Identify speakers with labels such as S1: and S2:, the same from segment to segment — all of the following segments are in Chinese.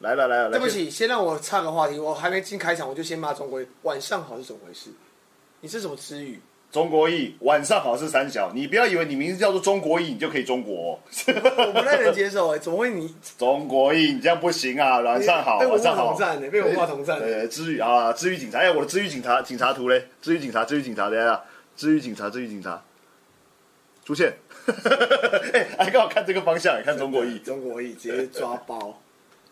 S1: 来了来了，
S2: 对不
S1: 来
S2: 起，先让我岔个话题，我还没进开场，我就先骂中国人。晚上好是怎么回事？你是什么词 语？
S1: 中国裔晚上好是三小，你不要以为你名字叫做中国裔，你就可以中国哦、
S2: 我不太能接受哎、怎么会你
S1: 中国裔你这样不行啊！晚上好，
S2: 被
S1: 晚
S2: 文化
S1: 上好
S2: 统。战呢、欸被文化统战、
S1: 呃，治愈啊，治愈警察，哎，我的治愈警察警察图嘞，治愈警察，治愈警察，哎等一下，治愈警察，治愈警察，出现， 哎、还刚好看这个方向，看中国裔，
S2: 中国裔直接抓包。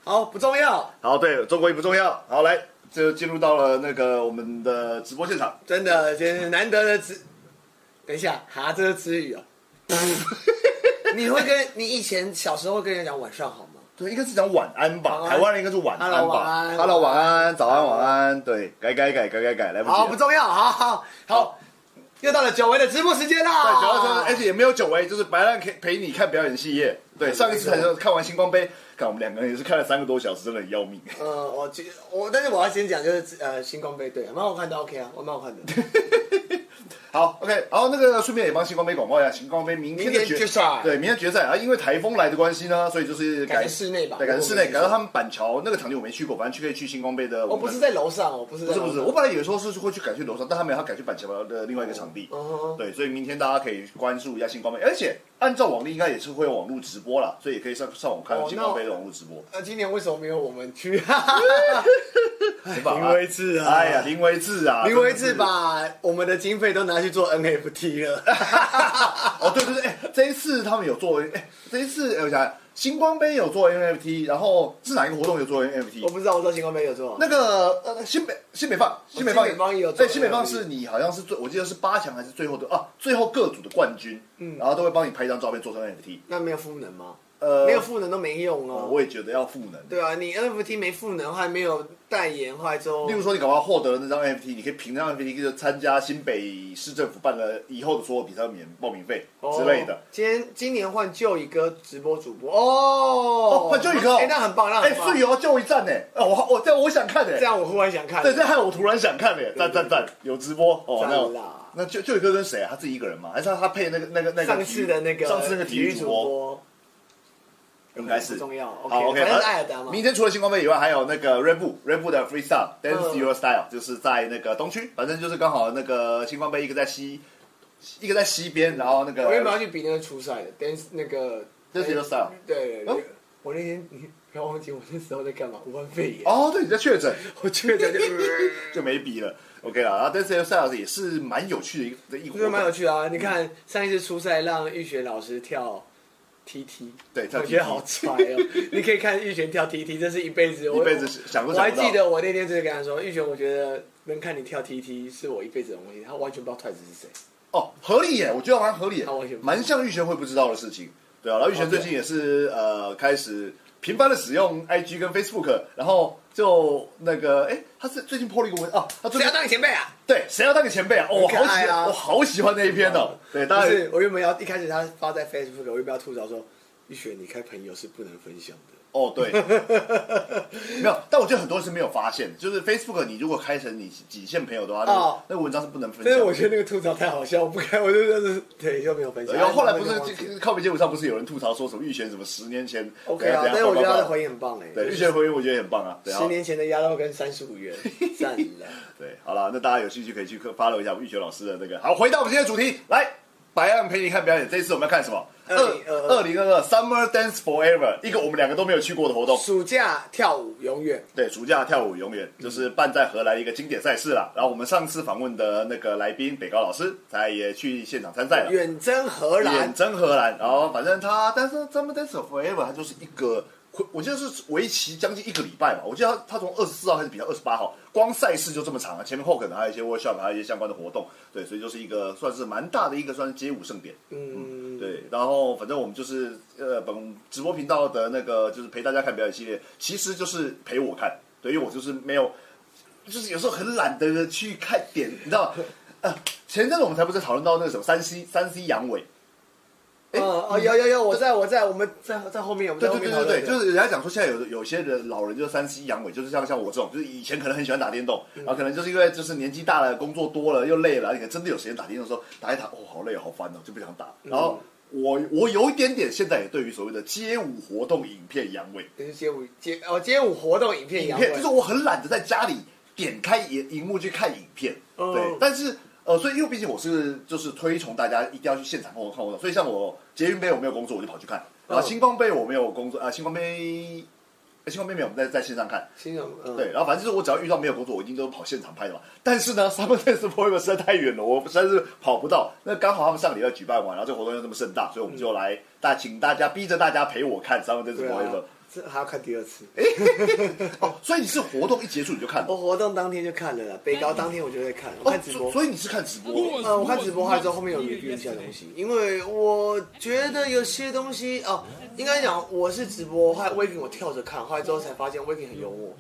S2: 好，不重要，
S1: 好，对，中国裔不重要，好，来，就进入到了那个我们的直播现场，
S2: 真的，真是难得的词。等一下，哈，这是词 语哦。你会跟你以前小时候会跟人讲晚上好吗？
S1: 对，应该是讲晚安吧，
S2: 晚安
S1: 台湾人应该是晚安吧
S2: Hello，晚安
S1: ，Hello，晚
S2: 晚
S1: 安，早安，晚安，对，改改改改改改，来不及了，
S2: 好，不重要，好好好，又到了久违的直播时间啦。
S1: 对，主要是而且也没有久违，就是白浪陪陪你看表演系列。对，上一次才看完星光杯，看我们两个人也是看了三个多小时，真的很要命。
S2: 呃，我觉我，但是我要先讲，就是呃，星光杯对，蛮好看的，OK 啊，我蛮好看 的。
S1: 好，OK，然后那个顺便也帮星光杯广告一下，星光杯明天的
S2: 明天决赛
S1: 对，明天决赛啊，因为台风来的关系呢，所以就是
S2: 改成室内吧
S1: 对，改成室内，
S2: 如果没记
S1: 改
S2: 错
S1: 到他们板桥那个场地我没去过，反正去可以去星光杯的。
S2: 我哦不是在楼上，我不是
S1: 不
S2: 在
S1: 是
S2: 楼
S1: 不
S2: 上
S1: 是，我本来有时候是会去改去楼上，但他没有，他改去板桥的另外一个场地。
S2: 哦
S1: 对，所以明天大家可以关注一下星光杯，而且按照往例应该也是会有网络直播啦，所以也可以上上网看
S2: 哦
S1: 星光
S2: 那
S1: 杯的网络直播。
S2: 那呃今年为什么没有我们去？
S1: 是吧
S2: 林威志啊
S1: 哎呀，林维志啊，
S2: 林威
S1: 真的
S2: 志
S1: 是。
S2: 把我们的经费都拿去做 NFT 了，
S1: 哦，对对对，哎，这一次他们有做，哎，这一次哎我想想星光杯有做 NFT，然后是哪一个活动有做
S2: 我
S1: NFT？
S2: 不知道，我知道星光杯有做。
S1: 那个呃，新北新北放新北放
S2: 哦新北棒也有做
S1: 对，新北放
S2: NFT
S1: 是你好像是最，我记得是八强还是最后的啊，最后各组的冠军，嗯，然后都会帮你拍一张照片做成 NFT。
S2: 那没有赋能吗？
S1: 呃
S2: 没有赋能都没用
S1: 哦
S2: 啊。
S1: 我也觉得要赋能。
S2: 对啊，你 NFT 没赋能，还没有代言，后来之后
S1: 例如说，你搞不好获得了那张 NFT，你可以凭那张 NFT 就参加新北市政府办了以后的所有比赛免报名费之类的
S2: 哦。今天今年换旧一哥直播主播哦
S1: 哦，换就一个哦
S2: 哎，那很棒，那
S1: 哎，
S2: 很棒。
S1: 是有就一站呢，哦我我这样我想看呢，
S2: 这样我忽然想看，
S1: 对，这害我突然想看呢，赞赞赞，有直播哦，
S2: 赞
S1: 那我
S2: 啦
S1: 那就就一个跟谁啊？他自己一个人吗？还是他他配那个那个那个
S2: 上
S1: 体
S2: 次
S1: 育
S2: 的那个
S1: 上次那个体育
S2: 主
S1: 主播
S2: 播
S1: 应该是
S2: 不重要，OK，
S1: 好 OK，
S2: 反正是
S1: 反
S2: 艾尔达嘛
S1: 明天除了星光杯以外，还有那个 Red Bull Red Bull 的 Freestyle Dance
S2: 嗯
S1: Your Style，就是在那个东区，反正就是刚好那个星光杯一个在西一个在西边，然后那
S2: 我原本
S1: 个
S2: 要去比那个初赛的，dance 那个
S1: Dance Your Style
S2: 对对
S1: 嗯
S2: 对，我那天你不要忘记我那时候在干嘛，武汉肺炎，
S1: 哦，对，你在确诊。
S2: 我确诊就，
S1: 就没比了，OK 了。然后 Dance Your Style 也是蛮有趣的一个的一个
S2: 我觉
S1: 活
S2: 得
S1: 动，
S2: 蛮有趣的啊。你看上一次初赛让玉璇老师跳 TT，
S1: 对跳
S2: 我觉得
S1: TT
S2: 好帅哦。 你可以看玉璇跳 TT，这是一辈子，我
S1: 一辈子想都
S2: 我
S1: 想
S2: 还
S1: 不到
S2: 记得我那天就是跟他说，玉璇，我觉得能看你跳 TT 是我一辈子的东西。他完全不知道 Twice 是谁。
S1: 哦，合理耶，我觉得蛮合理耶
S2: 那我也不知，道
S1: 蛮像玉璇会不知道的事情。对啊，然后玉璇最近也是呃开始频繁的使用 IG 跟 Facebook，然后就那个哎，他是最近破了一个文啊，他最
S2: 谁
S1: 近
S2: 要当你前辈啊？
S1: 对谁要当个前辈啊？哦，我
S2: 很可
S1: 好
S2: 爱
S1: 喜
S2: 啊
S1: 我好喜欢那一篇哦。对，当
S2: 不
S1: 然
S2: 是，我原本要一开始他发在 Facebook，我原本要吐槽说，玉璇，你开朋友是不能分享的。
S1: 哦对， 没有，但我觉得很多人是没有发现，就是 Facebook 你如果开成你仅限朋友的话，那
S2: 哦
S1: 那个文章是不能分
S2: 但是
S1: 享的。
S2: 我觉得那个吐槽太好笑，我不开，我就真的是对，就没有分享。
S1: 然后后来不
S2: 慢慢就忘记了
S1: 是靠北街舞上不是有人吐槽说什么玉璇什么十年前
S2: OK 啊？
S1: 怎样
S2: 但是我觉得他的
S1: 怎样
S2: 回应很棒哎，
S1: 对玉璇回应我觉得也很棒啊，对啊
S2: 十。年前的鸭肉跟三十五元， 赞了。
S1: 对，好了，那大家有兴趣可以去 follow 一下玉泉老师的那个。好，回到我们今天的主题，来，白岸陪你看表演。这一次我们要看什么？
S2: 2022
S1: 二零二二 Summer Dance Forever，一个我们两个都没有去过的活动。
S2: 暑假跳舞永远
S1: 对，暑假跳舞永远
S2: 嗯
S1: 就是办在荷兰一个经典赛事啦。然后我们上次访问的那个来宾北高老师，他也去现场参赛了。
S2: 啊远征荷兰
S1: 远，征荷兰，然后反正他，但是 Summer Dance Forever 它就是一个，我记得是为期将近一个礼拜吧。我记得他他从二十四号开始比到二十八号，光赛事就这么长啊，前面后可能还有一些 workshop，还有一些相关的活动，对，所以就是一个算是蛮大的一个算是街舞盛典。
S2: 嗯。
S1: 对，然后反正我们就是呃，本直播频道的那个就是陪大家看表演系列，其实就是陪我看，对，因为我就是没有，就是有时候很懒得去看点，你知道吗？呃，前阵子我们才不是讨论到那个什么三 C 三 C 阳痿，
S2: 嗯，哦，有有有，我在我在，我们在在后面，我们
S1: 对
S2: 在后
S1: 对
S2: 面
S1: 对
S2: 讨
S1: 对
S2: 论
S1: 对，就是人家讲说现在有有些人老人就是三 C 阳痿，就是像像我这种，就是以前可能很喜欢打电动，
S2: 嗯
S1: 然后可能就是因为就是年纪哦大了，工作多了又累了，你可能真的有时间打电动的时候，打一打哦好累好烦哦就不想打，然后我我有一点点现在也对于所谓的街舞活动影片阳痿，
S2: 就是街舞街哦街舞活动影片
S1: 影
S2: 阳
S1: 片，就
S2: 痿
S1: 是，我很懒得在家里点开荧荧幕去看影片，
S2: 哦
S1: 对，但是。呃，所以因为毕竟我是就是推崇大家一定要去现场看活动看活动，所以像我捷运杯我没有工作我就跑去看，啊、
S2: 哦
S1: 星光杯我没有工作啊、星光杯，呃星光杯没有我们在在线上看，
S2: 新种嗯
S1: 对，然后反正就是我只要遇到没有工作，我一定都跑现场拍的嘛。但是呢，Summer Dance Forever 实在太远了，我实在是跑不到。那刚好他们上个礼拜举办完，然后这个活动又这么盛大，所以我们就来大请大家逼着大家陪我看 Summer Dance
S2: 对啊
S1: Forever。，
S2: 这还要看第二次。
S1: 哦，所以你是活动一结束你就看了，
S2: 我哦活动当天就看了啦，北高当天我就在看，我
S1: 哦
S2: 看直播
S1: 所。所以你是看直播的。
S2: 嗯，我看直播还之后，后面有 review 一下东西，因为我觉得有些东西哦，应该讲我是直播，后来 Waking 我跳着看，后来之后才发现 Waking 很幽默，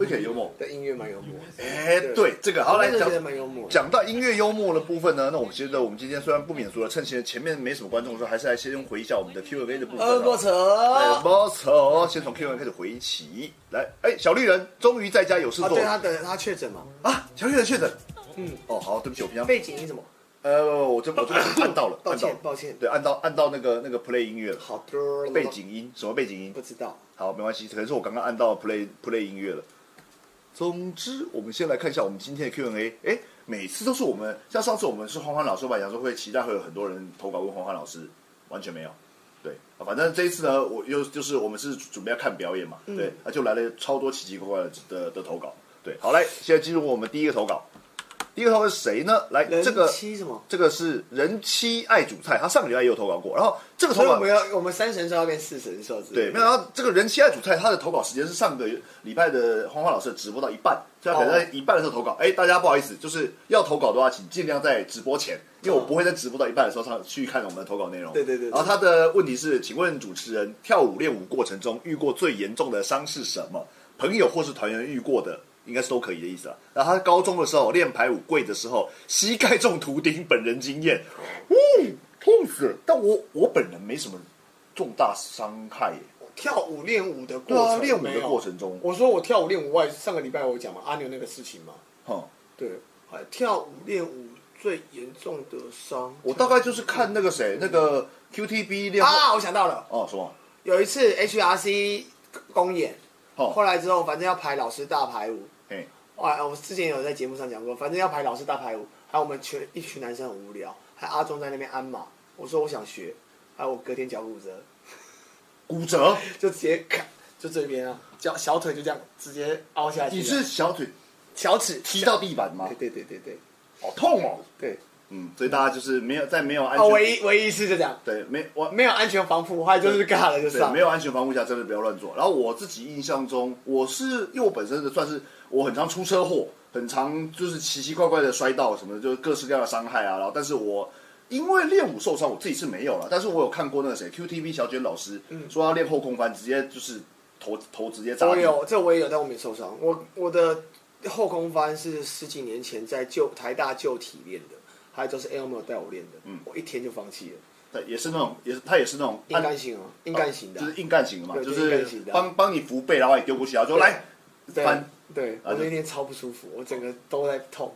S1: OK，幽默。
S2: 的音乐蛮幽默的。
S1: 哎，对，这个好
S2: 我
S1: 来
S2: 真的
S1: 讲
S2: 觉得蛮幽默的。
S1: 讲到音乐幽默的部分呢，那我们觉得我们今天虽然不免俗了，趁现前面没什么观众的时候，还是来先回一下我们的 Q&A 的部分、
S2: 呃，
S1: 哦
S2: 不。扯。
S1: 没错，哦先从 Q1 开始回起。来，哎，小绿人终于在家有事
S2: 啊，
S1: 做
S2: 对
S1: 了
S2: 他等他确诊嘛，
S1: 啊！小绿人确诊。
S2: 嗯，
S1: 哦，好，对不起，我平常
S2: 背景音什么？
S1: 呃，我这我这个按到了，
S2: 抱歉
S1: 按，到
S2: 抱歉
S1: 了。。对，按到按到那个那个 play 音乐了，
S2: 好的。
S1: 背景音什么背景音
S2: 不？知道。
S1: 好，没关系，可能是我刚刚按到 play play 音乐了。总之，我们先来看一下我们今天的 Q&A。哎，每次都是我们，像上次我们是欢欢老师办杨说会，期待会有很多人投稿问欢欢老师，完全没有。对，啊反正这一次呢，我又就是我们是准备要看表演嘛，
S2: 嗯
S1: 对，啊，就来了超多奇奇怪怪的的的投稿。对，好来，现在进入我们第一个投稿。第一个投稿是谁呢？来，
S2: 人
S1: 这个
S2: 妻什么？
S1: 这个是人妻爱煮菜，他上个礼拜也有投稿过。然后这个投
S2: 所以我
S1: 稿
S2: 们要我们三神兽要变四神兽之类
S1: 对，
S2: 的，
S1: 没有。然后这个人气爱煮菜，他的投稿时间是上个礼拜的黄花老师的直播到一半，所以他可能在一半的时候投稿。哎、大家不好意思，就是要投稿的话，请尽量在直播前，因为我不会在直播到一半的时候上去看我们的投稿内容。
S2: 对对对对
S1: 然后他的问题是，请问主持人，跳舞练舞过程中遇过最严重的伤是什么？朋友或是团员遇过的？应该是都可以的意思啊。然后他高中的时候练排舞跪的时候，膝盖中图钉，本人经验，呜，哦痛死了！但我我本人没什么重大伤害耶。
S2: 跳舞练舞的过
S1: 对啊，
S2: 程，
S1: 练舞
S2: 没
S1: 的
S2: 有
S1: 过程中，
S2: 我说我跳舞练舞外，上个礼拜我讲嘛，阿牛那个事情嘛，
S1: 哼，
S2: 对，呃跳舞练舞最严重的伤，
S1: 我大概就是看那个谁，那个 QTB 练后
S2: 啊，我想到了，
S1: 哦什么，
S2: 有一次 HRC 公演，后
S1: 哦，
S2: 来之后反正要排老师大排舞，
S1: 哎，
S2: 啊，我之前有在节目上讲过，反正要排老师大排舞，还有我们全一群男生很无聊，还有阿忠在那边鞍马，我说我想学，还有我隔天脚骨折，
S1: 骨折，
S2: 就直接咔，就这边啊，脚小腿就这样直接凹下去了，
S1: 你是小腿
S2: 小指
S1: 踢到地板吗
S2: 对？对对对对
S1: 好痛哎哦，
S2: 对，
S1: 嗯，所以大家就是没有在没有安
S2: 啊，
S1: 全，
S2: 唯一唯一一次就这样。
S1: 对，没我
S2: 没有安全防护，后来就是尬了就
S1: 对，
S2: 上。
S1: 没有安全防护下，真的不要乱做。然后我自己印象中，我是因为我本身的算是我很常出车祸，很常就是奇奇怪怪的摔到什么的，就是各式各样的伤害啊。然后，但是我因为练舞受伤，我自己是没有了，但是我有看过那个谁 QTV 小卷老师、
S2: 嗯
S1: 说要练后空翻，直接就是头头直接砸
S2: 我
S1: 地。
S2: 哦有，这我也有，但我没受伤。我我的后空翻是十几年前在旧台大旧体练的，还有就是 Elmo 带我练的。
S1: 嗯
S2: 我一天就放弃了，
S1: 对，也是那种，也是他也是那种
S2: 硬
S1: 按
S2: 干型啊，硬干型的啊
S1: 哦就，是硬干型的嘛，
S2: 对
S1: 就
S2: 就是硬
S1: 是
S2: 干型的啊
S1: 帮帮你扶背，然后把你丢过去，然后说来
S2: 对
S1: 翻。
S2: 对，我
S1: 然后就哦
S2: 那天超不舒服，我整个都在痛。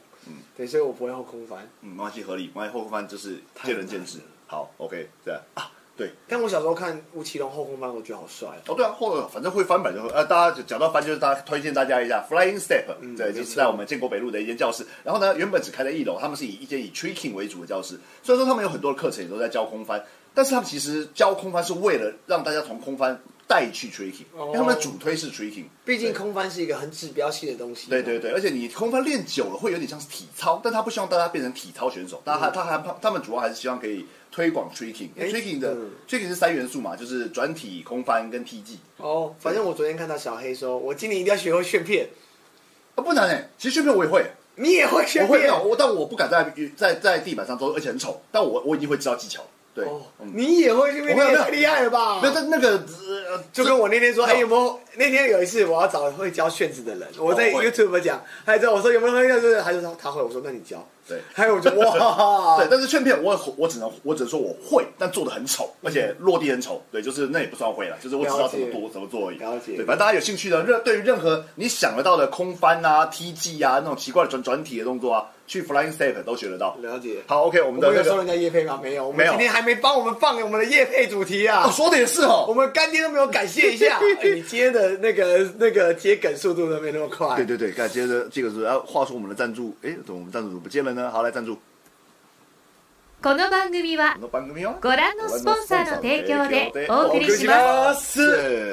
S2: 对，所以我不会后空翻。
S1: 嗯，没关系，合理。没关系，后空翻就是见仁见智。好，OK，这样啊，对。
S2: 但我小时候看吴奇隆后空翻，我觉得好帅啊。
S1: 哦，对啊，后反正会翻版就会，呃，大家讲到翻，就是大家推荐大家一下 Flying Step，、对，就是在我们建国北路的一间教室。然后呢，原本只开在一楼，他们是以一间以 tricking 为主的教室。虽然说他们有很多的课程也都在教空翻，但是他们其实教空翻是为了让大家从空翻带去 tricking，、因为他们的主推是 tricking。
S2: 毕竟空翻是一个很指标性的东西。
S1: 对对对，而且你空翻练久了会有点像是体操，但他不希望大家变成体操选手，但
S2: 嗯
S1: 他他还他们主要还是希望可以推广 tricking，因为 tricking 的、
S2: 嗯
S1: tricking 是三元素嘛，就是转体、空翻跟踢技。
S2: 哦，反正我昨天看到小黑说，我今年一定要学会炫片，
S1: 啊，不难诶、其实炫片我也会、
S2: 你也会哦炫
S1: 我会没
S2: 片
S1: 有，？我但我不敢在在在地板上做，而且很丑。但我我已经会知道技巧了。对，
S2: 哦，
S1: 嗯，
S2: 你也会去面
S1: 我没有
S2: 也
S1: 没有
S2: 太厉害了吧？
S1: 那但那个呃，
S2: 就跟我那天说，
S1: 这
S2: 哎、有没有？那天有一次我要找会教炫子的人，哦我在
S1: 会
S2: YouTube 讲，还之后我说有没有会教炫子，他就说他会，我说那你教。
S1: 对
S2: 还有我就哇，
S1: 对，但是炫片我我只能我只能说我会，但做的很丑，而且落地很丑。对，就是那也不算会了，就是我只知道怎
S2: 嗯
S1: 么
S2: 了
S1: 多怎么做而已。
S2: 了解
S1: 对，反正大家有兴趣的，任对于任何你想得到的空翻啊、踢技啊那种奇怪的转转体的动作啊，去 Flying Step 都学得到。
S2: 了解。
S1: 好，OK，我
S2: 我
S1: 们的
S2: 们
S1: 那
S2: 有收
S1: 个
S2: 人家叶配吗？没有，我
S1: 没
S2: 们
S1: 有
S2: 今天还没帮我们放我们的叶配主题啊
S1: 哦，。说的也是哦
S2: 我，们干爹都没有感谢一下， 哎你接的那个那个接梗速度都没那么快。
S1: 对对对，看接着这个是啊，话说我们的赞助，哎，怎么我们赞助组不见了呢？好，来赞助，
S3: この番組は
S1: 我们的番組哦。
S3: ご覧のスポンサーの提供でお送りします。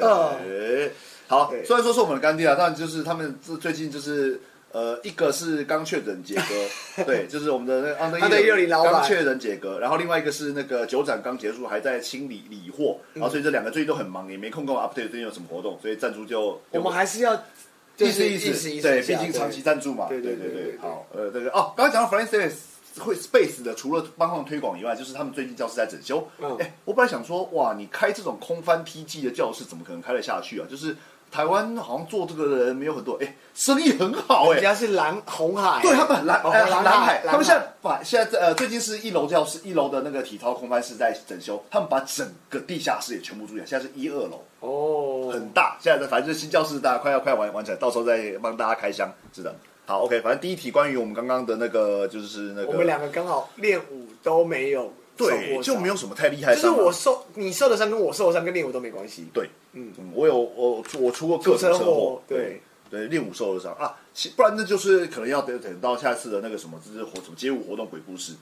S1: ます。
S2: 嗯
S1: 好
S2: 对，
S1: 虽然说是我们的干爹啊，但就是他们最近就是呃，一个是刚确诊解 隔，对，就是我们的那个安德
S2: 安德
S1: 一
S2: 一六零老板
S1: 刚确诊解隔，然后另外一个是那个九展刚结束，还在清理理货，然后所以这两个最近都很忙，也没空跟我 update 最近有什么活动，所以赞助就
S2: 我们还是要
S1: 意
S2: 就
S1: 思
S2: 是
S1: 意
S2: 思意
S1: 思，
S2: 思
S1: 对，
S2: 一下
S1: 毕竟长期赞助嘛，
S2: 对
S1: 对
S2: 对对对对
S1: 好，呃，这个哦，刚刚讲到 f r a n c i s 会 Space 的，除了帮他们推广以外，就是他们最近教室在整修。哎、
S2: 嗯
S1: 我本来想说，哇，你开这种空翻 PG 的教室，怎么可能开得下去啊？就是台湾好像做这个的人没有很多，哎、生意很好、
S2: 人
S1: 哎。
S2: 家是蓝红海，
S1: 对他们很蓝
S2: 哦
S1: 呃
S2: 蓝
S1: 蓝海，他们现
S2: 蓝
S1: 在把现在在呃最近是一楼教室，一楼的那个体操空翻室在整修，他们把整个地下室也全部租起来，现在是一二楼，
S2: 哦，
S1: 很大。现在在反正就是新教室，大家快要快完完成，到时候再帮大家开箱。是的，好，OK。反正第一题关于我们刚刚的那个就是那个，
S2: 我们两个刚好练舞都没有受过
S1: 对
S2: 伤
S1: 就没有，什么太厉害
S2: 就
S1: 的
S2: 是
S1: 伤啊。
S2: 我受你受的伤跟我受的伤跟练舞都没关系。
S1: 对，
S2: 嗯
S1: 嗯，我有我我出过各
S2: 出
S1: 种
S2: 车
S1: 车
S2: 祸
S1: 祸，
S2: 对
S1: 对，练武受了伤啊，其不然那就是可能要等等到下次的那个什么，就是活什么街舞活动鬼故事。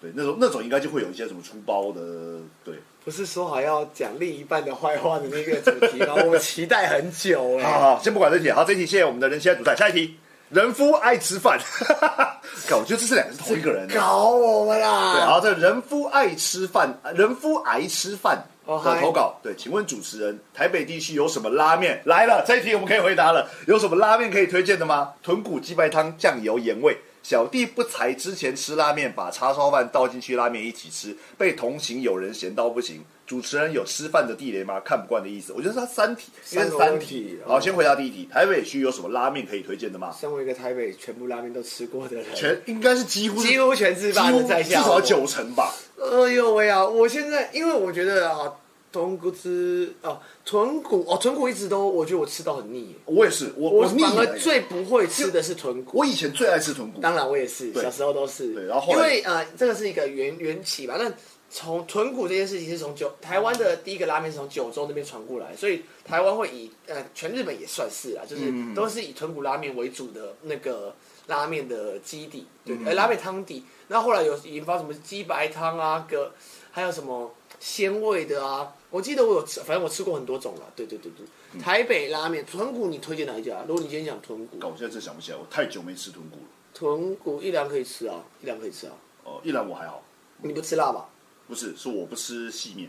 S1: 对，那种那种应该就会有一些什么出包的，对，
S2: 不是说好要讲另一半的坏话的那个主题 吗？我们期待很久
S1: 好
S2: 哎，
S1: 好，先不管这题，好，这题谢谢我们的人气爱主宰。下一题，人夫爱吃饭， 看，我觉得这是两个是同一个人、
S2: 搞我们
S1: 对，啊
S2: 啦！
S1: 好，这人夫爱吃饭，呃人夫爱吃饭
S2: 哦
S1: 的
S2: 嗨
S1: 投稿。对，请问主持人，台北地区有什么拉面？来了，这一题我们可以回答了。有什么拉面可以推荐的吗？豚骨鸡白汤，酱油盐味。小弟不才之前吃拉面，把叉烧饭倒进去拉面一起吃，被同行友人嫌到不行。主持人有吃饭的地雷吗？看不惯的意思。我觉得他三题，应该是
S2: 三个
S1: 三
S2: 问
S1: 题
S2: 题。
S1: 好，
S2: 哦
S1: 先回答第一题，台北区有什么拉面可以推荐的吗？
S2: 身为一个台北全部拉面都吃过的人，
S1: 全应该是几乎是
S2: 几乎全自
S1: 几
S2: 霸的
S1: 乎
S2: 在
S1: 至
S2: 下，
S1: 少九成吧。
S2: 哎呦喂啊！我现在因为我觉得啊，豚骨汁啊，豚骨哦，豚骨一直都，我觉得我吃到很腻耶。
S1: 我也是，我
S2: 我
S1: 腻
S2: 反
S1: 了
S2: 而。最不会吃的是豚骨。
S1: 我以前最爱吃豚骨，
S2: 当然，我也是，
S1: 对
S2: 小时候都是。
S1: 对然后后
S2: 因
S1: 来
S2: 为呃，这个是一个缘缘起吧。那从豚骨这件事情是从九台湾的第一个拉面是从九州那边传过来，所以台湾会以呃全日本也算是啊，
S1: 嗯
S2: 就是都是以豚骨拉面为主的那个拉面的基底，对，
S1: 嗯
S2: 呃拉面汤底。那后来有引发什么鸡白汤啊，个还有什么鲜味的啊。我记得我有吃，反正我吃过很多种了。对对对
S1: 嗯
S2: 对，台北拉面豚骨，你推荐哪一家？如果你今天讲豚骨，
S1: 搞我现在真想不起来，我太久没吃豚骨了。
S2: 豚骨一两可以吃啊，一两可以吃啊。
S1: 哦，一兰我还好，
S2: 你不吃辣吧？
S1: 不是，是我不吃细面，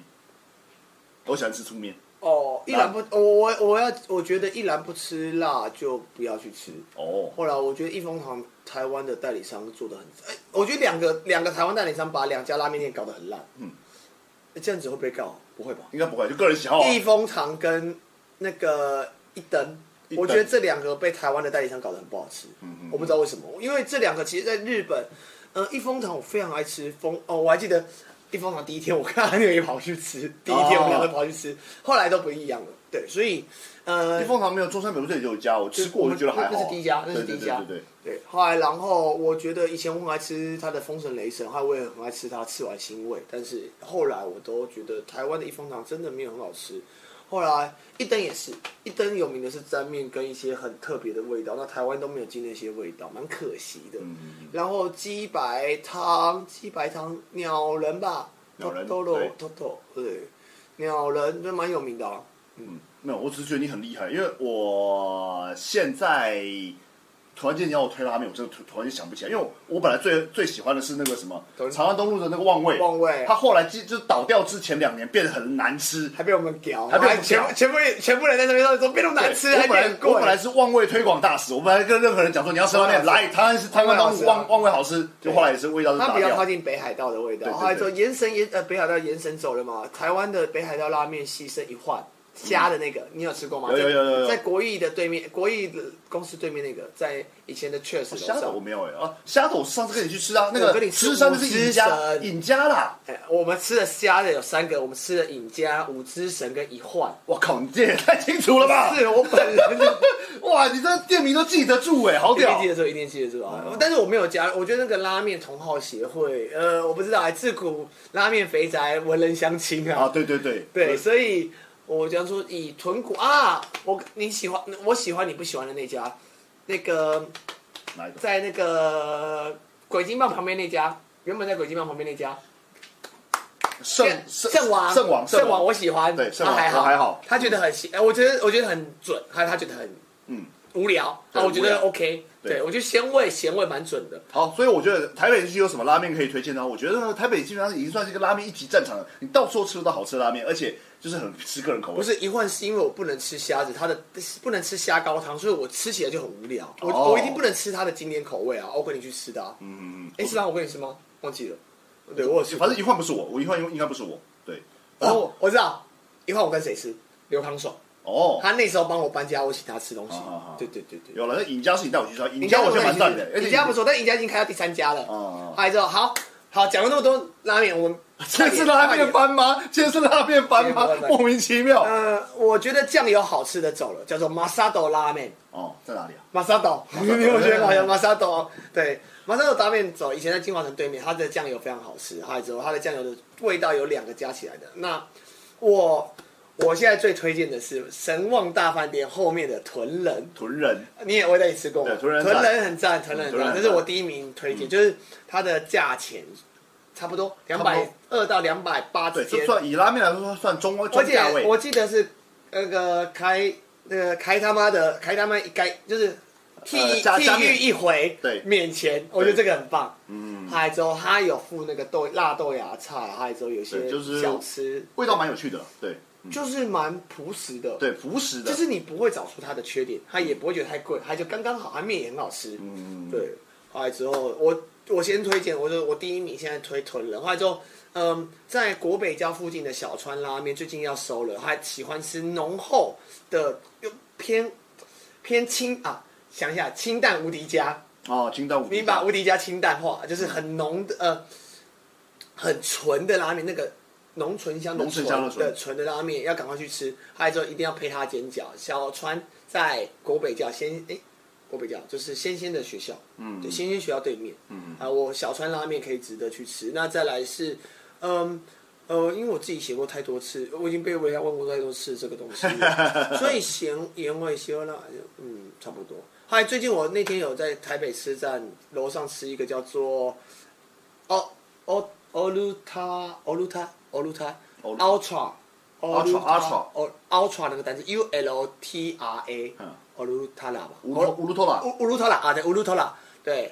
S1: 我喜欢吃粗面。
S2: 哦，一兰不，我我我要，我觉得一兰不吃辣就不要去吃。
S1: 哦，
S2: 后来我觉得益丰堂台湾的代理商做的很，哎，我觉得两个两个台湾代理商把两家拉面店搞得很烂。哎
S1: 嗯，
S2: 这样子会被告？不会吧？
S1: 应该不会，就个人喜好啊。
S2: 益丰堂跟那个一灯
S1: 一，灯
S2: 我觉得这两个被台湾的代理商搞得很不好吃。
S1: 嗯嗯
S2: 我不知道为什么，因为这两个其实在日本，呃，益丰堂我非常爱吃丰哦，我还记得益丰堂第一天我看他那个也跑去吃，第一天我们两个跑去吃，后来都不一样了。对，所以呃
S1: 一，凤堂没有，中山北路这里就有一家，我吃
S2: 我
S1: 过，我
S2: 们
S1: 就觉得还好啊。
S2: 那是第一家那是
S1: 对
S2: 第一家
S1: 对对对
S2: 对，后来然后我觉得以前我很爱吃它的丰神雷神，还有我也很爱吃它吃完腥味，但是后来我都觉得台湾的益丰堂真的没有很好吃。后来一灯也是一灯有名的是沾面跟一些很特别的味道，那台湾都没有进那些味道，蛮可惜的。
S1: 嗯
S2: 然后鸡白汤，鸡白汤鸟人吧，
S1: 鸟人
S2: 豆豆
S1: 对
S2: 豆豆，对，鸟人这蛮有名的、啊。
S1: 嗯，没有，我只是觉得你很厉害，因为我现在突然间你要我推拉面，我真的突突然间想不起来，因为我我本来最最喜欢的是那个什么
S2: 东
S1: 长安东路的那个旺味，
S2: 旺味
S1: 它后来就就倒掉之前两年变得很难吃，
S2: 还被我们屌，
S1: 还被我们
S2: 全
S1: 屌
S2: 部全部人全部人在那边说怎么变那么难吃，
S1: 对
S2: 还
S1: 我本
S2: 变
S1: 来
S2: 很贵。哦
S1: 我本来是旺味推广大使，我本来跟任何人讲说你要吃拉面，
S2: 旺味好吃
S1: 来台湾是台湾
S2: 旺味好
S1: 当
S2: 吃啊
S1: 旺旺味好吃，就后来也是味道是
S2: 它
S1: 打
S2: 比较靠
S1: 掉。
S2: 近北海道的味
S1: 对
S2: 道。
S1: 对对
S2: 后来说延伸延呃北海道延伸走了嘛，台湾的北海道拉面牺牲一换，虾的那个，你有吃过吗？
S1: 嗯有有有有有
S2: 在国艺的对面，国艺的公司对面那个，在以前的 Cheers 楼
S1: 虾
S2: 上
S1: 头我没有哎、啊，虾头我上次跟你去吃啊，那个
S2: 我跟你吃
S1: 吃山的是尹家
S2: 五之神
S1: 尹家啦，
S2: 哎我们吃的虾的有三个，我们吃了尹家、五之神跟一幻。
S1: 我靠，你这也太清楚了吧？
S2: 是我本人就
S1: 哇，你这店名都记得住哎、好
S2: 一定
S1: 屌
S2: 记！得住，一定记得住啊！但是我没有加，我觉得那个拉面同好协会，呃，我不知道，哎自古拉面肥宅文人相亲
S1: 啊，
S2: 啊，
S1: 对对对
S2: 对，所以我讲说以豚骨啊，我你喜欢，我喜欢你不喜欢的那家，那个
S1: 哪一个？
S2: 在那个鬼金棒旁边那家，原本在鬼金棒旁边那家，
S1: 圣
S2: 圣圣王
S1: 圣王
S2: 圣王，我喜欢，
S1: 对圣
S2: 他
S1: 王
S2: 还好
S1: 我还好
S2: 他觉得很喜，哎我觉得我觉得很准，他他觉得很
S1: 嗯。
S2: 无聊，
S1: 对
S2: 啊，我觉
S1: 无
S2: 得
S1: 聊
S2: OK，
S1: 对
S2: 对我觉得鲜味咸味蛮准的。
S1: 好，所以我觉得台北区有什么拉面可以推荐呢？我觉得台北基本上已经算是一个拉面一级战场了，你到处吃得到好吃的拉面，而且就是很吃个人口味。
S2: 不是一换，是因为我不能吃虾子，它的不能吃虾高汤，所以我吃起来就很无聊。我、
S1: 哦
S2: 我一定不能吃它的经典口味啊！我跟你去吃的、啊，
S1: 嗯，嗯
S2: 哎、是啊，我跟你吃吗？忘记了，对我有吃
S1: 嗯，，反正一换不是我，啊我一换应该不是我。对，
S2: 然后我我知道，一换我跟谁吃？刘康爽，
S1: 哦，
S2: 他那时候帮我搬家，我请他吃东西。
S1: 好好好
S2: 对对对对，
S1: 有了，那尹家是你带我去吃啊，尹家我觉得蛮赞的，而哎且
S2: 尹家不错，但尹家已经开到第三家了。
S1: 哦
S2: 后来之后，好好讲了那么多拉面，我们
S1: 这是拉面
S2: 吧。
S1: 班吗？这是拉面
S2: 今天
S1: 班吗
S2: 是拉面？班
S1: 莫名其妙。
S2: 呃，我觉得酱油好吃的走了，叫做 Masado 拉面。
S1: 哦，在哪里啊？
S2: 马萨岛， 你有没有觉得好像马萨岛？对，马萨岛拉面走，以前在金华城对面，它的酱油非常好吃，还有之后它的酱油的味道有两个加起来的。那我我现在最推荐的是神旺大饭店后面的屯人，
S1: 屯人
S2: 啊你也我也带你吃过吗
S1: 对豚人很
S2: 豚
S1: 赞
S2: 人嗯很赞，屯人很
S1: 豚人
S2: 赞，
S1: 很
S2: 这
S1: 赞
S2: 是我第一名推荐，就是它的价钱差不多两
S1: 差不
S2: 百
S1: 多
S2: 二到两百八之
S1: 对，
S2: 间
S1: 这，算以拉面来说算中中
S2: 而
S1: 价
S2: 且
S1: 位。
S2: 啊我记得是那个开那个开他妈的开他妈一开就是替
S1: 呃加加
S2: 替
S1: 面
S2: 玉一回
S1: 对
S2: 免钱，我觉得这个很棒。
S1: 嗯，
S2: 还之后他有附那个豆辣豆芽菜，还之后有一些
S1: 对就是嗯
S2: 小吃，
S1: 味道蛮有趣的，对
S2: 就是蛮朴实的，，
S1: 对，朴实的。
S2: 就是你不会找出它的缺点，它也不会觉得太贵，它就刚刚好，它面也很好吃，
S1: 嗯，
S2: 对，后来之后我我先推荐，我就我第一名现在推屯人，后来之后，嗯，在国北郊附近的小川拉面最近要收了，还喜欢吃浓厚的又偏偏清啊，想一下清淡无敌家，
S1: 哦，金蛋五
S2: 你
S1: 明
S2: 把
S1: 白。
S2: 无敌家清淡化，就是很浓的呃，很纯的拉面，那个浓醇香的
S1: 浓醇香的
S2: 纯
S1: 醇
S2: 的纯的拉面，要赶快去吃。还有之后一定要配它煎饺。小川在国北教先诶，国北教就是仙仙的学校，
S1: 嗯
S2: 对，仙仙学校对面，
S1: 嗯
S2: 啊，我小川拉面可以值得去吃。那再来是，嗯。呃，因为我自己写过太多次，我已经被人家问过太多次这个东西 了，所以咸盐味希腊就嗯差不多。还有最近我那天有在台北车站楼上吃一个叫做哦哦欧鲁塔欧鲁塔欧鲁塔
S1: Oluta
S2: ultra
S1: Ultra，Ultra
S2: 哦 ultra 那个单词 U L T R A
S1: 嗯
S2: 欧鲁塔拉吧，
S1: 乌鲁乌鲁托拉。
S2: 乌乌鲁特拉啊，对乌鲁特拉，对，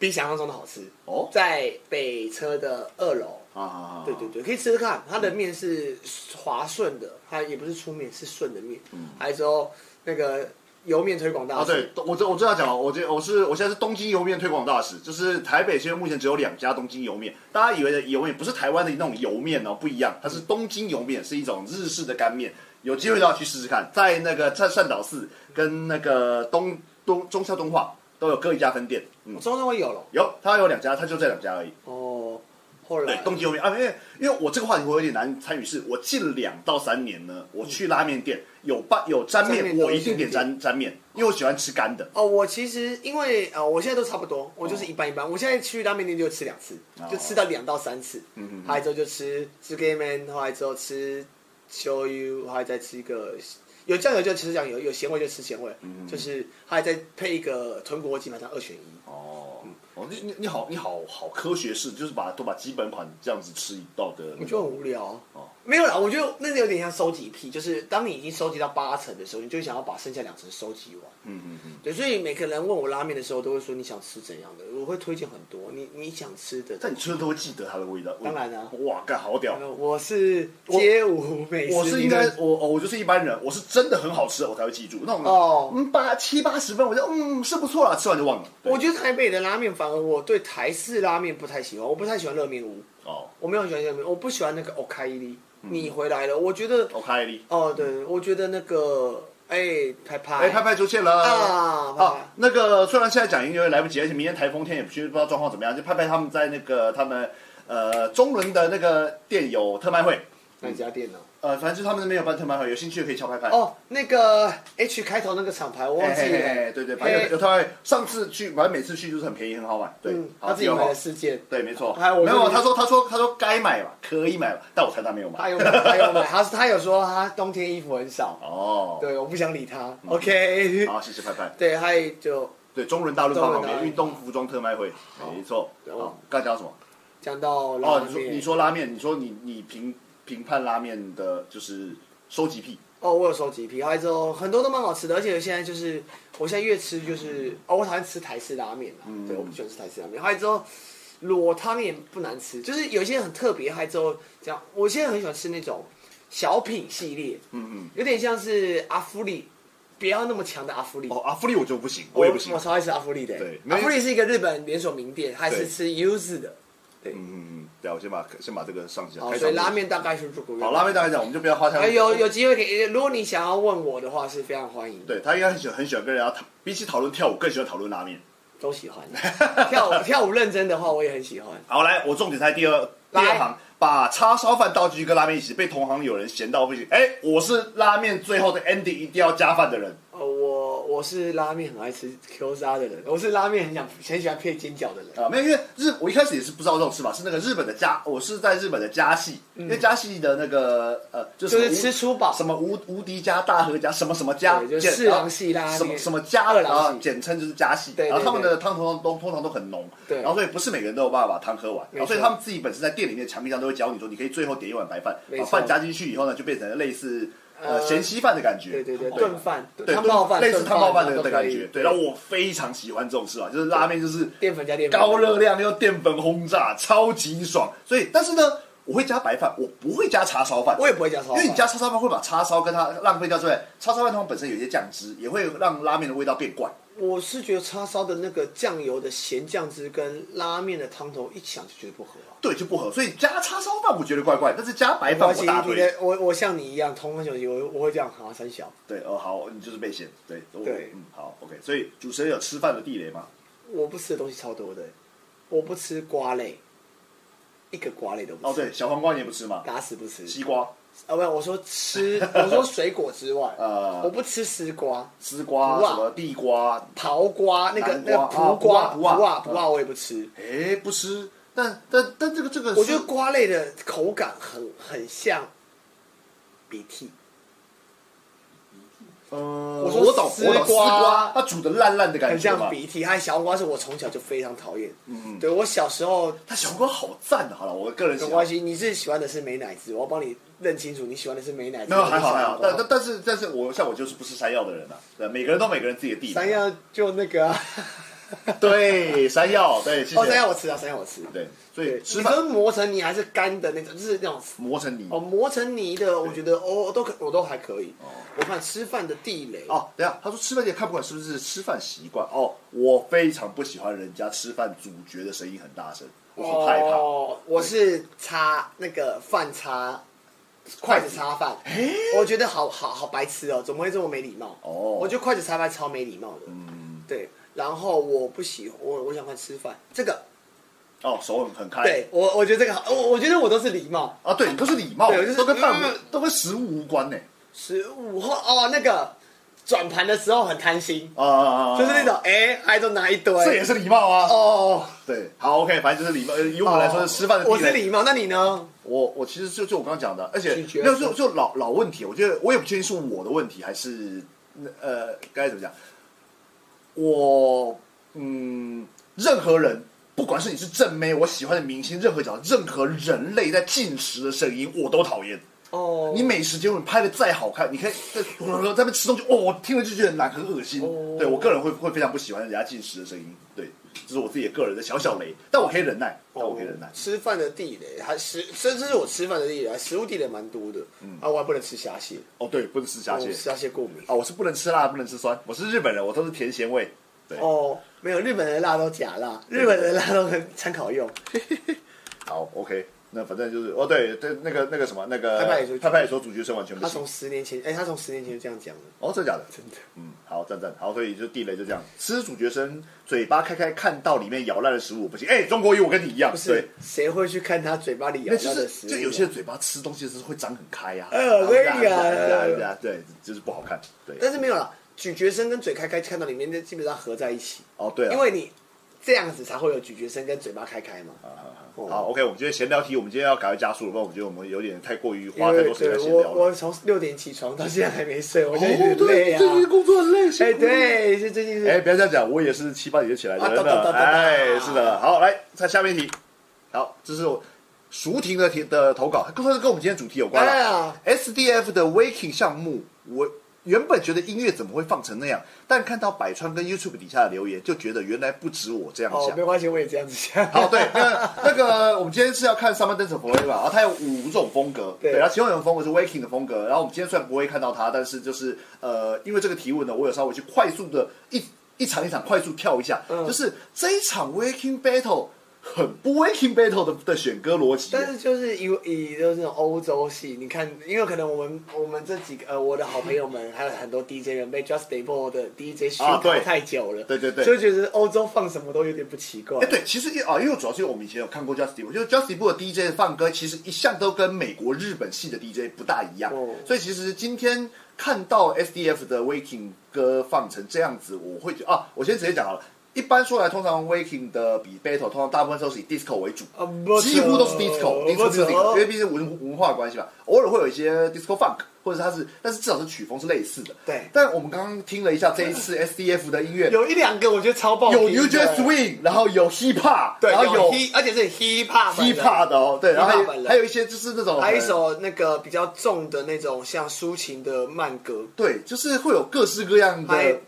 S2: 比想象中的好吃，
S1: 哦，
S2: 在北车的二楼。
S1: 啊啊啊！
S2: 对对对，可以吃吃看。它的面是滑顺的，它也不是粗面，是顺的面。还有之后那个油面推广大
S1: 嗯啊，
S2: 使，
S1: 对，我这我这要讲了，我这我是我现在是东京油面推广大使，就是台北现在目前只有两家东京油面，大家以为的油面不是台湾的那种油面哦，不一样，它是东京油面，是一种日式的干面，有机会都要去试试看，在那个在善导寺跟那个东东中孝东化都有各一家分店，嗯
S2: 我，中中会有了。
S1: 有它有两家，它就这两家而已。
S2: 哦，后
S1: 对
S2: 来，
S1: 东京油面啊，因为因为我这个话题我有点难参与，是我近两到三年呢，我去拉面店有拌有沾
S2: 沾
S1: 面，
S2: 面
S1: 我一定点
S2: 都是
S1: 沾沾面，因为我喜欢吃干的。
S2: 哦，我其实因为呃，我现在都差不多，我
S1: 哦
S2: 就是一般一般。我现在去拉面店就吃两次，就吃到两到三次。嗯，后来之后就吃吃 gay man，后来之后吃 show you，后来再吃一个有酱油就吃酱油，有咸味就吃咸味，
S1: 嗯
S2: 就是后来再配一个豚骨，我基本上二选一。
S1: 哦，哦，你你你好，你好好科学式，就是把都把基本款这样子吃一道的
S2: 我
S1: 那
S2: 觉得很
S1: 种。
S2: 无聊。啊
S1: 哦
S2: 没有啦，我觉得那是有点像收集癖，就是当你已经收集到八成的时候，你就想要把剩下两成收集完。
S1: 嗯嗯嗯。
S2: 对，所以每个人问我拉面的时候，都会说你想吃怎样的，我会推荐很多你你想吃的。
S1: 但你吃了都会记得它的味道。
S2: 当然啊
S1: 哇，干好屌！
S2: 呃我是街舞美食，
S1: 我是应该我哦我就是一般人，我是真的很好吃，我才会记住那种
S2: 哦
S1: 嗯八七八十分，我就嗯是不错啦，吃完就忘了。对
S2: 我觉得台北的拉面反反而我对台式拉面不太喜欢，我不太喜欢热面屋，
S1: 哦
S2: 我没有很喜欢热面，我不喜欢那个 Okaili。你回来了，我觉得
S1: ，OK 哩，
S2: 哦，对，我觉得那个哎，拍拍，
S1: 哎，派派出现了
S2: 啊派派
S1: 那个虽然现在讲英语有点来不及，而且明天台风天也不知道状况怎么样，就派派他们在那个他们呃中伦的那个店有特卖会，
S2: 哪家店呢？
S1: 呃，反正就是他们那边有办特卖会，有兴趣的可以敲派派。
S2: 哦，那个 H 开头那个厂牌我忘记
S1: 嘿嘿嘿
S2: 了，哎
S1: 嘿对对，反正有有特卖会。上次去，反正每次去就是很便宜，很好买。对
S2: 嗯，，
S1: 好
S2: 他自己
S1: 有
S2: 买
S1: 好
S2: 的事件，
S1: 对，没错。
S2: 哎我
S1: 没有，啊
S2: 这里
S1: 他说他说他说该买吧，可以买吧，但我猜他没有
S2: 他
S1: 买。
S2: 有买，他有买， 他他有说他冬天衣服很少，
S1: 哦，嗯
S2: 对，我不想理他，OK，
S1: 好，谢谢派派。
S2: 对，还有就
S1: 对，中伦大润发旁
S2: 中伦大润
S1: 边
S2: 发
S1: 运动服装特卖会，没错。
S2: 我
S1: 好，刚才讲什么？
S2: 讲到拉
S1: 哦，
S2: 面
S1: 你说你说拉面，你说你你评评判拉面的就是收集癖，
S2: 哦，我有收集皮，还有之后很多都蛮好吃的，而且现在就是我现在越吃就是哦，我讨厌吃台式拉面啦，
S1: 嗯
S2: 对，我不喜欢吃台式拉面。还有之后裸汤也不难吃，就是有一些很特别，还有之后这样，我现在很喜欢吃那种小品系列，
S1: 嗯
S2: 有点像是阿芙丽，不要那么强的阿芙丽。
S1: 嗯。哦，阿芙丽我就不行，我也不行
S2: 我。超爱吃阿芙丽的、欸
S1: 对
S2: 阿芙丽是一个日本连锁名店，它也
S1: 对
S2: 是吃 U 字的，
S1: 嗯，嗯对，我先把先把这个上下
S2: 好，
S1: 开
S2: 所以
S1: 场。
S2: 拉面大概是这个样子。
S1: 好，拉面大概讲，我们就不要花太
S2: 哎，
S1: 多。
S2: 有有机会可以，如果你想要问我的话，是非常欢迎的。
S1: 对他应该很喜欢很喜欢跟人家讨，比起讨论跳舞更喜欢讨论拉面。
S2: 都喜欢。 跳舞跳舞认真的话，我也很喜欢。
S1: 好，来，我重点猜第二第二
S2: 来
S1: 行，把叉烧饭道具跟拉面一起，被同行有人嫌到不行。哎，我是拉面最后的 ending 一定要加饭的人。
S2: 呃，我我是拉面很爱吃 Q 沙的人，我是拉面很想很喜欢配煎饺的人。
S1: 啊，没有，因为日我一开始也是不知道这种吃法，是那个日本的家，我是在日本的家系，因为家系的那个呃，就
S2: 嗯
S1: 是
S2: 就是
S1: 无
S2: 吃粗饱
S1: 什么无无敌家、大和家，什么什么家，
S2: 对就是
S1: 简
S2: 四郎系拉
S1: 啊
S2: 面
S1: 什么什么家
S2: 二
S1: 然
S2: 郎系
S1: 后简称就是家系，
S2: 对对
S1: 然后他们的汤通常都通常都很浓，
S2: 对
S1: 然后所以不是每个人都有办法把汤喝完，
S2: 没错
S1: 然后所以他们自己本身在店里面的墙壁上都会教你说，你可以最后点一碗白饭，
S2: 没
S1: 把
S2: 错
S1: 饭加进去以后呢，就变成类似呃
S2: 呃
S1: 咸稀饭的感觉，
S2: 对对对，炖饭、
S1: 哦对，
S2: 汤泡饭、
S1: 类似汤泡饭的
S2: 炖
S1: 的
S2: 饭
S1: 感觉，对，
S2: 都
S1: 然
S2: 可以
S1: 后我非常喜欢这种吃法，就是拉面就是
S2: 淀粉加淀粉，
S1: 高热量又淀粉轰炸，超级爽。所以，但是呢，我会加白饭，我不会加叉烧饭。
S2: 我也不会加烧，
S1: 因为你加叉烧饭会把叉烧跟它浪费掉之外，叉烧饭它们本身有一些酱汁，也会让拉面的味道变怪。
S2: 我是觉得叉烧的那个酱油的咸酱汁跟拉面的汤头一想就觉得不合啊。
S1: 对，就不合。所以加叉烧饭我觉得怪怪，但是加白
S2: 没
S1: 饭
S2: 关
S1: 我
S2: 系
S1: 大
S2: 你
S1: 推。
S2: 的我我像你一样，同款手机，我我会这样哈三小。
S1: 对，哦，好，你就是被嫌。对，我
S2: 对
S1: 嗯，好，OK。所以主持人有吃饭的地雷吗？
S2: 我不吃的东西超多的，我不吃瓜类，一个瓜类都不吃。
S1: 哦，对，小黄瓜你也不吃吗？
S2: 打死不吃。
S1: 西瓜、
S2: 啊，不，我说吃，我说水果之外，
S1: 呃
S2: 我不吃丝瓜、
S1: 丝瓜、
S2: 不辣
S1: 什么地瓜，
S2: 桃瓜，那个
S1: 南瓜
S2: 那个
S1: 啊
S2: 葡瓜、
S1: 不
S2: 葡
S1: 辣不辣
S2: 葡萄我也不吃。
S1: 哎，不吃。但但但这个这个是，
S2: 我觉得瓜类的口感很很像鼻涕，
S1: 呃，
S2: 我
S1: 我
S2: 说
S1: 懂，
S2: 丝
S1: 我懂，丝
S2: 瓜
S1: 瓜它煮的烂烂的感
S2: 很
S1: 觉
S2: 像
S1: 嘛。
S2: 鼻涕。还有小黄瓜是我从小就非常讨厌，嗯，对我小时候
S1: 它小黄瓜好赞的，啊好了，我个人喜
S2: 没
S1: 欢
S2: 关。系，你是喜欢的是美乃滋，我要帮你认清楚，你喜欢的是美乃滋。
S1: 没有还好还好，但但
S2: 但
S1: 但是但是我像我就是不吃山药的人呐、啊对，每个人都每个人自己的地。
S2: 山药就那个啊，
S1: 对山药对，谢谢。
S2: 哦，山药我吃啊，山药我吃。
S1: 对，所
S2: 对，
S1: 以
S2: 你
S1: 吃
S2: 跟
S1: 饭
S2: 磨成泥还是干的那种，就是那种
S1: 磨成泥
S2: 哦，
S1: 哦
S2: 磨成泥的，我觉得哦，都可，我都还可以。我看吃饭的地雷，
S1: 哦等一下他说吃饭也看不管是不是吃饭习惯哦，我非常不喜欢人家吃饭主角的声音很大声，我很害怕。
S2: 哦，我是擦那个饭擦，筷子擦 饭，我觉得好好好白痴哦，怎么会这么没礼貌？
S1: 哦
S2: 我觉得筷子擦饭超没礼貌的。嗯，对。然后我不喜我我想看吃饭这个，
S1: 哦，手很很开。
S2: 对我我觉得这个好，我我觉得我都是礼貌。
S1: 啊，对，你都是礼貌，
S2: 对我就是
S1: 都跟饭无
S2: 嗯
S1: 都跟食物无关呢、
S2: 十五后哦，那个转盘的时候很贪心，
S1: 啊啊啊啊啊
S2: 就是那种哎，还都拿一堆，
S1: 这也是礼貌啊。
S2: 哦。
S1: 对，好，OK，反正就是礼貌。呃以我来说，吃饭的地
S2: 我是
S1: 雷
S2: 礼貌，那你呢？
S1: 我我其实就就我刚刚讲的，而且
S2: 拒绝
S1: 那就就老老问题，我觉得我也不确定是我的问题还是呃该怎么讲，我嗯，任何人。不管是你是正妹，我喜欢的明星，任何角色，任何人类在进食的声音，我都讨厌。
S2: 哦
S1: 你美食节目你拍的再好看，你可以在在那边吃东西，哦，我听了就觉得很难，很恶心。
S2: 哦
S1: 对我个人会会非常不喜欢人家进食的声音，对，这是我自己的个人的小小雷，但我可以忍耐，但我可以忍耐。
S2: 哦吃饭的地雷，还食，这这是我吃饭的地雷，食物地雷蛮多的。啊，我还不能吃虾蟹，
S1: 哦，对，不能嗯吃虾
S2: 我
S1: 蟹
S2: 吃虾蟹过敏。
S1: 啊，我是不能吃辣，不能吃酸，我是日本人，我都是甜咸味。对，
S2: 哦，没有日本的辣都假 辣，日本的辣都很参考用。
S1: 好，OK，那反正就是哦，对对，那个那个什么，那个
S2: 派派也说
S1: 派派也说主角声完全不
S2: 他
S1: 行
S2: 从。十年前，哎、他从十年前就这样讲了。
S1: 哦，真的假的？真的。嗯，好，赞赞。好，所以就地雷就这样，吃主角生，嘴巴开开，看到里面咬烂的食物不行。哎、中国语我跟你一样，
S2: 不
S1: 对
S2: 是，谁会去看他嘴巴里咬
S1: 那就
S2: 到的食
S1: 是
S2: 物啊？
S1: 就有些人嘴巴吃东西的时候会张很开呀、啊。
S2: 呃
S1: 对
S2: 可以啊
S1: 对啊，对，就是不好看。对，
S2: 但是没有啦，咀嚼声跟嘴开开看到里面，那基本上合在一起，
S1: 哦对啊，
S2: 因为你这样子才会有咀嚼声跟嘴巴开开嘛。
S1: 啊
S2: 哦
S1: 好，OK，我们今天闲聊题，我们今天要赶快加速了，不然我觉得我们有点太过于
S2: 因
S1: 花太
S2: 为
S1: 多时间
S2: 对
S1: 在闲
S2: 我
S1: 聊了。
S2: 我从六点起床到现在还没睡，我
S1: 哦
S2: 就有点累
S1: 对，
S2: 啊。
S1: 最近工作很累，辛
S2: 哎，
S1: 苦了。
S2: 对，是最近
S1: 哎，
S2: 是
S1: 不要这样讲，我也是七八点就起来的
S2: 啊
S1: 人
S2: 哒哒
S1: 了。
S2: 哒哒哒
S1: 哎，是的。好，来，看下面一题。好，这是我熟婷的题的投稿，跟跟我们今天主题有关
S2: 哎
S1: 了。
S2: 呀，
S1: SDF 的 Waking 项目，我原本觉得音乐怎么会放成那样，但看到百川跟 YouTube 底下的留言，就觉得原来不止我这样
S2: 哦，
S1: 想
S2: 没。关系，我也这样子 想。
S1: 好，哦对，那那个我们今天是要看《Summer Dance Forever》嘛，然啊后它有五种风格，
S2: 对
S1: 然后其中有一种风格是 Waking 的风格，然后我们今天虽然不会看到它，但是就是呃，因为这个提问呢，我有稍微去快速的一一场一场快速跳一下，
S2: 嗯
S1: 就是这一场 Waking Battle 很不 Waking Battle 的的选歌逻辑，啊
S2: 但是就是以以就是那种欧洲系，你看，因为可能我们我们这几个呃，我的好朋友们还有很多 DJ 人被 Just Stable 的 DJ 熏
S1: 啊
S2: 陶
S1: 对
S2: 太久了，
S1: 对对对
S2: 就觉得欧洲放什么都有点不奇怪。
S1: 哎、对，其实因为啊，因为主要是因为我们以前有看过 Justin Bieber，就是 Justin Bieber 的 DJ 放歌，其实一向都跟美国、日本系的 DJ 不大一样，
S2: 哦
S1: 所以其实今天看到 SDF 的 Waking 歌放成这样子，我会觉得啊，我先直接讲好了。一般说来，通常 Waking 的比 Battle 通常大部分都是以 Disco 为主，
S2: 啊不
S1: 几乎都是
S2: 错
S1: Disco
S2: 不
S1: Disco
S2: 错
S1: music，因为毕竟文文化关系嘛，偶尔会有一些 Disco Funk，或者它是，但是至少是曲风是类似的。
S2: 对
S1: 但我们刚刚听了一下这一 次 SDF 的音乐，
S2: 有一两个我觉得超爆
S1: 有
S2: 低的
S1: New Jack Swing，然后有 Hip Hop，
S2: 对，
S1: 然后
S2: 有 hip，而且是 hip hop 版
S1: Hip
S2: 的
S1: Hop 的哦，对，然后还
S2: hip hop 版
S1: 有
S2: 的
S1: 还有一些就是那种
S2: 还有一首那个比较重的那种像抒情的慢歌，
S1: 对，就是会有各式各样
S2: 还有
S1: 的，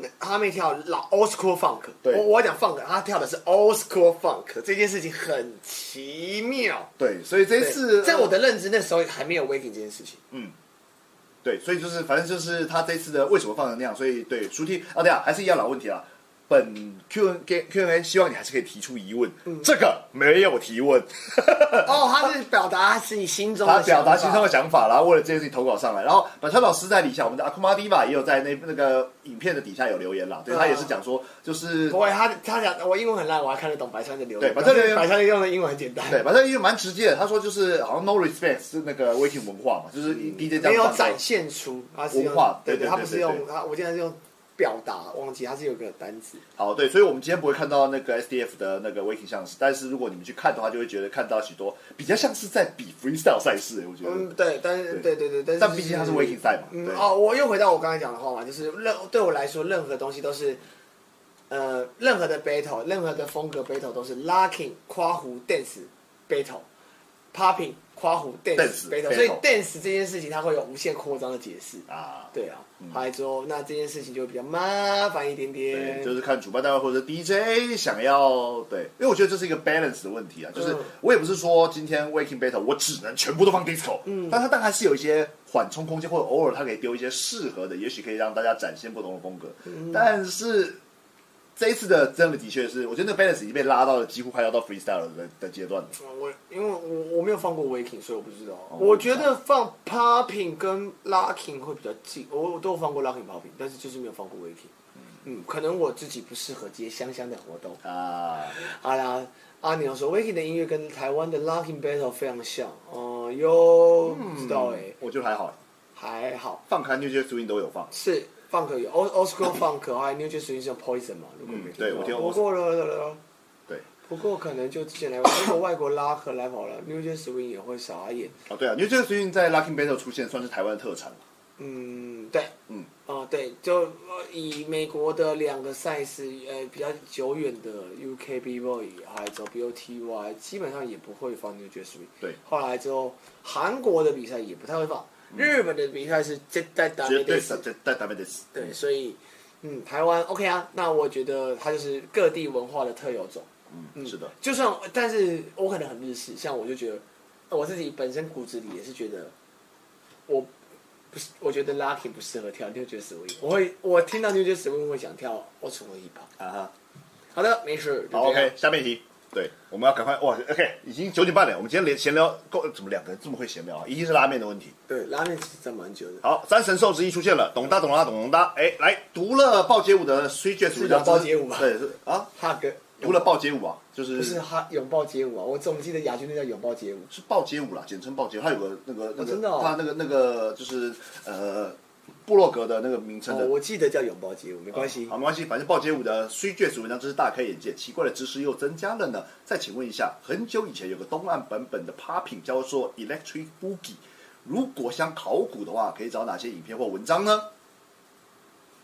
S2: 那他妹跳老 old school funk，
S1: 对
S2: 我我要讲 funk，他跳的是 old school funk，这件事情很奇妙。
S1: 对，所以这一次
S2: 对在我的认知那时候还没有 waking 这件事 情，
S1: 对，所以就是反正就是他这次的为什么放成那样，所以对书听啊，对啊，还是一样老问题啦。本 Q N Q N A，希望你还是可以提出疑问，
S2: 嗯
S1: 这个没有提问，
S2: 哦，他是表达自己心中的
S1: 他表达
S2: 想
S1: 心
S2: 法
S1: 中的想法，然后为了这件事情投稿上来。然后本川老师在底下，我们的阿库玛迪瓦也有在那那个影片的底下有留言啦，对他也是讲说，就是
S2: 不会，他他讲我英文很烂，我还看得懂白川的留言。
S1: 对白川留言
S2: 白川用的英文很简单，
S1: 对，反正因为蛮直接的，他说就是好像 no respect 是那个 waiting 文化嘛，就是以 DJ 这
S2: 嗯没
S1: 样
S2: 有
S1: 放歌
S2: 展现出他是用
S1: 文化
S2: 对
S1: 对对
S2: 他
S1: 对
S2: 不是
S1: 对
S2: 用
S1: 对
S2: 他，我竟然是用表达，忘记他是有个单词。
S1: 好，对，所以我们今天不会看到那个 SDF 的那个 waiting 像是，但是如果你们去看的话，就会觉得看到许多比较像是在比 freestyle 赛事，我觉得。
S2: 嗯，对，但是
S1: 对
S2: 对对对，但是
S1: 但毕竟它是 waking 赛嘛
S2: 嗯
S1: 对，
S2: 哦，我又回到我刚才讲的话嘛，就是任对我来说，任何东西都是，呃，任何的 battle，任何的风格 battle 都是 locking 夸胡 dance battle。popping 夸胡
S1: Dance
S2: dance battle，所以
S1: battle
S2: dance 这件事情它会有无限扩张的解释。
S1: 啊，
S2: 对啊，后来之后，那这件事情就会比较麻烦一点
S1: 对，
S2: 点。
S1: 就是看主办单位或者 DJ 想要对，因为我觉得这是一个 balance 的问题啊，就是
S2: 嗯
S1: 我也不是说今天 Waking Battle 我只能全部都放 disco，嗯，但它当然还是有一些缓冲空间，或者偶尔它可以丢一些适合的，也许可以让大家展现不同的风格，但是。这一次的真的的确是，我觉得那个 balance 已经被拉到了几乎快要到 freestyle 的的阶段了。
S2: 啊我因为我我没有放过 waking，所以我不知道。哦我觉得放 popping 跟 locking 会比较近，我我都有放过 locking popping，但是就是没有放过 waking。嗯，可能我自己不适合接香香的活动。
S1: 啊，
S2: 好啦，阿牛说 waking 的音乐跟台湾的 locking battle 非常像。哦、哟，不知道哎、
S1: 我觉得还好，
S2: 还好
S1: 放开 New Jack Swing 都有放，
S2: 是 funk 有 old old school funk，还有 new jack swing 是用 poison 嘛？如果没
S1: 嗯对我听
S2: 不过了了了。
S1: 对，
S2: 不过可能就之前来，如果外国拉客来好了，New Jack Swing 也会傻眼。
S1: 哦对啊，New Jack Swing 在 Lucky Battle 出现算是台湾的特产了。
S2: 嗯，对，
S1: 嗯，
S2: 哦、对，就呃以美国的两个赛事，呃，比较久远的 UK B Boy 还有 BOTY，基本上也不会放 New Jersey。
S1: 对，
S2: 后来之后，韩国的比赛也不太会放，日本的比赛是接待打
S1: 嗯绝对
S2: 是
S1: 是，绝对台北的是。
S2: 对，所以，嗯，台湾 OK 啊，那我觉得它就是各地文化的特有种。
S1: 嗯，是的。
S2: 就算，但是我可能很日式，像我就觉得，呃我自己本身骨子里也是觉得，我不是，我觉得 Lucky 不适合跳 New Jersey Swing。我会，我听到 New Jersey Swing 会想跳 o t s w i
S1: 啊哈。
S2: 好的，没事。
S1: 好，OK，下面一题。对，我们要赶快哇！OK，已经九点半了，我们今天连闲聊够，怎么两个人这么会闲聊啊？一定是拉面的问题。
S2: 对，拉面其实真蛮久的。
S1: 好，三神兽之一出现了，懂大懂啦懂懂哒。哎，来读了暴街舞的 Three j
S2: 是叫暴街舞吧？
S1: 对，是啊，
S2: 哈哥
S1: 读了暴街舞啊，就是
S2: 不是哈拥抱街舞啊？我总记得亚军那叫拥抱街舞，
S1: 是暴街舞啦，简称暴街舞。它有个那个那
S2: 真的哦
S1: 个，它那个那个就是呃部落格的那个名称
S2: 哦，
S1: 的
S2: 我记得叫拥抱街舞，没关系
S1: 好，。没关系，反正报街舞的虽卷子文章真是大开眼界，奇怪的知识又增加了呢。再请问一下，很久以前有个东岸版本的 popping 叫做 electric boogie，如果想考古的话，可以找哪些影片或文章呢？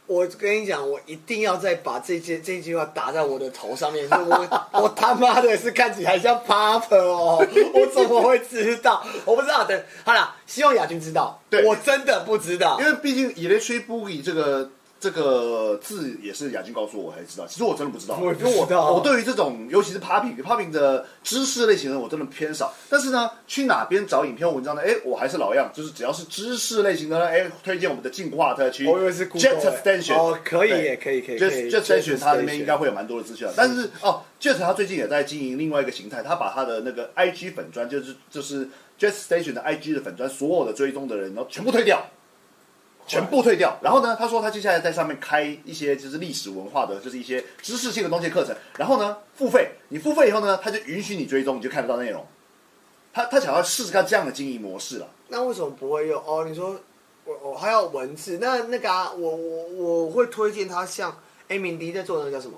S2: 我跟你讲，我一定要再把这句这句话打在我的头上面。是我我他妈的是看起来像 Papa 哦，我怎么会知道？我不知道。等好啦，希望亚军知道。
S1: 对
S2: 我真的不知道
S1: 因。为毕竟 electric boogie 这个这个字也是亚军告诉我才知道，其实我真的不知道，
S2: 我也不
S1: 因为
S2: 知道
S1: 我我对于这种尤其是 popping popping 的知识类型的我真的偏少。但是呢，去哪边找影片文章呢？哎，我还是老样，就是只要是知识类型的呢，哎，推荐我们的进化特区
S2: 我哦以为是
S1: Jet
S2: Google，
S1: Station
S2: 哦可以
S1: 对
S2: 耶可以可以
S1: Jet
S2: 可以
S1: Jet
S2: Jet
S1: Station 它那边
S2: Station
S1: 应该会有蛮多的资讯啊。但是哦，Jet 他最近也在经营另外一个形态，他把他的那个 IG 粉砖，就是就是 Jet Station 的 IG 的粉砖，所有的追踪的人，然后全部推掉。全部退掉。然后呢，他说他接下来在上面开一些就是历史文化的，就是一些知识性的东西的课程。然后呢，付费，你付费以后呢，他就允许你追踪，你就看得到内容。他他想要试试看这样的经营模式了。
S2: 那为什么不会用？哦，你说我我还有文字，那那个啊，我我我会推荐他像哎敏迪在做的那个叫什么？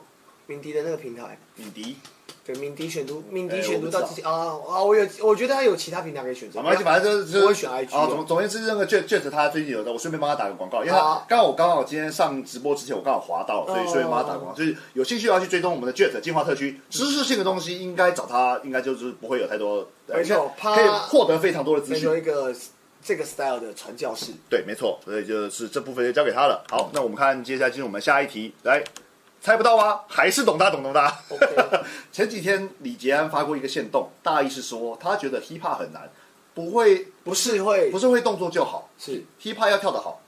S2: 敏迪的那个平台，
S1: 敏迪，
S2: 对，敏迪选读，敏
S1: 哎
S2: 迪选
S1: 我不
S2: 读
S1: 知道
S2: 到自己啊啊！我有，我觉得他有其他平台可以选择。
S1: 好没关系，反正就是
S2: 我会选 IG
S1: 啊，总总而言之，那个 Jet Jet 他最近有的，我顺便帮他打个广告，因为
S2: 好
S1: 他
S2: 啊
S1: 刚好我刚好今天上直播之前我刚好滑到了，所以
S2: 哦
S1: 顺便帮他打个广告。就是有兴趣要去追踪我们的 Jet 进化特区，知识性的东西应该找他，应该就是不会有太多，
S2: 没错
S1: 呃可以
S2: 怕
S1: 获得非常多的资
S2: 没
S1: 讯
S2: 有。一个这个 style 的传教士。
S1: 对，没错，所以就是这部分就交给他了。好，那我们看接下来进入我们下一题，来，猜不到吗？还是懂他懂懂他。
S2: OK
S1: 前几天李杰安发过一个线动，大意是说他觉得 hiphop 很难，不会
S2: 不是会
S1: 不是会动作就好
S2: 是
S1: ，hiphop 要跳得好，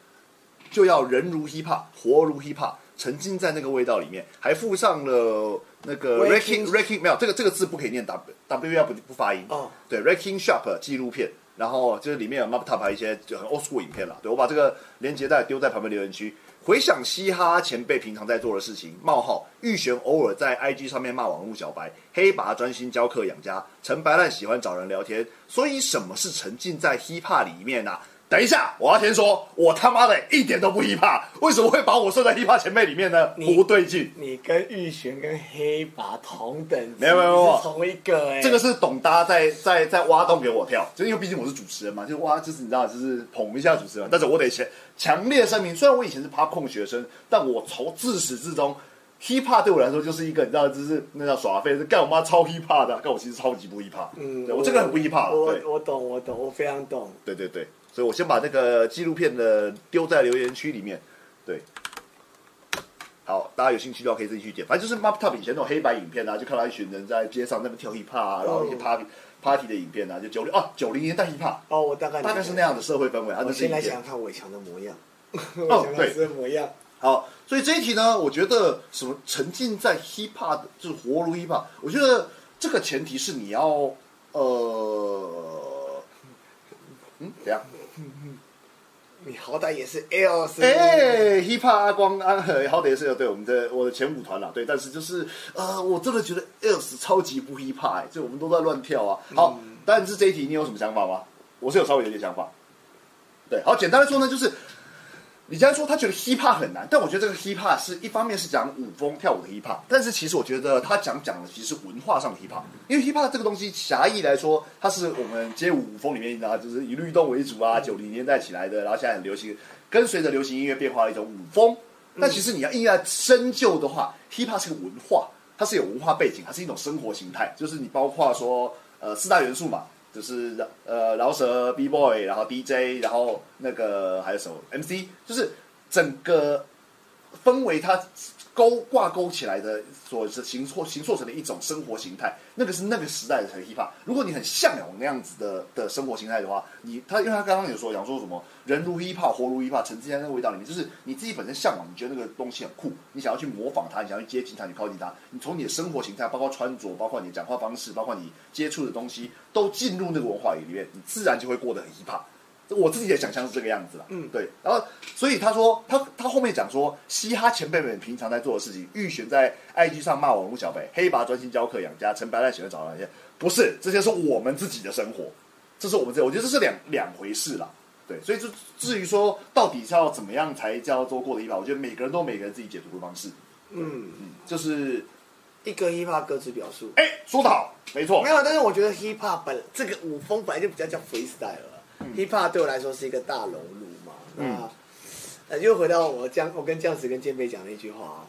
S1: 就要人如 hiphop，活如 hiphop，沉浸在那个味道里面，还附上了那个
S2: Wrecking-
S1: wrecking wrecking 没有这个这个字不可以念 w w 要不不发音
S2: 哦
S1: 对 wrecking shop 纪录片，然后就是里面有 map top 还有一些就很 old school 影片啦，对我把这个连接带丢在旁边留言区。回想嘻哈前辈平常在做的事情：冒号玉璇偶尔在 IG 上面骂网络小白，黑拔专心教课养家，陈白烂喜欢找人聊天。所以什么是沉浸在 hiphop 里面啊？等一下，我要先说，我他妈的一点都不 hiphop，为什么会把我算在 hiphop 前辈里面呢？
S2: 你
S1: 不对劲，
S2: 你跟玉璇跟黑拔同等级，
S1: 没有没有没有
S2: 你是同一个哎、
S1: 这个是董搭在在在挖洞给我跳，就因为毕竟我是主持人嘛，就挖就是你知道，就是捧一下主持人。但是我得先强烈声明，虽然我以前是 pop 控学生，但我从自始至终，hip hop 对我来说就是一个你知道，就是那叫耍废，是干我妈超 hip hop 的，干我其实超级不 hip hop。
S2: 嗯
S1: 对我这个很不 hip hop
S2: 我
S1: 对
S2: 我懂我懂，我非常懂。
S1: 对对对，所以我先把那个纪录片的丢在留言区里面。对，好，大家有兴趣的话可以自己去点，反正就是 Map Top 以前那种黑白影片啊，就看到一群人在街上那边跳 hip hop 啊，然后一些 party、party 的影片啊，就九零哦九零年代 hip hop，
S2: 哦，我大概
S1: 大概是那。样的社会氛围啊，
S2: 我
S1: 那是
S2: 先
S1: 影
S2: 来想
S1: 片
S2: 想。看伟强的模样，
S1: 哦
S2: 伟强老师的模样。
S1: 好，所以这一题呢，我觉得什么沉浸在 hip hop 的就是活如 hip hop，我觉得这个前提是你要呃，嗯，怎样？
S2: 你好歹也是 L 是
S1: 哎、h i p Hop 阿光安和好歹也是有对我们的我的前舞团啦，啊对，但是就是呃，我真的觉得 Else 超级不 Hip Hop，、欸、就我们都在乱跳啊。好，但是这一题你有什么想法吗？我是有稍微有点想法。对，好，简单的说呢，就是李佳说他觉得 Hip Hop 很难，但我觉得这个 Hip Hop 是一方面是讲舞风跳舞的 Hip Hop，但是其实我觉得他讲讲的其实是文化上的 Hip Hop，因为 Hip Hop 这个东西狭义来说，它是我们街舞舞风里面啊，就是以律动为主啊，九零年代起来的，然后现在很流行，跟随着流行音乐变化的一种舞风。但其实你要硬要深究的话，Hip Hop 是个文化，它是有文化背景，它是一种生活形态，就是你包括说呃四大元素嘛，就是呃饶舌、B boy，然后 DJ，然后那个还有什么 MC，就是整个氛围它勾挂钩起来的所形塑形塑成的一种生活形态，那个是那个时代的 hip hop。如果你很向往那样子的的生活形态的话，你他因为他刚刚有说讲说什么人如 hip hop，活如 hip hop，沉浸在那个味道里面，就是你自己本身向往，你觉得那个东西很酷，你想要去模仿它，你想要去接近它，你靠近它，你从你的生活形态，包括穿着，包括你的讲话方式，包括你接触的东西，都进入那个文化里面，你自然就会过得很 hip hop。我自己的想象是这个样子啦，嗯，对，然后所以他说他他后面讲说，嘻哈前辈们平常在做的事情，玉璇在 IG 上骂网络小白，黑拔专心教课养家，陈白烂喜欢找那些，不是这些是我们自己的生活，这是我们自己，我觉得这是两两回事啦，对，所以就至于说到底是要怎么样才叫做过得一把，我觉得每个人都有每个人自己解读的方式，
S2: 嗯，
S1: 就是
S2: 一个 hip hop 歌词表述，
S1: 哎，说得好，没错
S2: 没，有，但是我觉得 hip hop 本这个舞风本来就比较叫 freestyle 了、hip hop 对我来说是一个大熔炉嘛。那、呃，又回到我江，我跟酱子跟建贝讲的一句话啊，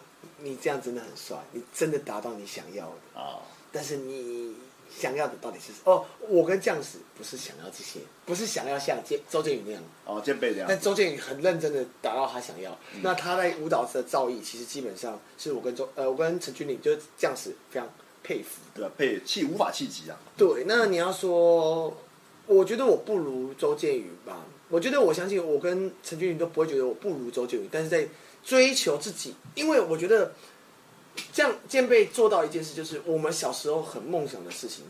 S2: 你这样真的很帅，你真的达到你想要的，
S1: 啊，
S2: 但是你想要的到底是什么？哦，我跟酱子不是想要这些，不是想要像建周建宇那样，
S1: 哦，肩背这样
S2: 但，周建宇很认真的达到他想要。那他在舞蹈的造诣，其实基本上是我跟周呃，我跟陈君岭就是酱子非常佩服
S1: 对吧？被气无法气急啊，
S2: 对，那你要说，我觉得我不如周建宇吧。我觉得我相信我跟陈俊宇都不会觉得我不如周建宇，但是在追求自己，因为我觉得这样建贝做到一件事，就是我们小时候很梦想的事情，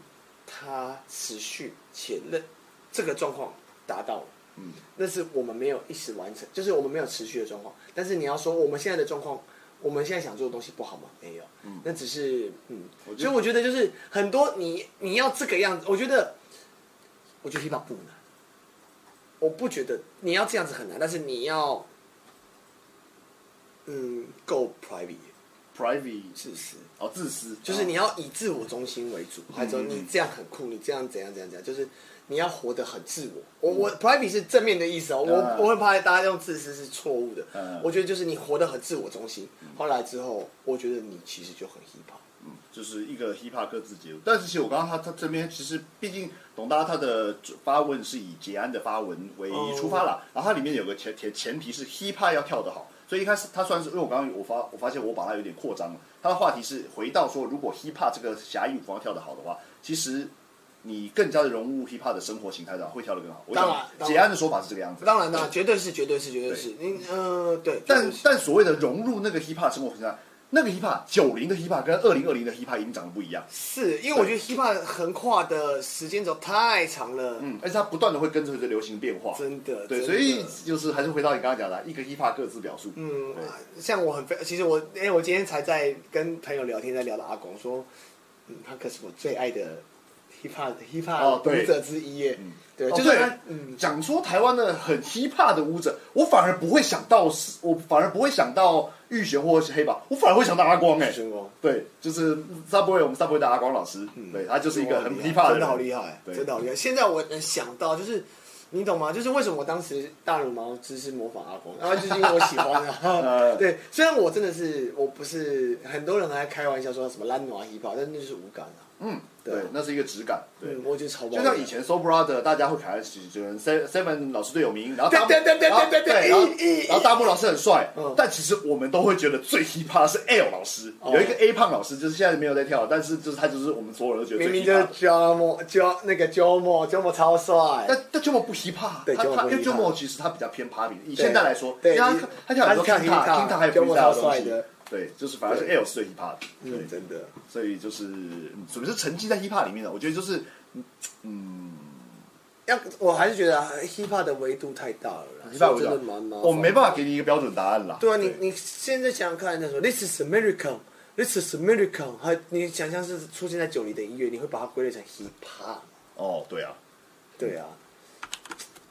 S2: 它持续且认这个状况达到了。
S1: 嗯，
S2: 那是我们没有一时完成，就是我们没有持续的状况。但是你要说我们现在的状况，我们现在想做的东西不好吗？没有，
S1: 嗯
S2: 那只是嗯，
S1: 我觉得
S2: 所以我觉得就是很多你你要这个样子，我觉得我觉得 hiphop 不难，我不觉得你要这样子很难，但是你要嗯够 private
S1: ，private
S2: 自私，
S1: 哦，自私，
S2: 就是你
S1: 要
S2: 要以自我中心为主，还有说
S1: 嗯嗯
S2: 你这样很酷，你这样怎样怎样怎样，就是你要活得很自我。我我 private 是正面的意思哦，
S1: 嗯
S2: 我我会怕大家用自私是错误的
S1: 嗯。
S2: 我觉得就是你活得很自我中心，后来之后，我觉得你其实就很 hip hop。
S1: 就是一个 hip hop 各自解读。但是其实我刚刚他他这边其实毕竟董大他的发问是以捷安的发文为
S2: 哦
S1: 出发啦，然后它里面有个前前前提是 hip hop 要跳得好，所以一开始他算是因为我刚刚我发我发现我把它有点扩张了，他的话题是回到说如果 hip hop 这个狭义舞风要跳得好的话，其实。你更加的融入 hip hop 的生活形态的话，会跳得更好。我想
S2: 当然当然
S1: 捷安的说法是这个样子。
S2: 当然啦，绝对是，绝对是，绝对是。你呃，对，
S1: 但
S2: 绝对是
S1: 但所谓的融入那个 hip hop 生活形态，那个 hip hop 九零的 hip hop 跟二零二零的 hip hop 已经长得不一样。
S2: 是因为我觉得 hip hop 横跨的时间轴太长了，
S1: 嗯，而且它不断的会跟随着流行变化。
S2: 真的。
S1: 对，
S2: 真的
S1: 所以就是还是回到你刚刚讲的，一个 hiphop 各自表述。
S2: 嗯
S1: 对，
S2: 像我很非，其实我，哎、我今天才在跟朋友聊天，在聊到阿公说，嗯，他可是我最爱的 hip hop hip
S1: 哦
S2: hop
S1: 对
S2: 舞者之一耶，对，
S1: 哦
S2: 就是他、
S1: 对
S2: 嗯，
S1: 讲说台湾的很 hiphop 的舞者，我反而不会想到是，我反而不会想到玉璇或是黑吧，我反而会想到阿光哎、
S2: 成功，
S1: 对，就是 Subway 我们 Subway 的阿光老师，对他就是一个很
S2: 哇
S1: hiphop 的人
S2: 嗯啊真的好厉害，
S1: 对
S2: 真的好厉害。现在我能想到就是。你懂吗？就是为什么我当时大乳毛只是模仿阿公，然后就是因为我喜欢啊。
S1: 呃
S2: 对，虽然我真的是我不是很多人还开玩笑说什么烂暖 hip hop，但是那就是无感啊。
S1: 嗯，
S2: 对啊
S1: 对，那是一个质感，对。
S2: 嗯，我觉得超棒的。
S1: 就像以前 So Brother，大家会喊就是 Se- Seven 老师最有名，然后大木
S2: 对对对对
S1: 然后
S2: 对对对
S1: 然后
S2: 一一
S1: 然后大木老师很帅
S2: 嗯，
S1: 但其实我们都会觉得最 hip hop 是 L 老师，
S2: 哦
S1: 有一个 A 胖老师，就是现在没有在跳，但是就是他就是我们所有人都觉得
S2: 明
S1: 最
S2: 明
S1: hip
S2: 就是
S1: hop。
S2: Jomo Jo 那个 Jomo Jomo 超帅，
S1: 但但 Jomo 不 hip hop，
S2: 对
S1: 他
S2: Jomo
S1: 他
S2: 不
S1: 因为
S2: hip hop
S1: Jomo 其实他比较偏 popping，以
S2: 对
S1: 现在来说，
S2: 对
S1: 因为
S2: 你
S1: 他他跳很多
S2: 他
S1: King
S2: 是
S1: t a
S2: hip hop，
S1: King t a 还有
S2: Jomo
S1: freestyle
S2: 超
S1: 东
S2: 帅
S1: 西
S2: 的，
S1: 对，就是反而是 L 是最 hip hop 的，对
S2: 嗯，，真的，
S1: 所以就是嗯怎么是沉浸在 hip hop 里面的，我觉得就是
S2: 要我还是觉得啊 hip hop 的维度太大了啦
S1: hip hop 啊
S2: 说真的蛮麻烦，
S1: 我没办法给你一个标准答案啦。
S2: 对啊，你你现在想想看，那时候 This is America，This is America，还你想象是出现在九零的音乐，你会把它归类成 hip hop，
S1: 哦，对啊。
S2: 对啊，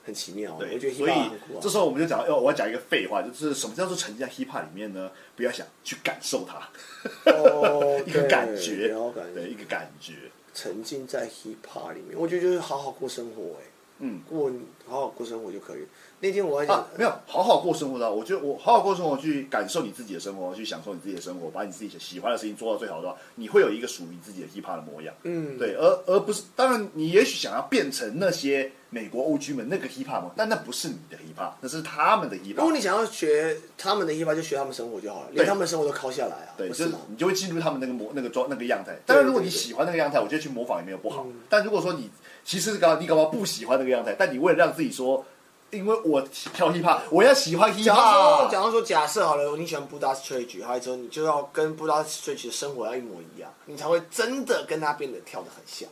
S2: 很奇妙，哦我
S1: 对，
S2: 觉得 hip
S1: 所以
S2: hop 很酷啊
S1: 这时候我们就讲，哦，我要讲一个废话，就是什么叫做沉浸在 hiphop 里面呢？不要想去感 受它，
S2: 哦
S1: 一个
S2: 对
S1: 感觉
S2: 然后感，觉
S1: 对，一个感觉。
S2: 沉浸在 hip hop 里面，我觉得就是好好过生活哎、嗯，过好好过生活就可以。那天我还想
S1: 啊，，没有好好过生活的啊，我觉得我好好过生活，去感受你自己的生活，去享受你自己的生活，把你自己喜欢的事情做到最好的话，你会有一个属于自己的 hip hop 的模样。
S2: 嗯，
S1: 对，而而不是，当然你也许想要变成那些美国 OG 们那个 hip hop 嘛，但那不是你的 hip hop，那是他们的 hip
S2: 如果
S1: hop。
S2: 你想要学他们的衣吧，就学他们生活就好了，连他们的生活都拷下来啊，
S1: 对，
S2: 不
S1: 就是是
S2: 吗？
S1: 你就会进入他们那个模那个装那个样态。当然，如果你
S2: 对嗯对
S1: 喜欢那个样态，我觉得去模仿也没有不好。但如果说你其实搞你搞不好不喜欢那个样态，但你为了让自己说，因为我跳 hip hop，我要喜欢 hip
S2: 假如说，
S1: hop。
S2: 假如说，假设好了，你喜欢布达 Stretch，还有之后你就要跟布达 Stretch 的生活要一模一样，你才会真的跟他变得跳的很像，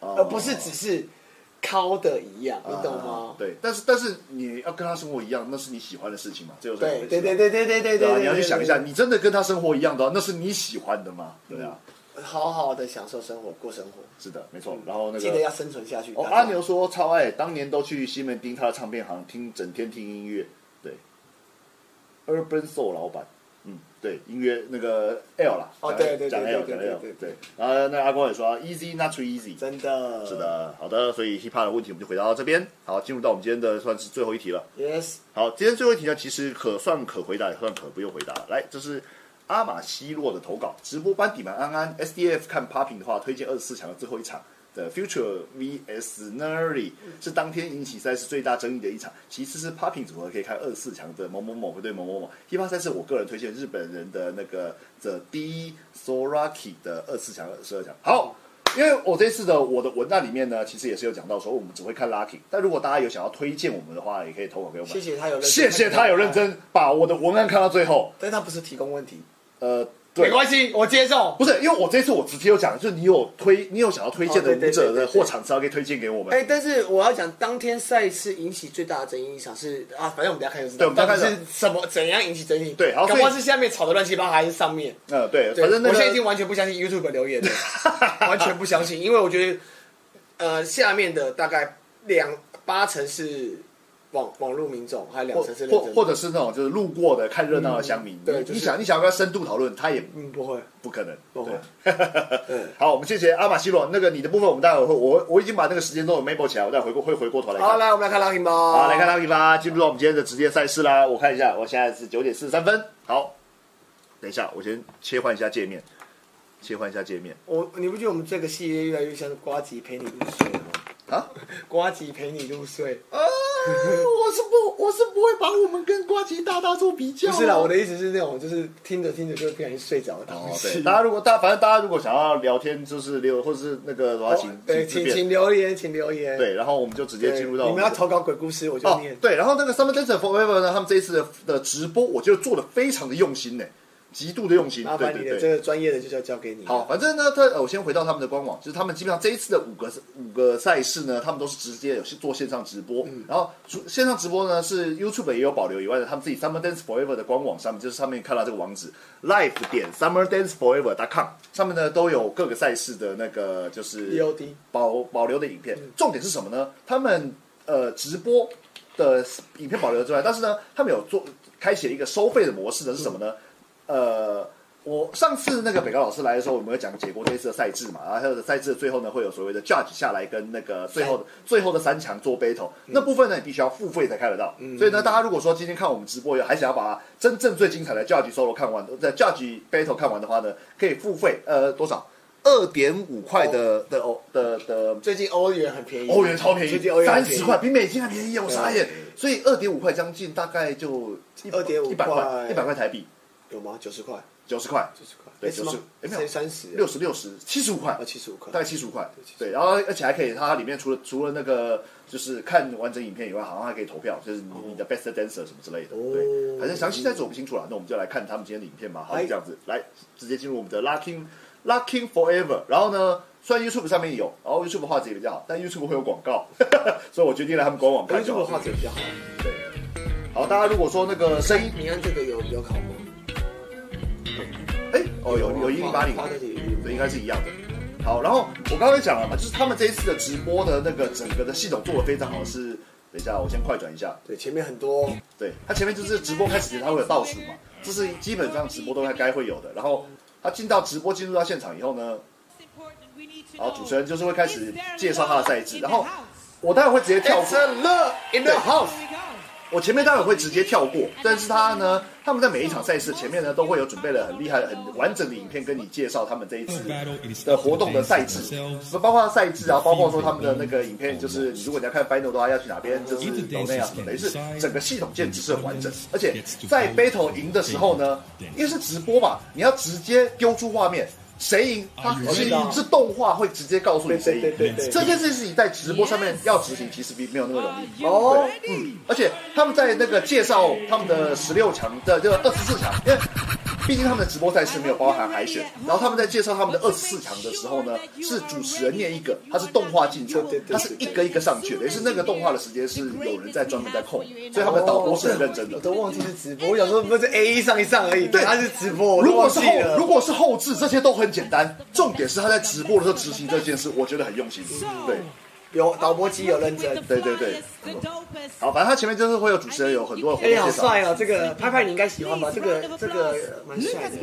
S1: 哦
S2: 而不是只是敲的一样，你懂吗？
S1: 对，但是但是你要跟他生活一样，那是你喜欢的事情嘛，这有什么
S2: 对对对
S1: 对
S2: 对对对对
S1: 吧？
S2: 对，
S1: 你要去
S2: 对
S1: 想一下，
S2: 对
S1: 你真的跟他生活一样的话，那是你喜欢的吗？对啊，
S2: 对好好的享受生活，过生活，
S1: 是的，没错。然后那个
S2: 记得要生存下去。
S1: 哦，
S2: 大家
S1: 阿牛说超爱，当年都去西门町他的唱片行听，整天听音乐。对，Urban Soul 老板，嗯，对，音乐那个 L 啦，
S2: 哦
S1: 讲
S2: 对对对
S1: 讲
S2: 对
S1: L
S2: 对
S1: 讲
S2: 对
S1: L，
S2: 对
S1: 对。然后那阿光也说啊 Easy not too easy，
S2: 真的
S1: 是的，好的，所以 hip hop 的问题我们就回答到这边，好，进入到我们今天的算是最后一题了。
S2: ，yes，
S1: 好，今天最后一题呢，其实可算可回答，也算可不用回答。来，这是阿马西洛的投稿，直播班底蛮安安，SDF 看 Popping 的话，推荐二十四强的最后一场的 Future vs Nerdy，是当天引起赛事最大争议的一场。其次是 Popping 组合可以看二十四强的某某某对某某某。第八赛事我个人推荐日本人的那个 The D Soraki 的二十四强、二十二强。好。因为我这次的我的文案里面呢，其实也是有讲到说我们只会看 Lucky，但如果大家有想要推荐我们的话，也可以投稿给我们。
S2: 谢谢他有认真，
S1: 谢谢他有认，真把我的文案看到最后。
S2: 但他不是提供问题，
S1: 呃，
S2: 没
S1: 对，
S2: 关系，我接受。
S1: 不是因为我这次我直接有讲，就是你有推，你有想要推荐的
S2: 哦对
S1: 舞
S2: 对
S1: 者
S2: 对对
S1: 的或场次，要可以推荐给我们。
S2: 哎、但是我要讲，当天赛事引起最大的争议一场是啊，反正我们大家看就知
S1: 对
S2: 道，
S1: 我们大家看
S2: 到底是什么怎样引起争议？
S1: 对好
S2: 搞不好
S1: 所以
S2: 是下面吵得乱七八糟，还是上面？
S1: 呃，对，
S2: 对
S1: 反正那
S2: 我现在已
S1: 个
S2: 经完全不相信 YouTube 留言了，完全不相信，因为我觉得，呃，下面的大概两八成是网网络民众，还有两
S1: 或
S2: 成是认
S1: 或
S2: 真的
S1: 或者是那种就是路过的看热闹的乡民，
S2: 对
S1: 你
S2: 就是哦
S1: 你想你想要跟他深度讨论，他也
S2: 嗯，不会，
S1: 不可能。
S2: 不会
S1: 对，
S2: 嗯，
S1: 好，我们谢谢阿马西洛。那个你的部分，我们待会儿会我我已经把那个时间都有 memo 起来，我待会儿回过会回过头来看。
S2: 好，来我们来看拉平吧，
S1: 好，来看拉比吧，进入到我们今天的职业赛事啦。我看一下，我现在是九点四十三分。好，等一下，我先切换一下界面，切换一下界面
S2: 我你不觉得我们这个系列越来越像瓜吉陪你入睡吗？
S1: 啊。
S2: 瓜吉陪你入睡，
S1: 呃，我是不，我是不会把我们跟瓜吉大大做比较
S2: 不是啦，我的意思是那种就是听着听着就会不小心睡着的
S1: 哦
S2: 东，
S1: 对，
S2: 西。
S1: 大家如果大，反正大家如果想要聊天，就是留或是那个的话，请
S2: 哦对，
S1: 自
S2: 请
S1: 便
S2: 请留言，请留言。
S1: 对，然后我们就直
S2: 对，
S1: 接进入到
S2: 你
S1: 我
S2: 们
S1: 的
S2: 要投稿鬼故事，我就
S1: 哦
S2: 念，。
S1: 对，然后那个 Summer Dance Forever 呢，他们这一次的的直播，我觉得做的非常的用心呢，极度的用心，
S2: 麻
S1: 对
S2: 烦你
S1: 对
S2: 的
S1: 对
S2: 这。个专业的就要交给你。
S1: 好，，反正呢，他呃我先回到他们的官网，就是他们基本上这一次的五个五个赛事呢，他们都是直接有去做线上直播，然后除线上直播呢是 YouTube 也有保留以外的，他们自己 Summer Dance Forever 的官网上面，就是上面看到这个网址 live 点 Summer Dance Forever com 上面呢都有各个赛事的那个就是
S2: EOD
S1: 保保留的影片，重点是什么呢？他们呃直播的影片保留之外，但是呢，他们有做开启了一个收费的模式的是什么呢？呃，我上次那个北高老师来的时候，我们有讲解过这一次的赛制嘛，然后他的赛制的最后呢，会有所谓的 judge 下来跟那个最后的最后的三强做 battle，、那部分呢，你必须要付费才看得到。所以呢，大家如果说今天看我们直播，还想要把真正最精彩的 judge solo 看完，在 judge battle 看完的话呢，可以付费呃多少？二点五块的的哦的的
S2: 最近欧元很便宜，
S1: 欧元超便
S2: 最
S1: 宜
S2: 近欧，元很
S1: 三
S2: 便宜
S1: 十块，比美金还便宜，我傻眼
S2: 对。
S1: 所以二点五块将近大概就
S2: 2.5
S1: 一百块，
S2: 块
S1: 一百块台币，
S2: 有吗？九十块，
S1: 九十块，
S2: 九十块，
S1: 对
S2: 诶什么
S1: 90诶没有
S2: 才三十，
S1: 六十六十七十五块
S2: 啊，，七十五块
S1: 大。概七十五块。对，然后而且还可以，它里面除了除了那个就是看完整影片以外，好像还可以投票，就是你你的 best dancer 什么之类的。
S2: 哦
S1: 对，反正详细在此我不清楚了，那我们就来看他们今天的影片吧。好，
S2: 哎
S1: 这样子来直接进入我们的 Lucky Lucky Forever。然后呢，虽然 YouTube 上面有，然后 YouTube 的画质也比较好，但 YouTube 会有广告， 所以我决定来他们官网看就
S2: YouTube
S1: 好。
S2: 的画质比较好。
S1: 对，好，大家如果说那个声音，
S2: 你按这个有有考吗？
S1: 哎，哦，有有一零八零
S2: 花花，的
S1: 对，应该是一样的。好，然后我刚才讲了嘛，就是他们这一次的直播的那个整个的系统做的非常好，是等一下我先快转一下，
S2: 对，前面很多
S1: 对，它前面就是直播开始前它会有倒数嘛，这是基本上直播都该该会有的。然后他进到直播进入到现场以后呢，
S4: 然后主持人就是会开始介绍他的赛制，然后
S1: 我当然会直接跳
S2: It's
S1: 过，
S2: a love in the house。
S1: 我前面当然会直接跳过，但是他呢，他们在每一场赛事前面呢，都会有准备了很厉害、很完整的影片跟你介绍他们这一次的活动的赛制，
S4: 嗯
S1: 包括赛制啊，包括说他们的那个影片，就是你如果你要看 final 的话，要去哪边，就是岛内啊什么，等于是整个系统建制是很完整，而且在 battle 赢的时候呢，因为是直播嘛，你要直接丢出画面。谁赢？他是是动画会直接告诉你谁赢。
S2: 对对对对
S1: 这件事情在直播上面要执行，其实比没有那么容
S5: 啊
S1: 易。
S2: 哦，
S1: 嗯，而且他们在那个介绍他们的十六强的这个二十四强，因为毕竟他们的直播赛事没有包含海选，然后他们在介绍他们的二十四强的时候呢，是主持人念一个，它是动画进场
S2: 对对，对
S1: 它是一个一个上去的，也是那个动画的时间是有人在专门在控，所以他们的导播是很认真的
S2: 我。都忘记是直播，我想说不是 A 一上一上而已，
S1: 对
S2: 他是直播，我
S1: 如
S2: 都
S1: 果
S2: 忘
S1: 是
S2: 记
S1: 后
S2: 了。
S1: 如果是后置，这些都很简单，重点是他在直播的时候执行这件事，我觉得很用心。对，
S2: 有导播机有认 真，
S1: 对对对。好，反正他前面就是会有主持人有很多的活
S2: 哎、
S1: 动
S2: 好
S1: 介绍。
S2: 帅哦！这个拍拍你应该喜欢吧？这个这个呃蛮帅的。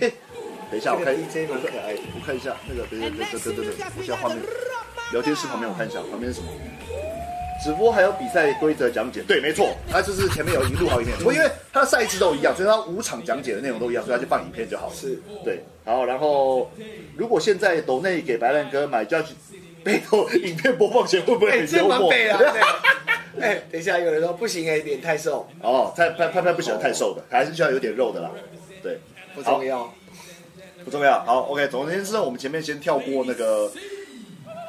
S1: 哎等一下，我
S2: 这
S1: 看
S2: 个 DJ 蛮可爱的。
S1: 我看一下那个，等等等等等等，我现在画面，聊天室旁边我看一下，旁边是什么？直播还有比赛规则讲解，对，没错，它就是前面有一路好影片，我因为它的赛制都一样，所以它五场讲解的内容都一样，所以它就放影片就好了。
S2: 是，
S1: 对，好，然后如果现在抖内给白兰哥买 Judge 背后影片播放权会不
S2: 哎、
S1: 会很
S2: 这
S1: 幽
S2: 蛮
S1: 默？
S2: 背的、啊。对 哎、等一下，有人说不行哎、脸太瘦，
S1: 哦，太拍拍拍不喜欢太瘦的，还是需要有点肉的啦。对，
S2: 不重要。
S1: 不重要。好，OK，总而言之呢，我们前面先跳过那个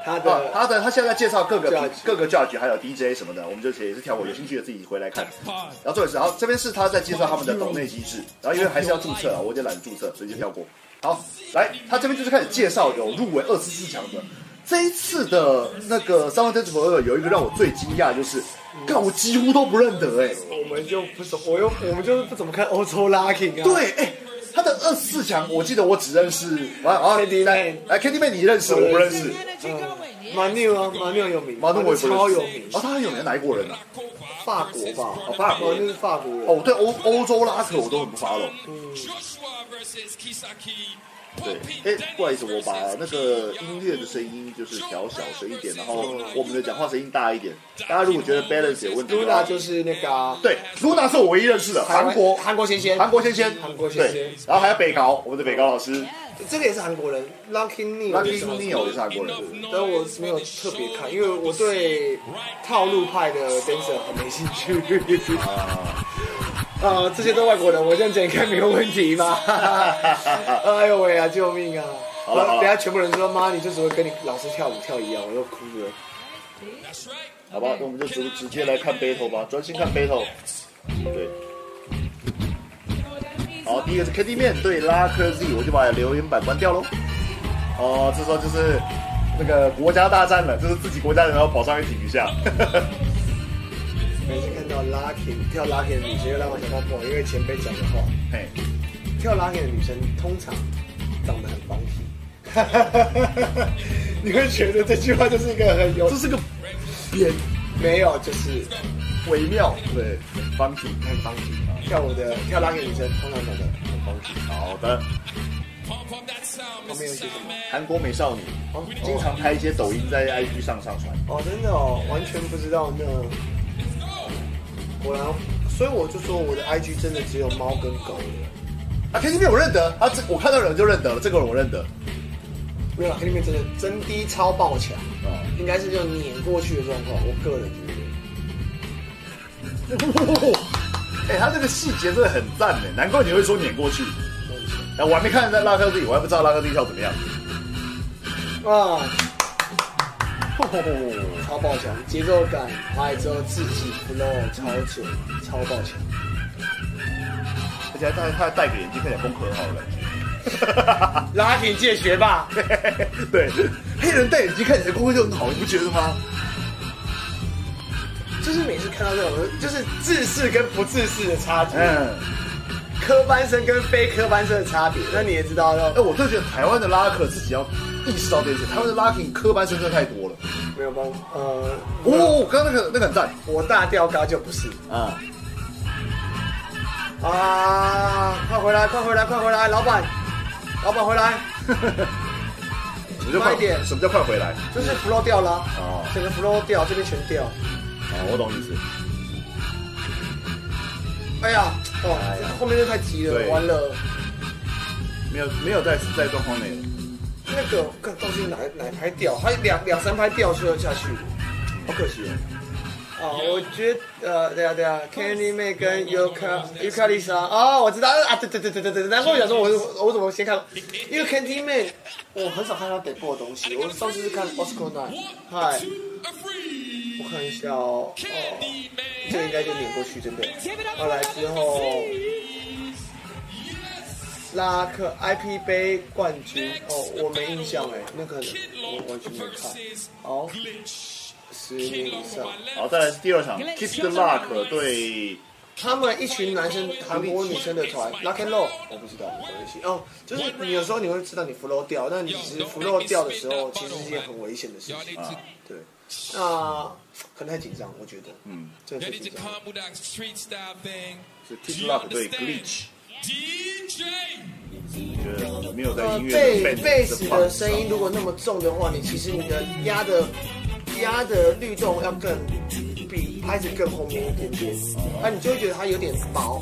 S2: 他的、
S1: 啊，他的他现在在介绍各个
S2: Judge
S1: 各个 judge 还有 DJ 什么的，我们就也是跳过，有兴趣的自己回来看。然后重点是，然后这边是他在介绍他们的抖内机制，然后因为还是要注册啊，我有点懒得注册，所以就跳过。好，来，他这边就是开始介绍有入围二十四强的。这一次的那个三万灯组合有一个让我最惊讶，就是，看我几乎都不认得哎、
S2: 我们就不怎，我又我们就是不怎么看欧洲 Lucky 啊。，
S1: 对，哎、他的二十四强，我记得我只认识啊啊
S2: Candy
S1: 来
S2: Man
S1: 来 Candy Man 你认识，我不认识。
S2: 蛮牛啊，蛮牛有名，
S1: 马东我也不认识
S2: 超有名，
S1: 哦，他很有名，哪一国人啊？
S2: 法国吧？
S1: 哦法国
S2: 哦就是法国人。
S1: 哦，对欧欧洲拉扯我都很不发了。对，哎，不好意思，我把那个音乐的声音就是调小声一点，然后我们的讲话声音大一点。大家如果觉得 balance 有问题的话
S2: Luna 就是那个啊、
S1: 对，Luna 是我唯一认识的
S2: 台湾
S1: 韩国
S2: 韩国先先，
S1: 韩国先先，
S2: 韩国先
S1: 对
S2: 先，
S1: 然后还有北高，我们的北高老师
S2: 这个也是韩国人，Lucky Neil。
S1: ，Lucky Neil 也是韩国人，对不对
S2: 但我没有特别看，因为我对套路派的 dancer 很没兴趣。 呃，这些都外国人，我认真看没有问题吗？ 哎呦喂啊，救命啊！
S1: 好了好了
S2: 等下全部人说妈，你就只会跟你老师跳舞跳一样，我都哭了。
S1: 好吧，那我们就直直接来看 battle 吧，专心看 battle。对。好，第一个是 K D 面对拉科 Z，我就把留言板关掉喽。哦，这时候就是那个国家大战了，就是自己国家人要跑上去挺一下。
S2: 每次看到 Lucky 跳 Lucky 的女生，又让我想到我一位前辈讲的话：
S1: 嘿，
S2: 跳 Lucky 的女生通常长得很方体。你会觉得这句话就是一个很有
S1: 这是个扁
S2: 没有，就是
S1: 微妙，对，方体。
S2: 很方体。跳舞的跳 Lucky 的女生通常长得很方体。
S1: 好的，
S2: 旁边有写什么？
S1: 韩国美少女
S2: 哦
S1: 经常拍一些抖音在 IG 上上传。
S2: 哦，真的哦，完全不知道呢。果然，所以我就说我的 IG 真的只有猫跟狗了。
S1: 啊，K D 面我认得，啊，这我看到人就认得了，这个人我认得。
S2: 没有啦，黑里面真的真低超爆强，
S1: 哦
S2: 应该是就碾过去的状况。我个人觉得，
S1: 哎、他这个细节真的很赞呢，难怪你会说碾过去。哎、我还没看在拉克利，我还不知道拉克利跳怎么样。
S2: 啊，
S1: 哦
S2: 超爆强，节奏感，还有之后自己 flow 超准，超爆强。
S1: 而且他他还戴个眼镜，看起来功课很好了。
S2: 拉丁界学霸，
S1: 对，黑人戴眼镜看起来功课就很好，你不觉得吗？
S2: 就是每次看到这种，就是自视跟不自视的差距，
S1: 嗯，
S2: 科班生跟非科班生的差别。那你也知道，
S1: 哎、我真的觉得台湾的拉克自己要意识到这件事，台湾的拉克科班生真的太多了。
S2: 没有帮呃，
S1: 哦，刚刚那个那个很赞
S2: 我大吊嘎就不是
S1: 啊！
S2: 啊！快回来，快回来，快回来！老板，老板回来！
S1: 什么叫
S2: 慢
S1: 快
S2: 一点
S1: 什么叫快回来？
S2: 就是 flow 掉啦，
S1: 哦，
S2: 整个 flow 掉，这边全掉。
S1: 哦，我懂意思。
S2: 哎呀，
S1: 哎呀
S2: 哦，后面就太急了，
S1: 对
S2: 完了。
S1: 没有没有在在状况内了。
S2: 那个看到底哪哪拍掉，还两两三拍掉就要下去。
S1: 好可惜哦。
S2: 啊，我觉得呃，对啊对啊，Candy 妹跟 Yuka Yuka Lisa 啊，我知道啊，对对对对对对，难怪我想说我我我怎么先看，因为 Candy 妹我很少看她北部的东西，我上次是看 Oscar Night，嗨，我看一下哦，哦，这个应该就碾过去这边，后来之后拉克 IP 杯冠军哦，我没印象哎，那个我完全没看，好，十年以上。
S1: 好，再来是第二场，Kiss the Luck 对
S2: 他们一群男生，韩国女生的团，Rock and Roll，我不知道，没关系。哦，就是你有时候你会知道你 flow 掉，但你只是 flow 掉的时候，其实是一件很危险的事情。
S1: 啊，
S2: 对，那可能太紧张，我觉得，
S1: 嗯，
S2: 真的太
S4: Ready to
S2: 紧张。
S4: come with that street style thing.
S1: 是
S4: Do
S1: Kiss
S4: you
S1: the Luck 对
S4: understand?
S1: Glitch，
S4: DJ
S1: 你觉得没有在
S2: 呃
S1: 音，乐
S2: 贝贝斯的声音如果那么重的话，你其实你的压的压的律动要更比拍子更后面一点点，那你就会觉得它有点薄，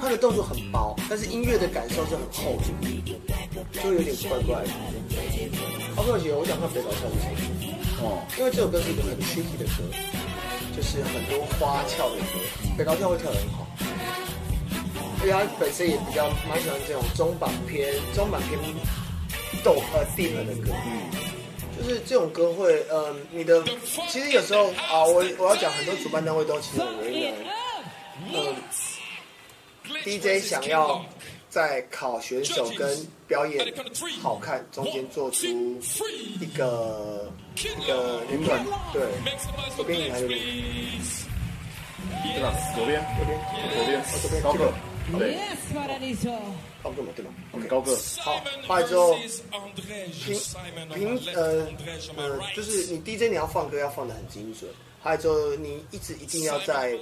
S2: 它的动作很薄，但是音乐的感受是很厚的，就会有点怪怪的。好可惜哦，我想看北岛跳舞，
S1: 哦，
S2: 因为这首歌是一个很 tricky 的歌，就是很多花俏的歌，北高跳会跳得很好。因为他本身也比较蛮喜欢这种中版偏中版偏斗呃 deep 的歌，就是这种歌会呃你的其实有时候啊我我要讲很多主办单位都其实很为难，嗯 DJ 想要在考选手跟表演好看中间做出一个一个
S1: 平衡
S2: 对
S4: makes the most
S2: 左边你还有点
S4: please.
S1: 对吧？左边，
S2: 左边哦左，
S1: 左边
S2: 边
S1: 高个，对，
S5: Yes, Paradiso.
S2: 高个嘛对吧？
S1: 嗯高个，
S2: 好
S4: Simon，
S2: 后来之后
S4: versus Andrej.
S2: 平
S4: Simon on
S2: 平
S4: my left,
S2: 呃
S4: Andrej on my
S2: 呃，
S4: right.
S2: 就是你 DJ 你要放歌要放的很精准，还有就你一直一定要在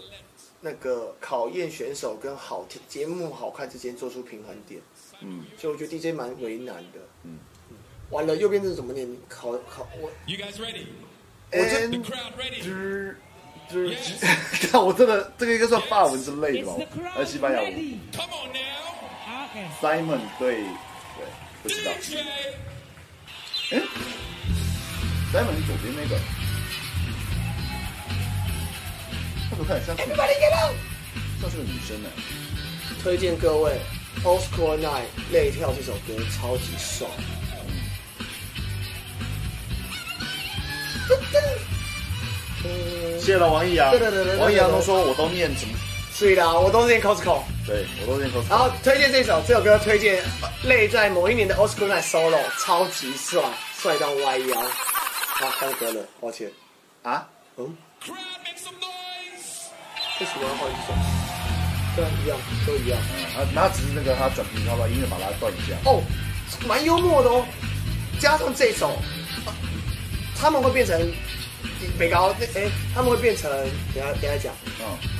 S2: 那个考验选手跟好听节目好看之间做出平衡点。
S1: 嗯，
S2: 所以我觉得 DJ 蛮为难的。嗯，完了右边这是怎么念？考考我
S4: You guys ready?
S2: 我这
S4: The crowd ready?
S1: 吱吱吱，看我真的这个应该算法文之类的吧
S5: It's the，crowd
S1: 呃，西班牙文
S5: ready.
S4: Come on now.
S5: Okay.
S1: Simon 对对，不知道
S4: DJ.
S1: Simon 是左边那个，他怎么看起来像是像是个女生呢？
S2: 推荐各位 Oscar Night 泪跳这首歌超级爽。
S4: 嗯
S1: 谢谢了王一阳
S2: 对对对对对，对
S1: 王一阳都说我都念什么？
S2: 所以啦，我都是念 Costco。
S1: 对我都念 cos，
S2: 然后推荐这首，这首歌推荐泪在某一年的 Oscar Night solo，超级帅，帅到歪腰。啊，换歌了，抱歉。
S1: 啊，
S2: 嗯，
S4: Crowd make some noise.
S2: 为什么要换一首？对啊，一样，都一样。
S1: 啊，那只是那个他转频，他把音乐把它断一下。
S2: 哦，蛮幽默的哦。加上这首，啊他们会变成北高，哎、他们会变成，等一下等一下讲。
S1: 嗯，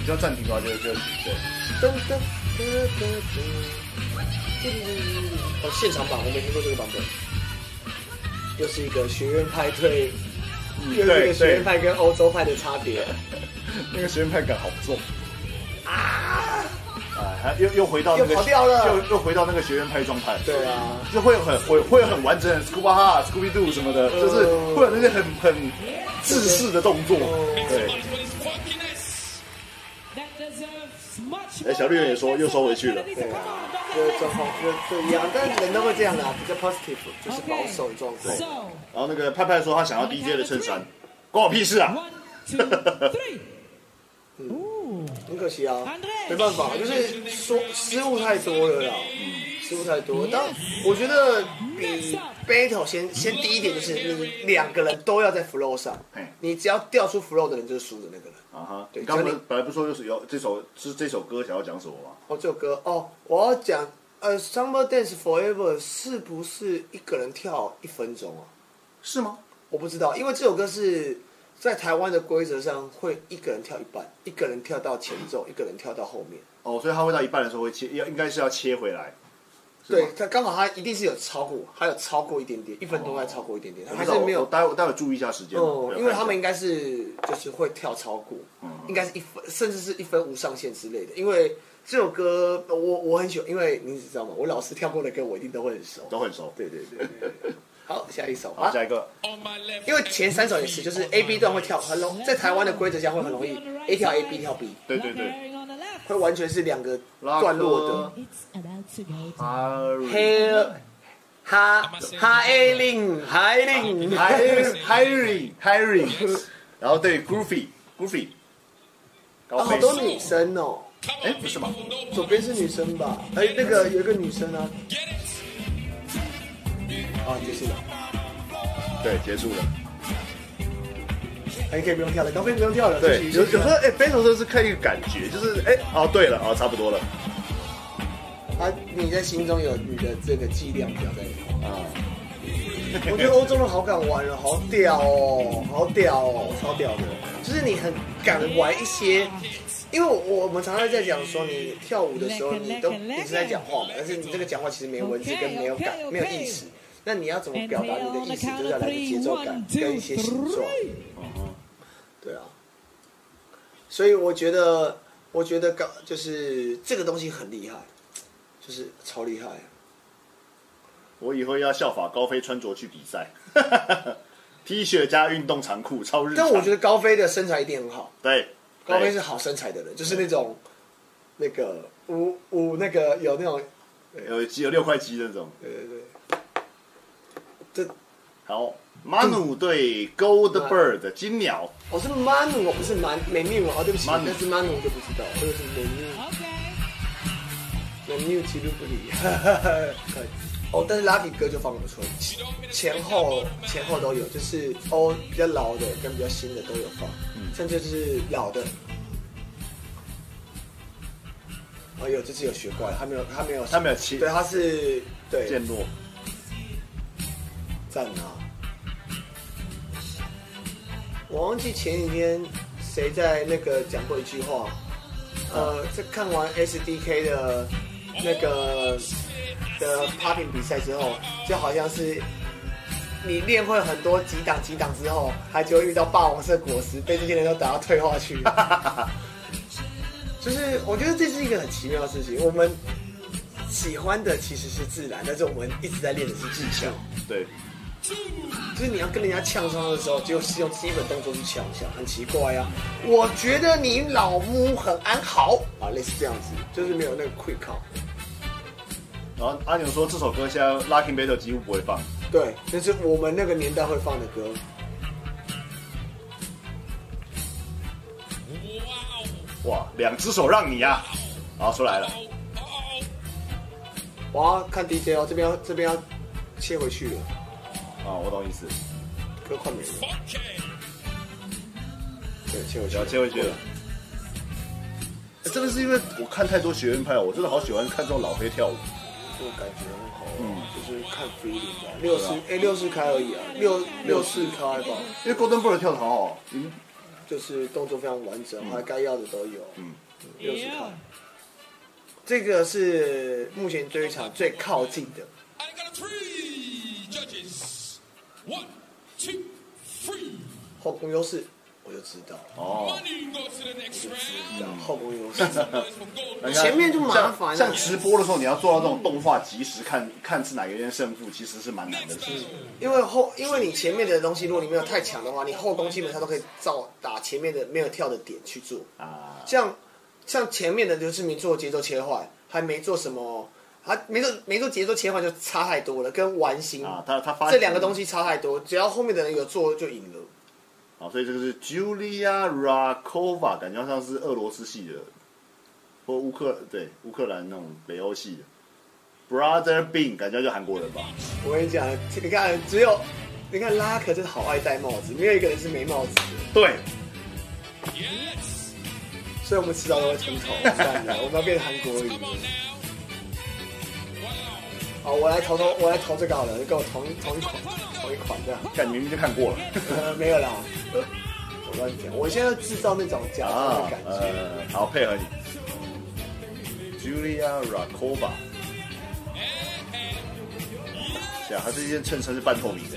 S1: 你就要暂停的话就就 对，
S2: 噔噔噔噔噔。哦，现场版我没听过这个版本，又是一个学院派对，又是一个学院派跟欧洲派的差别。
S1: 那个学院派感好重啊！啊，还又又回到那个
S2: 又跑掉了
S1: 又又回到那个学院派状态。
S2: 对啊，
S1: 就会有很会会有很完整的 scuba 哈 scuba do 什么的，
S2: 呃
S1: 就是会有那些很很制式的动作。对，
S4: Somebody with his funkiness.
S5: That deserves much
S1: 哎，
S5: more.
S1: 小绿人也说又收回去了。
S2: 对
S5: Paradiso,
S2: 啊
S5: come on,，
S2: 就是状
S5: Paradiso.
S2: 况就是不一样，但人都会这样的、啊，比较 positive，就是保守的状况。
S5: So,
S1: 然后那个派派说他想要 DJ 的衬衫，关我屁事啊！
S5: one, two, three. Ooh.
S2: 很可惜啊，
S5: Andrei.
S2: 没办法，就是说失误太多了啦，失误太多。当我觉得比 battle 先先第一点就是你两个人都要在 flow 上
S1: 哎，
S2: 你只要掉出 flow 的人就是输的那个人。
S1: 啊哈，
S2: 对
S1: 你刚
S2: 只
S1: 不
S2: 要
S1: 是
S2: 你
S1: 本来不是说就是有这首是这首歌想要讲什么吗？
S2: 哦，这首歌哦，我要讲呃，Summer Dance Forever 是不是一个人跳一分钟啊？
S1: 是吗？
S2: 我不知道，因为这首歌是在台湾的规则上会一个人跳一半，一个人 跳到前奏，一个人跳到后面。
S1: 哦，所以他会到一半的时候会切，要应该是要切回来，是
S2: 对
S1: 吗，
S2: 他刚好他一定是有超过，还有超过一点点，一分钟还超过一点点，
S1: 我不
S2: 还
S1: 知
S2: 是
S1: 道
S2: 没
S1: 我
S2: 有
S1: 我。待会待会注意一下时间。
S2: 哦，
S1: 对
S2: 因为他们应
S1: 看一下嗯
S2: 该是就是会跳超过，应该是一分，甚至是一分无上限之类的。因为这首歌我我很喜欢，因为你只知道吗？我老师跳过的歌我一定都会很熟。
S1: 都很熟。
S2: 对对对对对。好，下一首
S1: 好，
S2: 啊，
S1: 下一个
S4: On my left.
S2: 因为前三首也是，就是 A B 段会跳，很容在台湾的规则下会很容易 A 跳 A B 跳 B，
S1: 对对对
S5: Lumbering on the left.
S2: 会完全是两个段落的。
S5: It's about to go.
S1: 哈
S2: 黑哈哈 A 令海令
S1: 啊
S2: 海
S1: Harry Harry，然 后对 Goofy Goofy，高
S2: 啊好
S1: 飞
S2: 多女生哦，
S4: Come
S1: 哎
S4: on,
S1: 不是吧
S4: people,？no
S2: 左边是女生吧？哎，那个有一个女生啊，
S4: Get it?
S2: 啊，结束了，
S1: 对，结束了。
S2: 哎，可以不用跳了，高飞不用跳了，
S1: 对，
S2: 继续
S1: 有有时候哎，分手时候是看一个感觉，就是哎哦对了哦差不多了
S2: 啊，你在心中有你的这个剂量表在里头。
S1: 啊，
S2: 我觉得欧洲人好敢玩哦，好屌哦，好屌哦，超屌的，就是你很敢玩一些。因为我我们常常在讲说，你跳舞的时候，你都你是在讲话嘛，但是你这个讲话其实没文字跟没有感，没有意识。那你要怎么表达你的意思，就是要来个节奏感跟一些形状。对啊，所以我觉得，我觉得搞就是这个东西很厉害，就是超厉害。
S1: 我以后要效法高飞穿着去比赛，T 恤加运动长裤，超日常。
S2: 但我觉得高飞的身材一定很好，
S1: 对，
S2: 高飞
S1: 对
S2: 是好身材的人，就是那种那个五五那个有那种
S1: 有肌有六块肌那种。
S2: 对对对，这
S1: 好，马努对 Gold Bird 金鸟，
S2: 我哦是 Manu，我不是 Man 美女哦，对不起，
S1: Manu
S2: 但是 Manu 我就不知道，这个是美女，
S5: Okay.
S2: 美女记录不理， 可以哦，但是拉比哥就放不出来，前后前后都有，就是哦比较老的跟比较新的都有放，
S1: 嗯
S2: 甚至就是老的。哦，有，这次有学怪，他没有，他没有，
S1: 他没有切
S2: 对，他是对
S1: 渐落，
S2: 赞啊！我忘记前几天谁在那个讲过一句话，呃，在看完 SDK 的那个的 popping 比赛之后，就好像是你练会很多几档几档之后，他就会遇到霸王色果实，被这些人都打到退化去。就是我觉得这是一个很奇妙的事情，我们喜欢的其实是自然，但是我们一直在练的是技巧。
S1: 对，
S2: 就是你要跟人家呛上的时候，就是用基本动作去呛一下，很奇怪啊。我觉得你老母很安好啊，类似这样子，就是没有那个 quick call。
S1: 然后阿牛说这首歌现在 Lucky Battle 几乎不会放，
S2: 对，就是我们那个年代会放的歌。
S4: Wow.
S1: 哇，两只手让你啊，然后出来了，
S4: Oh, oh,
S2: 我要看 DJ 哦，这边要这边要切回去了，
S1: 啊，我懂意思，
S2: 歌快没了，
S4: okay.
S2: 对，切回去
S1: 然
S2: 了，
S1: 后切回去了。欸真的是因为我看太多学院派，我真的好喜欢看这种老黑跳舞。
S2: 就感觉很好，嗯，就是看 feeling 吧。六四哎，六四开而已啊，六六四开吧，
S1: 因为 Golden Bird 跳的好好，嗯，
S2: 就是动作非常完整，还该要的都有，嗯，六四开
S5: Yeah.。
S2: 这个是目前追场最靠近的，
S4: I got three judges. One, two, three.
S2: 后宫优势，我就知道，
S1: 哦，
S4: Money goes to the next
S2: 知
S4: round.
S1: 嗯
S2: 道后宫优势。
S4: Boys from Gold.
S1: 人家
S2: 前面就麻烦了
S1: 像像直播的时候，你要做到这种动画及时看看是哪个人胜负，其实是蛮难的
S4: Next
S1: 事情。
S4: battle.
S2: 因为后，因为你前面的东西，如果你没有太强的话，你后宫基本上都可以照打前面的没有跳的点去做。
S1: 啊，
S2: 像像前面的刘志明做节奏切换，还没做什么，还没做没做节奏切换就差太多了，跟完形、
S1: 啊，他他发
S2: 这两个东西差太多，只要后面的人有做就赢了。
S1: 啊，所以这个是 Julia Rakova，感觉像是俄罗斯系的，或乌克对乌克兰那种北欧系的。Brother Bing 感觉就韩国人吧？
S2: 我跟你讲，你看，只有你看拉可真的好爱戴帽子，没有一个人是没帽子的。
S1: 对，
S4: Yes.
S2: 所以我们迟早都会秃头，算啊了，我们要变韩国语。
S4: Come on now. Wow.
S2: 好，啊我来投投，我来投这个好了，就跟我同一同一款，同一款这样。
S1: 看你明明就看过了
S2: 呃， 没有啦，我乱讲。我现在制造那种假装
S1: 啊
S2: 的感，觉。
S1: 呃，好配合你。Julia Rakova，
S4: And
S1: 对啊，他这件衬衫是半透明的，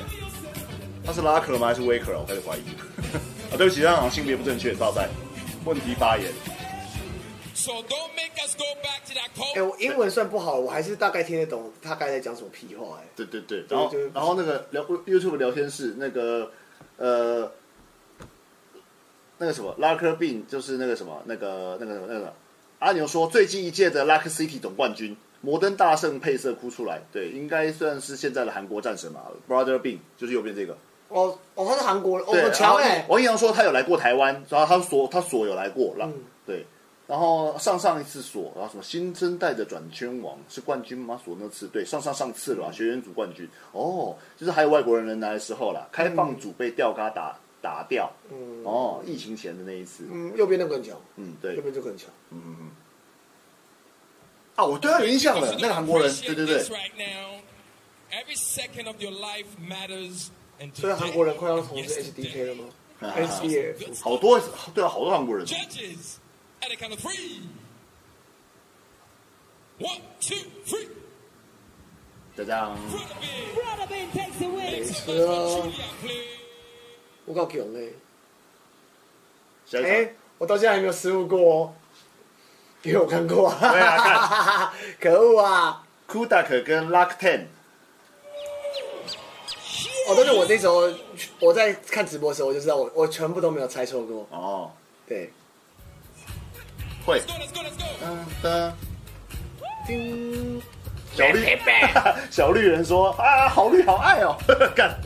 S1: 他是拉克吗？还是威克啊？我开始怀疑。 啊，对不起，这样好像性别不正确，照在问题发言。
S4: So don't make us go back to that
S2: 哎，
S4: cold.
S2: 我英文算不好，我还是大概听得懂他刚才在讲什么屁话。哎，
S1: 对对对，然后
S2: 对就是
S1: 然后那个聊 YouTube 聊天室那个呃那个什么拉科病就是那个什么那个那个那个那个阿牛说最近一届的拉克 City 总冠军摩登大圣配色哭出来，对，应该算是现在的韩国战神嘛，Brother Bing 就是右边这个，
S2: 哦哦，他是韩国人，哦，
S1: 对，
S2: 很强
S1: 然后
S2: 哎。
S1: 王一阳说他有来过台湾，然后他所他所有来过，让、
S2: 嗯
S1: 对，然后上上一次所，然后什么新生代的转圈王是冠军吗？所那次对，上上上次了吧，学员组冠军哦，就是还有外国人能来的时候啦，开放组被吊嘎打打掉，
S2: 嗯
S1: 哦，疫情前的那一次，
S2: 嗯，右边那个很强，
S1: 嗯，对
S2: 右，边这个很强。
S1: 啊，我对他有印象
S4: Because
S1: 了，
S4: you
S1: 那个
S4: don't
S1: 韩国人，对
S4: appreciate
S1: 对对
S4: this，right now. Every second of your life matters. And
S2: 所以
S4: today
S2: 韩国人快要从 事
S4: yesterday.
S2: HDK 了吗
S1: 啊
S2: ？NCF
S1: 好多对啊，好多韩国人，
S4: Judges, at a count of three. One, two, three.
S1: 大家
S4: Front of it.
S5: Broderbin takes the win.
S4: Next
S2: Sure.
S4: match will
S2: Uh,
S4: truly outplay.
S2: 我告强嘞，
S1: 下一场。
S2: 哎，我到现在还没有失误过哦，因为我看过啊。
S1: 对啊，看
S2: 可恶啊！
S1: Kudak 跟 Luck Ten，
S2: 哦，但是我那时候我在看直播的时候，我就知道我我全部都没有猜错过。
S1: 哦，
S2: 对，
S1: 会
S4: Let's go, let's go, let's go.
S1: 噔噔。
S2: 叮，
S1: 小绿， 小绿人说啊，好绿，好爱哦， 干，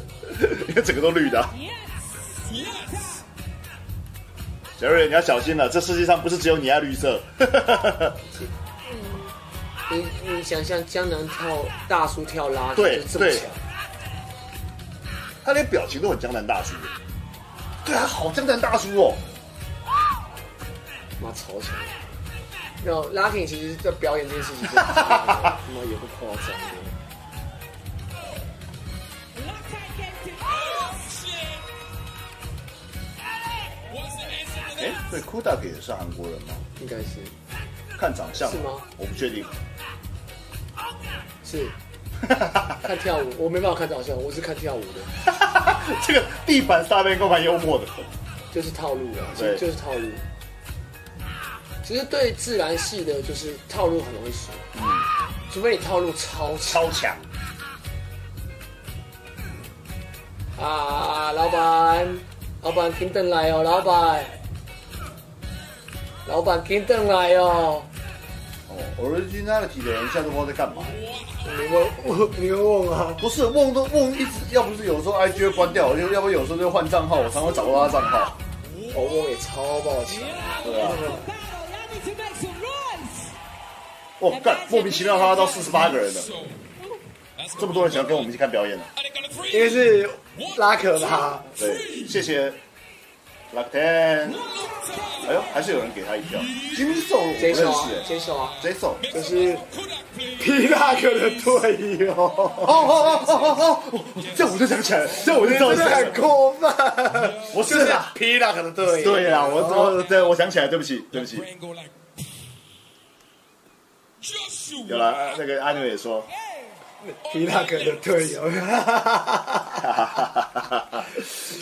S1: 因为整个都绿的啊。
S5: Yes.
S4: Yes.
S1: 小绿人，你要小心了，这世界上不是只有你爱绿色。
S2: 你你想象江南跳大叔跳拉，
S1: 对
S2: 就是这么强，
S1: 他连表情都很江南大叔，对啊，好江南大叔哦。
S2: 妈超强。没有拉丁其实在表演这件事 情真的是，他妈也不夸张的。
S5: Loctite gets it.
S4: Oh, shit. What's the answer to
S1: 哎
S4: that?，
S1: 对，Kudak 也是韩国人吗？
S2: 应该是
S1: 看长相
S2: 是吗？
S1: 我不确定。
S2: 是看跳舞，我没办法看长相，我是看跳舞的，
S1: 这个地板大面够蛮幽默的。
S2: 就是套路了，其
S1: 对
S2: 实就是套路。其实对自然系的，就是套路很容易熟，嗯，除非你套路超强。
S1: 超强，
S2: 啊，老板，老板平等来哦，老板，老板平等来哦。
S1: 哦，originality 的人现在都不知道在干嘛。
S2: 你问我，你问我啊？
S1: 不是梦都梦一直，要不是有时候 IG 会关掉，就要不有时候就换账号，我常会找不到他账号。
S2: 哦，梦也超爆强，
S1: 对啊，
S5: Battle. Y'all need to make some noise.
S1: 我、哦干，莫名其妙他到四十八个人了，
S4: So, that's
S1: 这么多人想要跟我们一起看表演啊呢。
S4: At a count of
S2: 因为
S4: three.
S2: 是拉可吧？
S1: 对，谢谢 l a c t e n
S4: Look, time.
S1: 哎呦，还是有人给他一票。Jimmy So 我不
S2: 接
S1: 认
S2: 手啊，
S1: 识
S2: 接手啊，
S1: j a s o
S2: 就是
S4: Could I play?
S2: 皮拉克的队友，
S1: 哦哦哦哦哦哦，这我就想起来了，这我就知道
S2: 真
S1: 是
S2: 的
S1: 谁
S2: 很
S1: 了。
S2: 过分。
S1: 不是啦，
S2: 皮拉克的队友，
S1: 对啦，我我对我想起来，对不起，对不起。
S4: Brain go like. Joshua.
S1: 有啦，那个阿牛也说，
S2: 皮拉克的队友，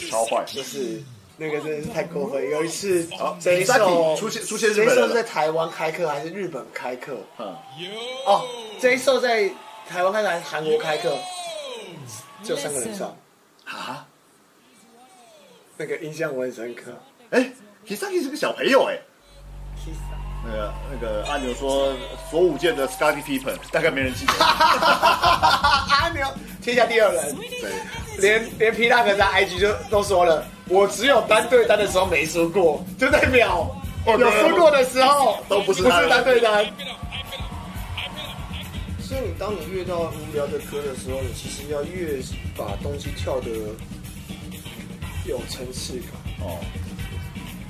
S1: 超坏。
S2: 是那个真的是太过分。有一次，这一
S1: Misaki
S2: 首
S1: 出现出现
S2: 这
S1: 日
S2: 一
S1: 本
S2: 首
S1: 人
S2: 是
S1: 了
S2: 在，台湾开课还是日本开课？
S1: 嗯，
S4: Yo.
S2: 哦，这一首在台湾开课还是韩国开课？只有三个人上，
S1: 啊，
S2: 那个印象我很深刻。
S1: 哎，Hisaki 是个小朋友哎。那个那个阿牛说，左五件的 Scotty Pippen 大概没人记得。
S2: 阿牛天下第二人，
S5: We need
S1: 对
S5: to have this.
S2: 连连皮大哥在 IG 就都说了，我只有单对单的时候没输过，就代表
S1: 哦对
S2: 有输过的时候
S1: 都不是
S2: 不
S1: 他
S2: 是单对单
S4: Amp。it up, amp it up, amp it up, amp it
S2: 所以你当你越到无聊的歌的时候，你其实要越把东西跳的有层次感。
S1: 哦，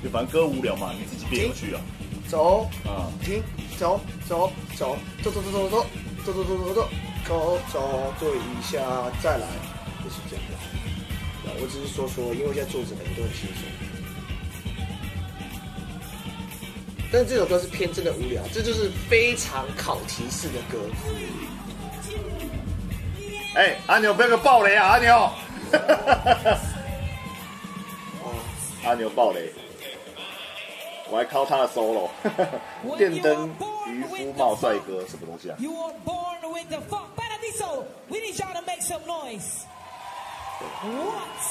S1: 就反正歌无聊嘛，你自己变有趣啊。
S2: 走，
S1: 啊，
S2: 停，走，走，走，走走走走走，走走走走走，走走，坐一下再来，就是这样。啊，我只是说说，因为我现在坐着很多很轻松。但是这首歌是偏真的无聊，这就是非常考题式的歌。
S4: up.
S1: 哎，阿牛不要给我爆雷啊，阿牛！阿牛爆雷，我还靠他的 solo。电灯渔夫帽帅哥什么东西 啊？
S5: You were born with the funk. Paradiso, we need y'all to make some noise. What?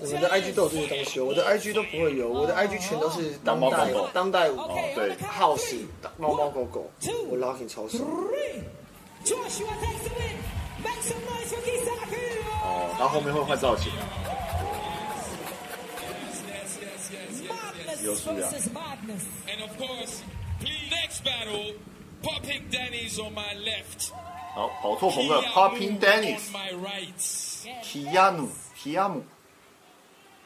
S2: 你们的 IG 都有这些东西，我的 IG 都不会有，我的 IG 全都是当
S1: 猫猫
S2: 代
S1: 狗狗
S2: 当代舞、
S5: Okay,
S1: Oh,
S5: on the
S1: three.
S5: count of
S2: house、
S5: three,
S2: 猫猫狗狗，我 locking 超少。
S5: three. Joshua takes the win. Make some noise for Gisa Nakamura.
S1: 哦，然后后面会换造型啊。
S4: Yes, yes, yes, yes, yes.
S5: Madness
S1: Yosuya.
S5: versus madness.
S4: And of course, please, next battle, Popping Danny's on my left.
S1: 好，跑错棚了
S4: Kiyamu
S1: ，Popping
S4: On
S1: Dennis、
S4: my right.
S1: Kianu、Kiamu，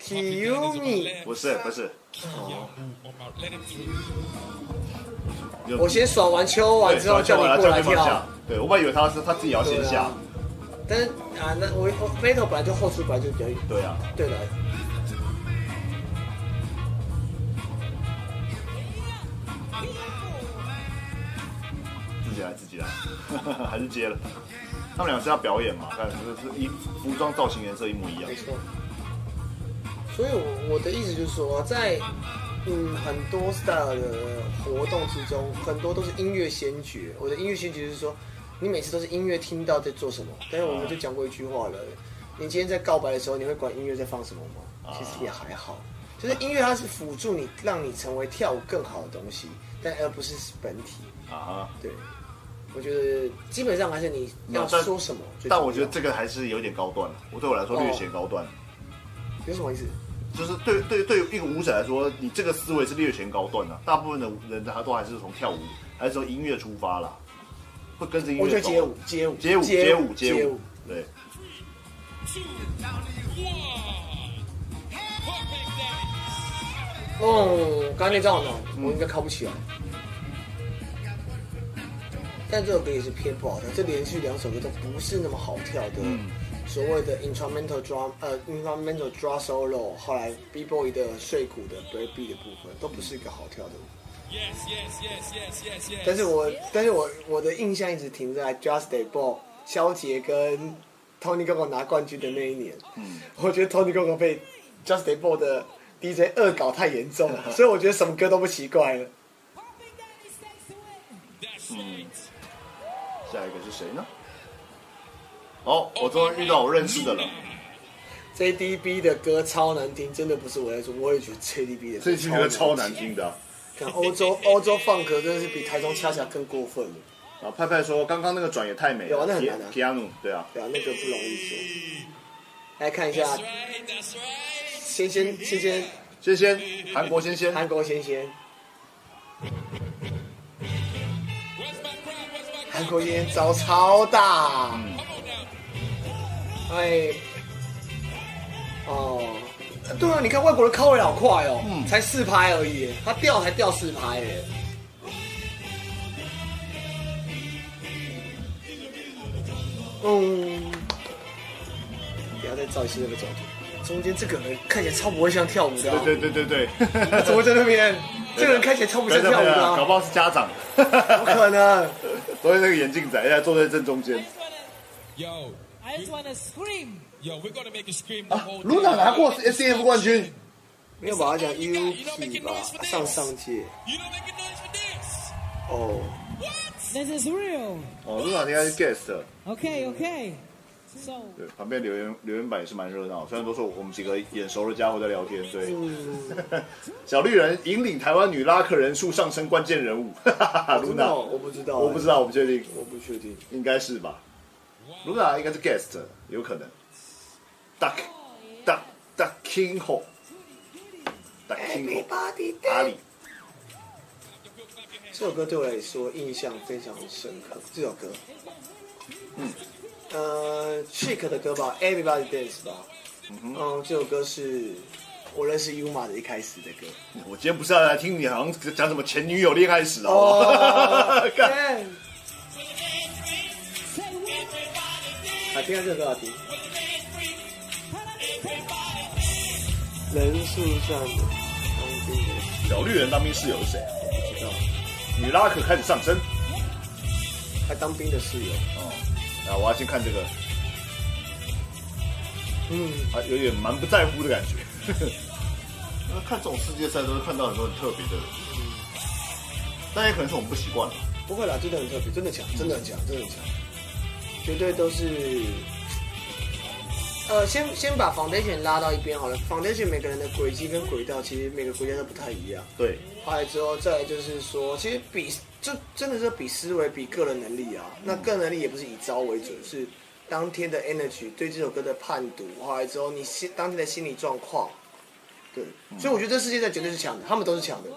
S2: Kiyomi，
S1: 不是不是，
S4: On my, let him through.
S2: 我先爽完秋完之后
S1: 对
S2: 叫你
S1: 叫
S2: 过来
S1: 你放
S2: 跳啊
S1: 下。。对，我本来以为他是他自己要先下。
S2: 但是啊，那我我 metal 本来就后出本来就比较远
S1: 对啊，
S2: 对的。
S1: 自己来自己来， 还是接了。他们俩是要表演嘛？看就是衣服装造型颜色一模一样
S2: 没。错。所以我我的意思就是说，在嗯很多 style 的活动之中，很多都是音乐先决。我的音乐先决就是说，你每次都是音乐听到在做什
S1: 啊
S2: 么。但是我们就讲过一句话了，你今天在告白的时候，你会管音乐在放什么
S1: 啊
S2: 吗？其实也还好，就是音乐它是辅助你，让你成为跳舞更好的东西，但而不是本体。
S1: 啊哈，
S2: 对，我觉得基本上还是你要
S1: 那但
S2: 说什么最重要。
S1: 但我觉得这个还是有点高端了，我对我来说
S2: 哦
S1: 略显高端。
S2: 有什么意思？
S1: 就是对对对于一个舞者来说，你这个思维是略显高端的。大部分的人他都还是从跳舞，还是从音乐出发啦，会跟着音乐。
S2: 我觉得街舞，，街舞，
S1: 街舞，街舞，街
S2: 街
S1: 舞
S2: 舞。，
S1: 对，
S4: Two, one. Popping Danny.
S2: 哦，刚刚那张好难，我应该靠不起来。但这首歌也是偏不好跳，这连续两首歌都不是那么好跳的。所谓的 instrumental drum，呃，instrumental drum solo，后来 b boy 的睡鼓的 break beat 的部分，都不是一个好跳的舞。
S4: Yes, yes, yes, yes, yes, yes.
S2: 但是我，但是我我的印象一直停在 Just a Ball，肖杰跟 Tony Gogo 拿冠军的那一年。嗯，我觉得 Tony Gogo 被 Just a Ball 的 DJ 恶搞太严重了，所以我觉得什么歌都不奇怪了。
S5: Popping Dennis takes the win.
S4: That's right.
S1: 下一个是谁呢？哦，我终于遇到我认识的人，
S2: JDB 的歌超难听，真的不是我在说，我也觉得 JDB 的
S1: 这几个
S2: 歌
S1: 超
S2: 超
S1: 难
S2: 难听。
S1: 听的啊。
S2: 看欧洲 欧洲放歌真的是比台中恰恰更过分了，
S1: 然啊后派派说，刚刚那个转也太美
S2: 有
S1: 了
S2: 啊那很难啊
S1: Pia-，piano，对啊，
S2: 对啊，那个不容易说。来看一下
S4: That's right, that's right.
S2: 仙仙仙仙
S1: 先先韩国先先，
S2: 韩国仙仙
S4: Where's my crowd? Where's my
S2: 韩
S4: crowd?
S2: 国仙仙招超大，
S4: Come on now.
S2: 哎，哦，对啊，你看外国人靠位好快哦，才四拍而已，他掉才掉四拍耶。嗯，不要再照一次那个角度，中间这个人看起来超不会像跳舞的、啊，
S1: 对对对对
S2: 他
S1: 对，
S2: 怎么会在那边？这个人看起来超不像跳舞的、
S1: 搞
S2: 啊，
S1: 不好是家 长，
S2: 怎么可能？
S1: 所以那个眼镜仔现在坐在正中
S5: I
S1: 间。
S5: just wanna,
S4: Yo,
S5: I just wanna scream.
S4: yo, we're gonna make you scream the
S1: 啊
S4: whole，
S1: 卢娜
S4: time.
S1: 拿过 S F 冠军，
S2: 没有把他讲 U P 吧，上上届
S4: You don't make a noise for this.
S2: 哦。
S4: What?
S5: This is real.
S1: 哦，卢娜应该是 guest，
S5: Okay, okay. So,
S1: 对，旁边留言留言板也是蛮热闹，虽然都是我们几个眼熟的家伙在聊天，对。
S2: 嗯
S1: 小绿人引领台湾女拉客人数上升关键人物，哈哈哈，卢
S2: 真
S1: 娜
S2: 的，哦我不知道，
S1: 我不知，道，我不确定，
S2: 我不确定。
S1: 应该是吧？卢娜应该是 guest，有可能。Duck Duck Duck King Ho Duck King Ho 阿里，
S2: 这首歌对我来说印象非常深刻。这首歌，嗯，呃，Chic 的歌吧，Everybody Dance 吧，嗯这首歌是我认识 Yuma 的一开始的歌。
S1: 我今天不是要来听你好像讲什么前女友恋爱史哦
S2: 哦，
S1: 干
S2: 哎
S5: say what?
S2: 好听啊，这首歌好听。人数上的，嗯
S1: 小绿人当兵室友是谁啊？女拉可开始上升。
S2: 还当兵的室友，
S1: 哦，啊，我要先看这个，
S2: 嗯，
S1: 啊，有点蛮不在乎的 感觉。看这种世界赛都会看到很多很特别的人，但也可能是我们不习惯了。
S2: 不会啦，真的很特别，真的强，真的很强，真的很强，绝对都是。呃，先先把 foundation 拉到一边好了。foundation 每个人的轨迹跟轨道，其实每个国家都不太一样。
S1: 对，
S2: 后来之后，再来就是说，其实比就真的是比思维、比个人能力啊。那个人能力也不是以招为准，是当天的 energy 对这首歌的判读，后来之后你心当天的心理状况。对，所以我觉得这世界赛绝对是强的，他们都是强的，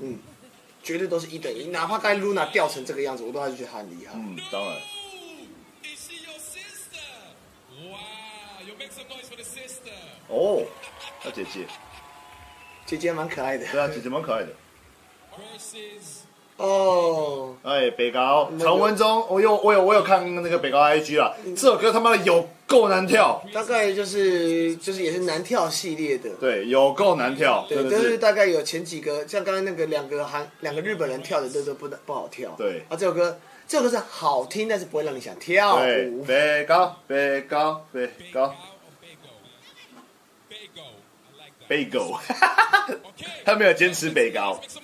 S2: 嗯，绝对都是一等一。哪怕该 Luna 掉成这个样子，我都还是觉得他很厉害。
S1: 嗯，当然，
S4: Is she your sister? Wow, you make some noise for the sister.
S1: 哦，那姐姐，
S2: 姐姐蛮可爱的。
S1: 对啊，姐姐蛮可爱的。
S4: Versus
S2: 哦，
S1: 哎，北高
S2: 那个
S1: 传闻中，我有我有我有看那个北高 IG 啦，这首歌他妈的有够难跳，
S2: 大概就是就是也是难跳系列的。
S1: 对，有够难跳，
S2: 对，
S1: 真的
S2: 但是
S1: 是。
S2: 大概有前几个，像刚刚那个两个韩两个日本人跳的都都不不好跳。
S1: 对
S2: 啊，这首歌这首歌是好听，但是不会让你想跳
S1: 对，
S2: 舞。
S1: 北高，北高，北
S4: Bagel
S1: 高
S4: or Bagel? Bagel. I like that.
S1: ，Bagel，
S4: Okay.
S1: 他没有坚持北高
S4: Let's make some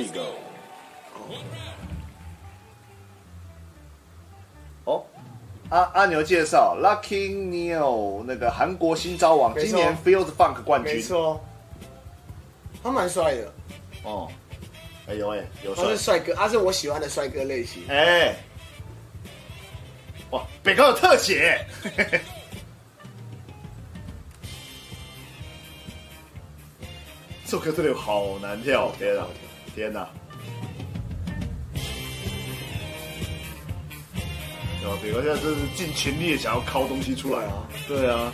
S4: noise.
S1: ，Bagel，Oh.
S4: One round.
S1: 哦，阿阿牛介绍，Lucky Neil 那个韩国新招王，
S2: 没错
S1: 今年 Field Funk 冠
S2: 没
S1: 军，
S2: 错，他蛮帅的，
S1: 哦，哎呦哎，有
S2: 他是
S1: 帅，
S2: 帅哥，他是我喜欢的帅哥类型。
S1: 哎，哇，北高有特写，这首歌真的有好难跳，天哪，天哪！哦，北高现在真是尽全力地想要敲东西出来啊！对啊，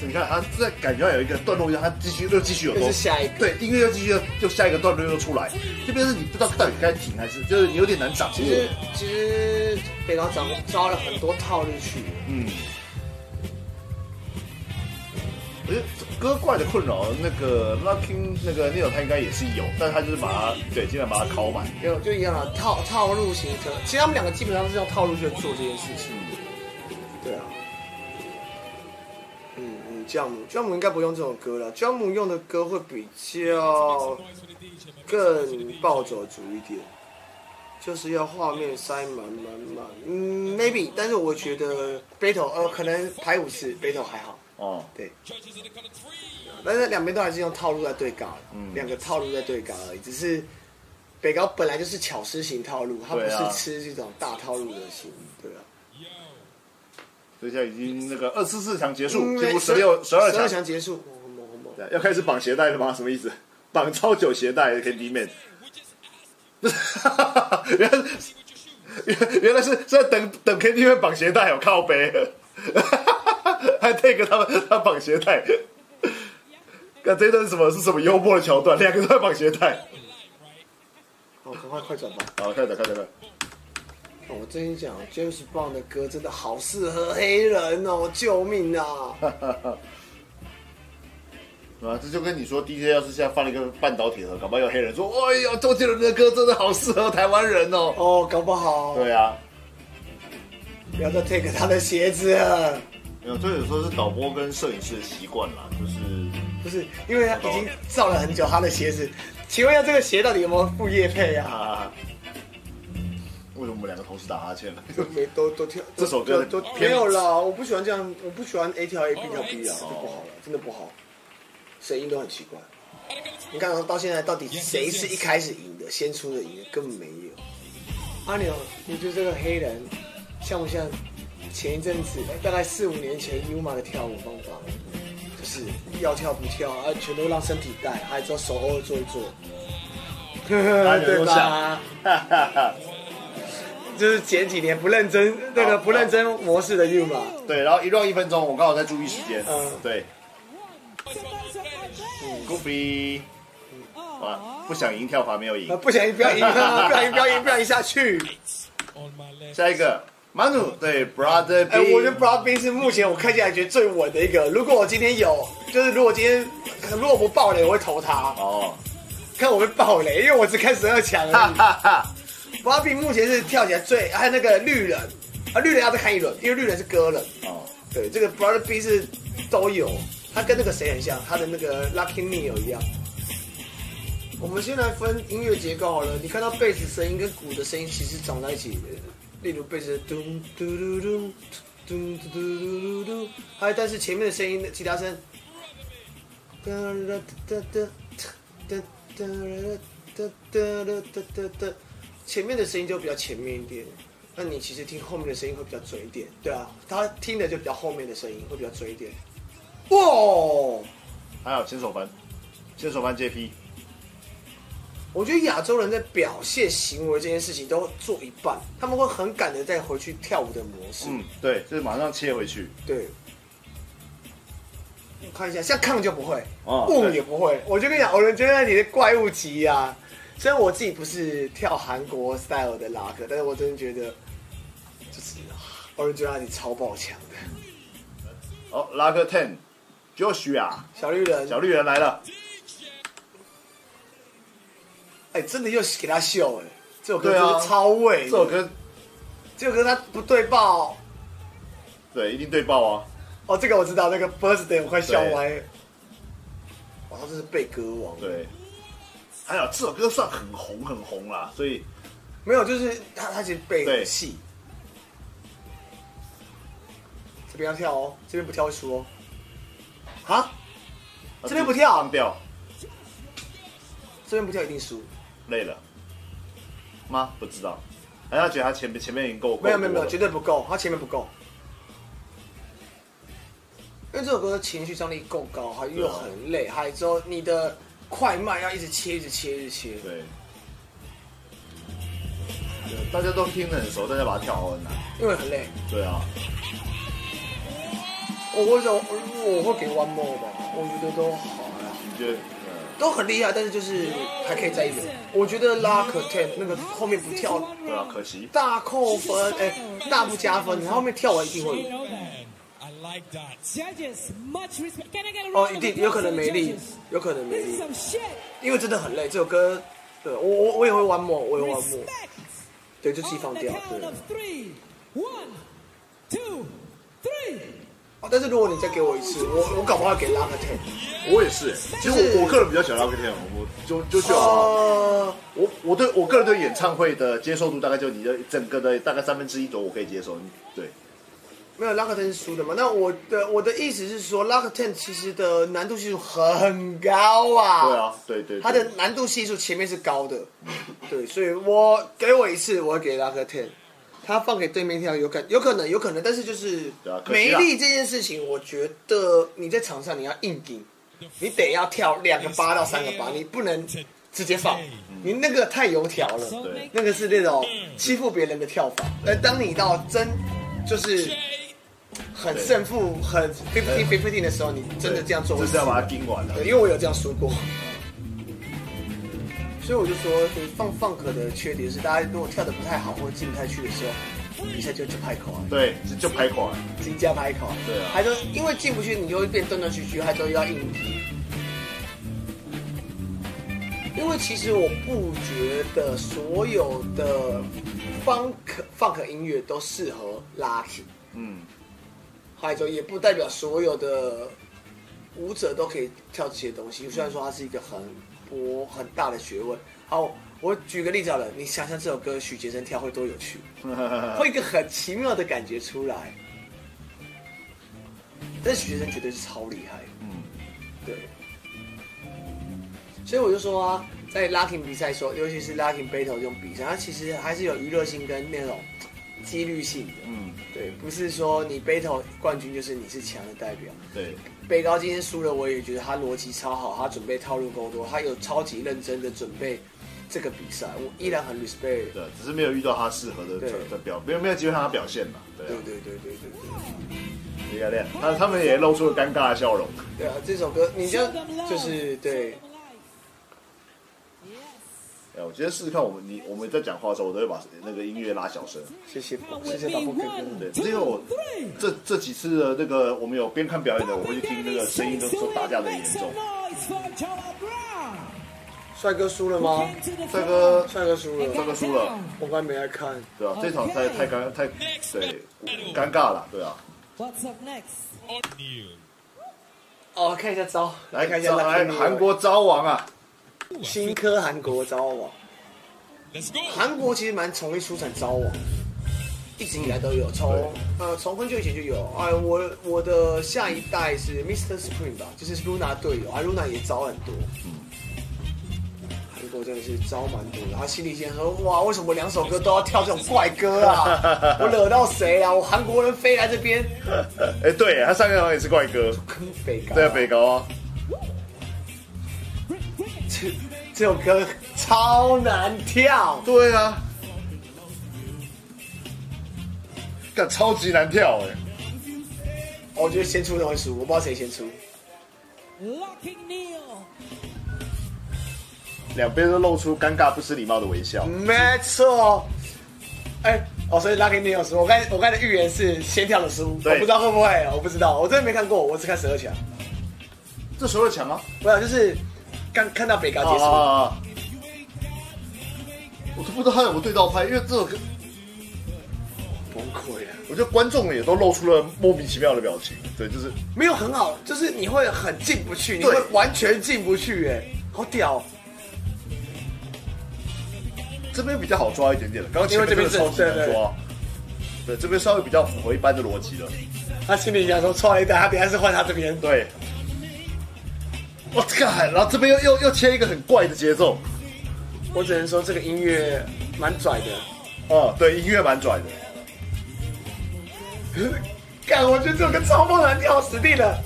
S1: 你看他这感觉到有一个段落，他继续又继续有东
S2: 又
S1: 西，
S2: 是下一个
S1: 对，音乐又继续又又下一个段落又出来，这边是你不知道到底该停还是，就是你有点难掌
S2: 其
S1: 握。
S2: 实其实北高招招了很多套路去，
S1: 嗯，我觉得歌怪的困扰，那个 Lucky 那个 Neil 他应该也是有，但他就是把它对尽量把它拷满。
S2: 有就一样了，套套路型歌。其实他们两个基本上是用套路去做这件事情。对啊。嗯嗯，酵母酵母应该不用这种歌了，酵母用的歌会比较
S4: Noise for the DJ. Make some noise for the
S2: 更
S4: DJ.
S2: 暴走族一点，就是要画面塞满满满。嗯，maybe，但是我觉得 battle 呃可能排五次 battle 还好，
S1: 哦，
S2: 对，
S4: Judges in the color three.
S2: 但是两边都还是用套路在对尬，
S1: 嗯
S2: 两、个套路在对尬而已。只是北高本来就是巧思型套路，他不
S1: 对啊
S2: 是吃这种大套路的型，对啊。
S4: Yo.
S1: 所以现在已经那个二四四强结束，
S2: 嗯
S1: 进入十六十二
S2: 十二
S1: 强，
S2: 强结束，哦很猛很猛。
S1: 对要开始绑鞋带了吗？什么意思？绑超久鞋带，Candy Man。
S4: We just asked
S1: 原来
S4: you with your shoes.
S1: 原原来是在等等 Candy Man 绑鞋带哦，靠背， 还 take 他们他绑鞋带。 那这一段是什么？是什么幽默的桥段？两个都在绑鞋带。
S2: 哦，赶快快转吧！
S1: 好，看着看着看。
S2: 哦我真心讲，James Bond 的歌真的好适合黑人哦，救命啊！
S1: 啊，这就跟你说，DJ 要是现在放了一个半导体盒，搞不好有黑人说：“哎呀，周杰伦的歌真的好适合台湾人哦。
S2: 哦，搞不好，
S1: 对啊，
S2: 不要再 take 他的鞋子了，
S1: 没有，这有时候是导播跟摄影师的习惯啦，就是
S2: 不是，因为他已经照了很久他的鞋子。请问一下，这个鞋到底有没有副叶配啊？
S1: 啊，为什么我们两个同时打哈欠了？
S2: 没都都跳
S1: 这首歌的
S2: 都都
S1: 偏
S2: 没
S1: 哦
S2: 有啦，我不喜欢这样，我不喜欢 A 跳 A B 跳 B 啊，
S4: Alright
S2: 这不好了，真的不好，声音都很奇怪。
S4: At the color
S2: 你
S4: three.
S2: 看到现在到底谁是一开始赢的，先出的赢的，根本没有。阿牛，你觉得这个黑人像不像前一阵子，呃大概四五年前 Yuma 的跳舞方法？就是要跳不跳，啊，全都让身体带，还之后手偶尔做一做，
S1: 哎
S2: 哎 对吧？
S1: 哈哈哈。
S2: 就是前几年不认真那个不认真模式的 Yuma，
S1: 对，然后一 round 一分钟，我刚好在注意时间。
S2: 嗯
S1: 对
S5: Some noise for Andres.
S1: ，Goofy，啊，不想赢
S2: 呃
S1: 跳法没有赢
S2: 啊，。不想赢不要赢，不要赢不要赢不要赢下去。
S4: On my left.
S1: 下一个马努对 Brother
S2: 哎、
S1: B，
S2: 我觉得 Brad B 是目前我看起来觉得最稳的一个。如果我今天有，就是如果今天如果我不爆雷，我会投他。
S1: 哦，
S2: 看我会爆雷，因为我只看十二强而
S1: 哈
S2: 已。
S1: 哈哈，
S2: Brad B 目前是跳起来最，还有那个绿人啊，绿人要再看一轮，因为绿人是割人。
S1: 哦，
S2: 对，这个 Brad B 是都有，他跟那个谁很像，他的那个 Lucky Neil 一样。我们先来分音乐结构好了，你看到贝斯声音跟鼓的声音其实长在一起的，例如贝斯咚嘟嘟嘟嘟嘟嘟嘟嘟嘟，还有但是前面的声音其他声，哒啦哒哒哒哒啦哒哒啦哒哒哒，前面的声音就比较前面一点。那你其实听后面的声音会比较准一点，对啊，他听的就比较后面的声音会比较准一点。哇，
S1: 还有千手班，千手班 JP，
S2: 我觉得亚洲人在表现行为这件事情都做一半，他们会很赶的再回去跳舞的模式。
S1: 嗯，对，就是马上切回去，
S2: 对，我看一下，像抗就不会，
S1: 哦
S2: 蹦、
S1: 对
S2: 也不会。我就跟你讲，我觉得你的怪物级啊。虽然我自己不是跳韩国 style 的拉克，但是我真的觉得，就是我就觉得你超爆强的
S1: 哦，拉克 Ten，就许啊，
S2: 小绿人。
S1: 小绿人来了，
S2: 哎、真的又给他秀哎、这首歌
S1: 对啊
S2: 真是超味、
S1: 这首，歌
S2: 这首歌他不对爆
S1: 对一定对爆啊，
S2: 哦，这个我知道，那个 birthday 我快笑歪了。哇，他真是被歌王。，
S1: 对，还有这首歌算很红很红啦，所以
S2: 没有，就是他他其实被
S1: 对
S2: 戏。这边要跳哦，这边不跳会输哦。啊，这边不跳
S1: 放掉，
S2: 这边不跳一定输。
S1: 累了吗？不知道，还是他觉得他前面前面已经够，
S2: 没有没有没有，绝
S1: 觉
S2: 对不够，他前面不够。因为这首歌的情绪张力够高，还又很累，
S1: 啊
S2: 还之后你的快慢要一直切，一直切，一直切。
S1: 对。大家都听得很熟，大家把它跳好很难。
S2: 因为很累。
S1: 对啊，
S2: 我为什么我我会给 One More 吧？我觉得都好呀，
S1: 你觉得？嗯
S2: 都很厉害，但是就是还可以再一点。我觉得拉可 ten 那个后面不跳
S1: 对啊，可惜。
S2: 大扣分，哎、大不加分，他后面跳完一定会赢。
S4: Man, I like that.
S5: Judges, much respect. Can I get a round
S2: 哦，
S5: of
S2: 一定
S5: applause
S2: 有可能
S5: for the
S2: 没力
S5: judges?，
S2: 有可能没
S5: This
S2: 力
S5: is，some shit.
S2: 因为真的很累。这首歌，对我我我也会 One More，我也会 One More，
S5: Respect.
S2: 对，就自己
S5: On
S2: 放
S5: the
S2: 掉。
S5: count
S2: 对，
S5: of three. One, two, three.
S2: 哦，但是如果你再给我一次，我我搞不好要给拉可 ten。
S1: 我也是，其实我我个人比较喜欢 Rocket Man，我就就就好了。
S2: 哦，
S1: 我我对我个人对演唱会的接受度大概就你的整个的大概三分之一左右，我可以接受。对，
S2: 没有拉克 ten 是输的嘛？那我的我的意思是说，拉克 ten 其实的难度系数很高啊。
S1: 对啊，对对对。
S2: 它的难度系数前面是高的，对，所以我给我一次，我会给拉克 ten，他放给对面跳有可有可能有可能，但是就是
S1: 对啊可惜
S2: 没
S1: 啊
S2: 力这件事情，我觉得你在场上你要硬顶，你得要跳两个八到三个八，你不能直接放，
S1: Mm.
S2: 你那个太油条了，
S5: So
S1: 对。
S5: make
S2: 那个是那种欺负别人的跳法。而当你到真就是很胜负很 fifty fifty 的时候，你真的这样做会
S1: 就是要把它盯完了。
S2: 对，因为我有这样说过，所以我就说，就是放放可的缺点是，大家如果跳的不太好或者进不太去的时候，一下就就拍口啊，
S1: 对，就就拍垮了。
S2: 直接拍口。
S1: 对啊
S2: 还说因为进不去，你就会变断断续续，还都要硬踢。因为其实我不觉得所有的 funk funk 音乐都适合拉提，
S1: 嗯，
S2: 还有就也不代表所有的舞者都可以跳这些东西。虽然说它是一个很博很大的学问。好，我举个例子好了，你想象这首歌许杰生跳会多有趣，会有一个很奇妙的感觉出来。但是许杰生绝对是超厉害，
S1: 嗯，
S2: 对。所以我就说啊，在 locking 比赛的时候，尤其是 locking battle 这种比赛，它其实还是有娱乐性跟那种几率性的。
S1: 嗯，
S2: 对，不是说你 battle 冠军就是你是强的代表。
S1: 对，
S2: 北高今天输了，我也觉得他逻辑超好，他准备套路够多，他有超级认真的准备这个比赛，我依然很 respect。
S1: 对，只是没有遇到他适合的
S2: 对
S1: 的的表，没有没有机会让他表现嘛。对
S2: 对
S1: 啊，
S2: 对对对对对，
S1: 应该这样。他他们也露出了尴尬的笑容。
S2: 对啊，这首歌你就
S5: them love.
S2: 就是对
S5: Show them life. Yes.
S1: 哎，我今天试试看，我们你我们在讲话的时候，我都会把那个音乐拉小声。
S2: 谢谢谢谢大波哥哥。
S1: 对，因为我这这几次的那个，我们有边看表演的，我会去听那个声音，都说大家的严重。
S2: 帅哥输了吗？
S1: 帅哥，
S2: 帅哥输了，
S1: 帅哥输了，
S2: 我刚没来看。
S1: 对啊，这场太太尴太对尴尬了，对啊。
S5: What's up next?
S4: O'Neal.
S2: 哦，看一下招，
S1: 来
S2: 看一下
S1: 来韩国招王啊，
S2: 新科韩国招啊王。
S4: Let's go.
S2: 韩国其实蛮崇尚出产招网，一直以来都有，从呃从很久以前就有。哎，我我的下一代是 Mr. Spring 吧，就是 Luna 队友，啊 Luna 也招很多。韩国真的是招蛮多的，然后心里先说：哇，为什么我两首歌都要跳这种怪歌啊？我惹到谁啊？我韩国人飞来这边
S1: 哎，对他上个好像也是怪哥，
S2: 跟北高、
S1: 对啊，北高啊，
S2: 这这首歌超难跳，哦
S1: 对啊，干超级难跳哎。
S2: 我觉得先出的会输，我不知道谁先出。
S5: Locking Neil.
S1: 两边都露出尴尬不失礼貌的微笑。
S2: 没错。哎、哦，所以 Lucky n e o 输。我刚才我刚才的预言是先跳的输，我
S1: 对
S2: 不知道会不会，我不知道，我真的没看过，我只看十二强。
S1: 这十二强吗？
S2: 不有，就是刚看到北高
S1: 啊
S2: 结束，
S1: 啊啊！我都不知道他有没有对到拍，因为这首歌，
S2: 崩溃啊了。
S1: 我觉得观众也都露出了莫名其妙的表情。对，就是
S2: 没有很好，就是你会很进不去，你会
S1: 对
S2: 完全进不去，哎，好屌！
S1: 这边比较好抓一点点了，刚刚前
S2: 因为这边
S1: 真的超级
S2: 是
S1: 难抓。对，这边稍微比较符合一般的逻辑了。
S2: 他心里想说，错了一代，他等一下是换他这边。
S1: 对，我干，然后这边又又又切一个很怪的节奏。
S2: 我只能说这个音乐蛮拽的，
S1: 啊，对，音乐蛮拽的。
S2: 干，我觉得这首歌超不难跳，死定了。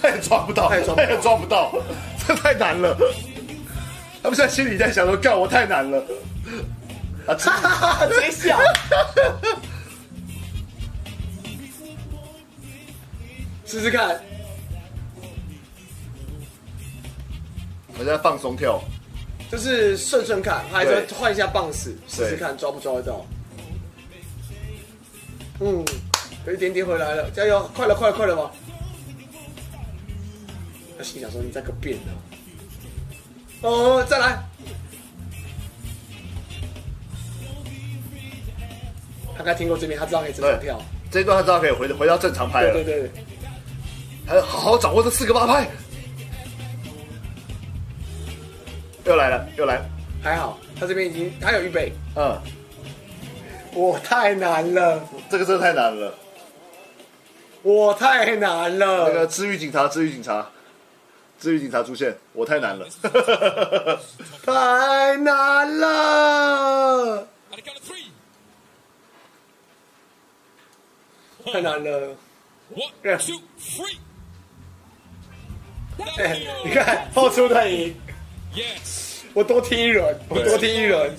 S1: 他也抓不到，
S2: 他也抓不到
S1: 也抓不到， 这太难了。他们现在心里在想说：“干我太难了。”啊，这
S2: 哈哈哈， 直接笑。试试看，
S1: 我们在放松跳，
S2: 就是顺顺看，还是
S1: 对
S2: 换一下棒式，试试看抓不抓得到。嗯，有一点点回来了，加油，快了，快了，快了吧。他心想说：“你在个变呢。”哦，再来。他刚听过这边，他知道可以怎么跳。
S1: 这一段他知道可以回回到正常拍
S2: 对对
S1: 了，
S2: 对对。
S1: 还好好掌握这四个八拍。又来了，又来了，
S2: 还好，他这边已经他有预备。
S1: 嗯，
S2: 我太难了，
S1: 这个真的太难了。
S2: 我太难了。
S1: 那个治愈警察，治愈警察，治愈警察出现，我太 难了。
S2: 太难了，
S4: On the count of three.
S2: 太难了。
S4: One,
S2: Yeah.
S4: two, three.
S2: 哎
S4: Daniel.
S2: 你看后出的赢，
S4: Yes.
S2: 我多踢一轮，我多踢一轮。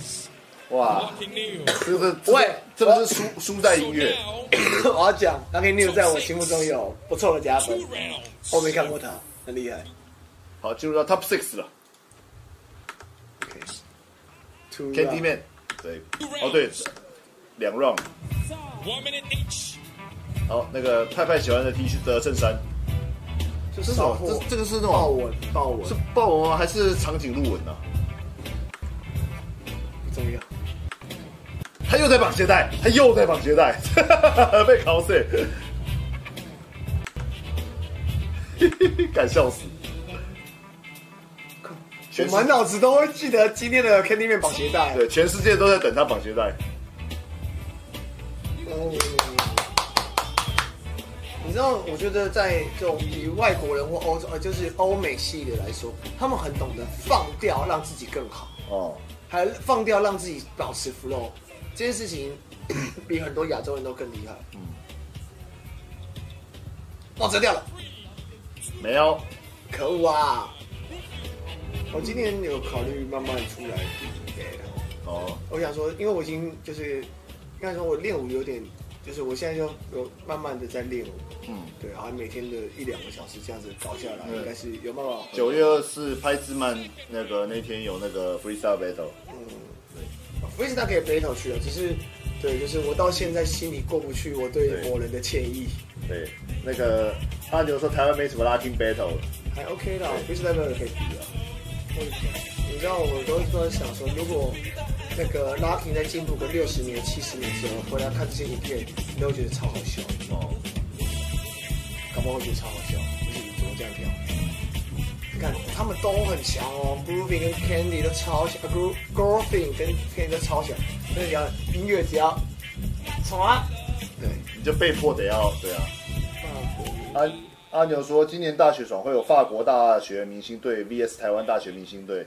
S1: 哇，
S4: Locking Neal.
S1: 这个
S2: 喂
S1: 这个是输输在
S4: So
S1: 音乐，
S4: now,
S2: 我要讲 l u c k New 在我心目中有不错的加分
S4: two，rounds.
S2: 我没看过他，很厉害。
S1: 好，进入到 Top Six 了
S2: Two
S1: ，Candy
S2: round
S1: Man，对，哦对，两 round。
S4: One minute each.
S1: 好，那个派派喜欢的 T 恤的衬衫，
S2: 就
S1: 这
S2: 是
S1: 是什么？这这个是那
S2: 豹
S1: 种
S2: 纹，豹纹
S1: 是豹纹吗？还是长颈鹿纹呢、啊？
S2: 怎么样？
S1: 他又在绑鞋带，他又在绑鞋带， 被考碎， 敢笑死！全
S2: 我
S1: 世
S2: 满脑子都会记得今天的 Candy Man 绑鞋带。
S1: 对，全世界都在等他绑鞋带。
S2: 哦你知道，我觉得在这种以外国人或欧洲，呃，就是欧美系的来说，他们很懂得放掉，让自己更好，
S1: 哦，
S2: 还放掉让自己保持 flow，这件事情 比很多亚洲人都更厉害。嗯，哦，折掉了，
S1: 没有，
S2: 可恶啊！我今年有考虑慢慢出来比耶
S1: 哦，
S2: 我想说，因为我已经就是，应该说我练舞有点就是我现在就有慢慢的在练舞，
S1: 嗯，
S2: 对，然后每天的一两个小时这样子搞下来，
S1: 嗯
S2: 应该是有办法。
S1: 九月二四拍兹曼那个那天有那个 freestyle battle，
S2: 我一直大可以 battle 去啊了，只是对，就是我到现在心里过不去我对
S1: 对
S2: 某人的歉意，
S1: 对，那个阿牛说台湾没什么 locking battle，
S2: 还 OK 啦，不是代表可以比啊。我你知道，我都都在想说，如果那个拉平在进步个六十年、七十年之后，回来看这些影片，你都会觉得超好笑，
S1: 哦，
S2: 搞不好会觉得超好笑，就是你怎么这样跳？你看他们都很强哦，Groovy 跟 Candy 都超强，Gro g r o v i n 跟 Candy 都超强。那你讲音乐只要从啊，对，
S1: 你就被迫得要对啊。
S2: 啊
S1: 阿阿牛说，今年大雪爽会有法国大学明星队 VS 台湾大学明星队，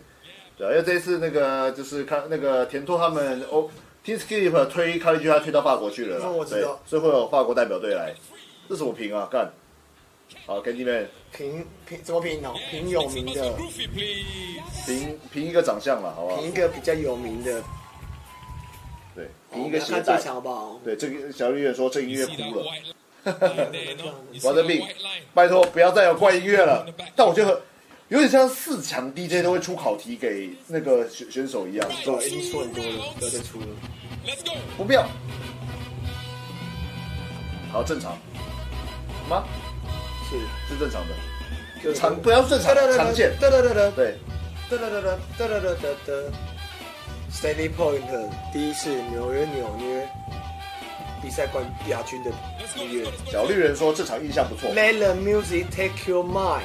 S1: 对啊，因为这一次那个就是看那个田拓他们哦 t e a s k i p 推开局他推到法国去了啦，
S2: 哦我知
S1: 对
S2: 道，
S1: 所以会有法国代表队来，这什么评啊？干，好，跟你们
S2: 评评怎么评哦？评有名的，
S4: Groovy, please.
S1: 评评一个长相了，好不好
S2: 评一？个比较有名的，
S1: 对，
S2: 我
S1: 评一
S2: 们
S1: 个
S2: 来
S1: 鞋
S2: 看这
S1: 带
S2: 一。场好不好？
S1: 对，这个小绿人说这音
S4: You
S1: 乐
S4: see that
S1: 哭了，
S4: white line there, no? You see
S1: 王
S4: that
S1: 德斌
S4: white line?，
S1: 拜托不要再有怪音乐了。但我觉得有点像四强 DJ 都会出考题给那个选选手一样，
S2: 对，已经出很多了，不要再出了。
S4: Let's go.
S1: 不必要。好，正常吗？
S2: 是，
S1: 是正常的，就常不要正常常见。
S2: 哒哒哒哒
S1: 对，
S2: 哒哒哒哒哒哒哒哒哒。Stanley Point 第一次纽约纽约比赛冠亚军的
S4: Let's go.
S2: 音乐
S4: Let's go. Let's go.
S1: 小绿人说这场印象不错
S2: ，Let the music take your mind。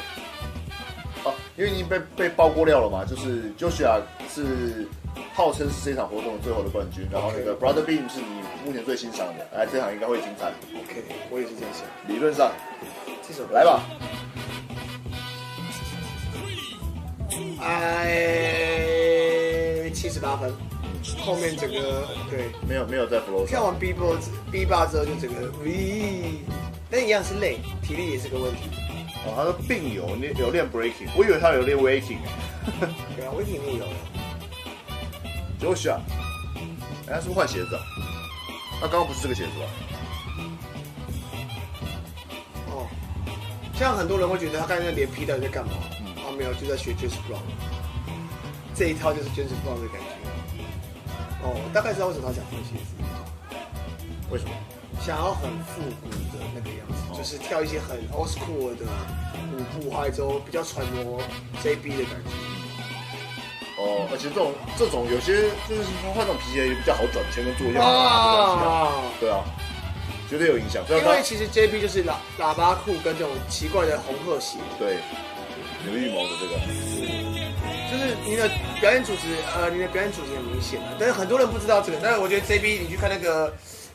S1: 啊，因为已经被被爆过料了嘛，就是 Joshua 是号称是这场活动最后的冠军，然后那个 Brother Beam 是你目前最欣赏的，哎，这场应该会精彩，
S2: OK，我也是这样想。
S1: 理论上
S2: 这首歌
S1: 来吧。
S2: 哎，七十八分，后面整个对，
S1: 没有没有在 flow
S2: 跳
S1: 上，
S2: 完 B 波 B 八之后就整个咦，但一样是累，体力也是个问题。
S1: 哦，他说并有练有练 breaking，我以为他有练 waking，
S2: 对啊，我体力有了，
S1: j o s h u a 哎，他是不是换鞋子啊？他刚刚不是这个鞋子吧？
S2: 哦，像很多人会觉得他刚才那脸皮到底在干嘛？啊，没有，就在学 James Brown，这一套就是 James Brown 的感觉。哦，我大概知道为什么他想换鞋子。
S1: 为什么？
S2: 想要很复古的那个样子，就是跳一些很 old school 的舞步，还有就比较揣摩 JB 的感觉。
S1: 哦，而且这种这种有些就是说换这种皮鞋也比较好转，前跟作用啊，对啊，绝对有影响。虽然
S2: 因为
S1: 他
S2: 其实 JB 就是喇喇叭裤跟这种奇怪的红褐鞋，
S1: 对有预谋的这个，
S2: 就是你的表演组织，呃，你的表演组织很明显啊，但是很多人不知道这个。但是我觉得 JB，你去看那个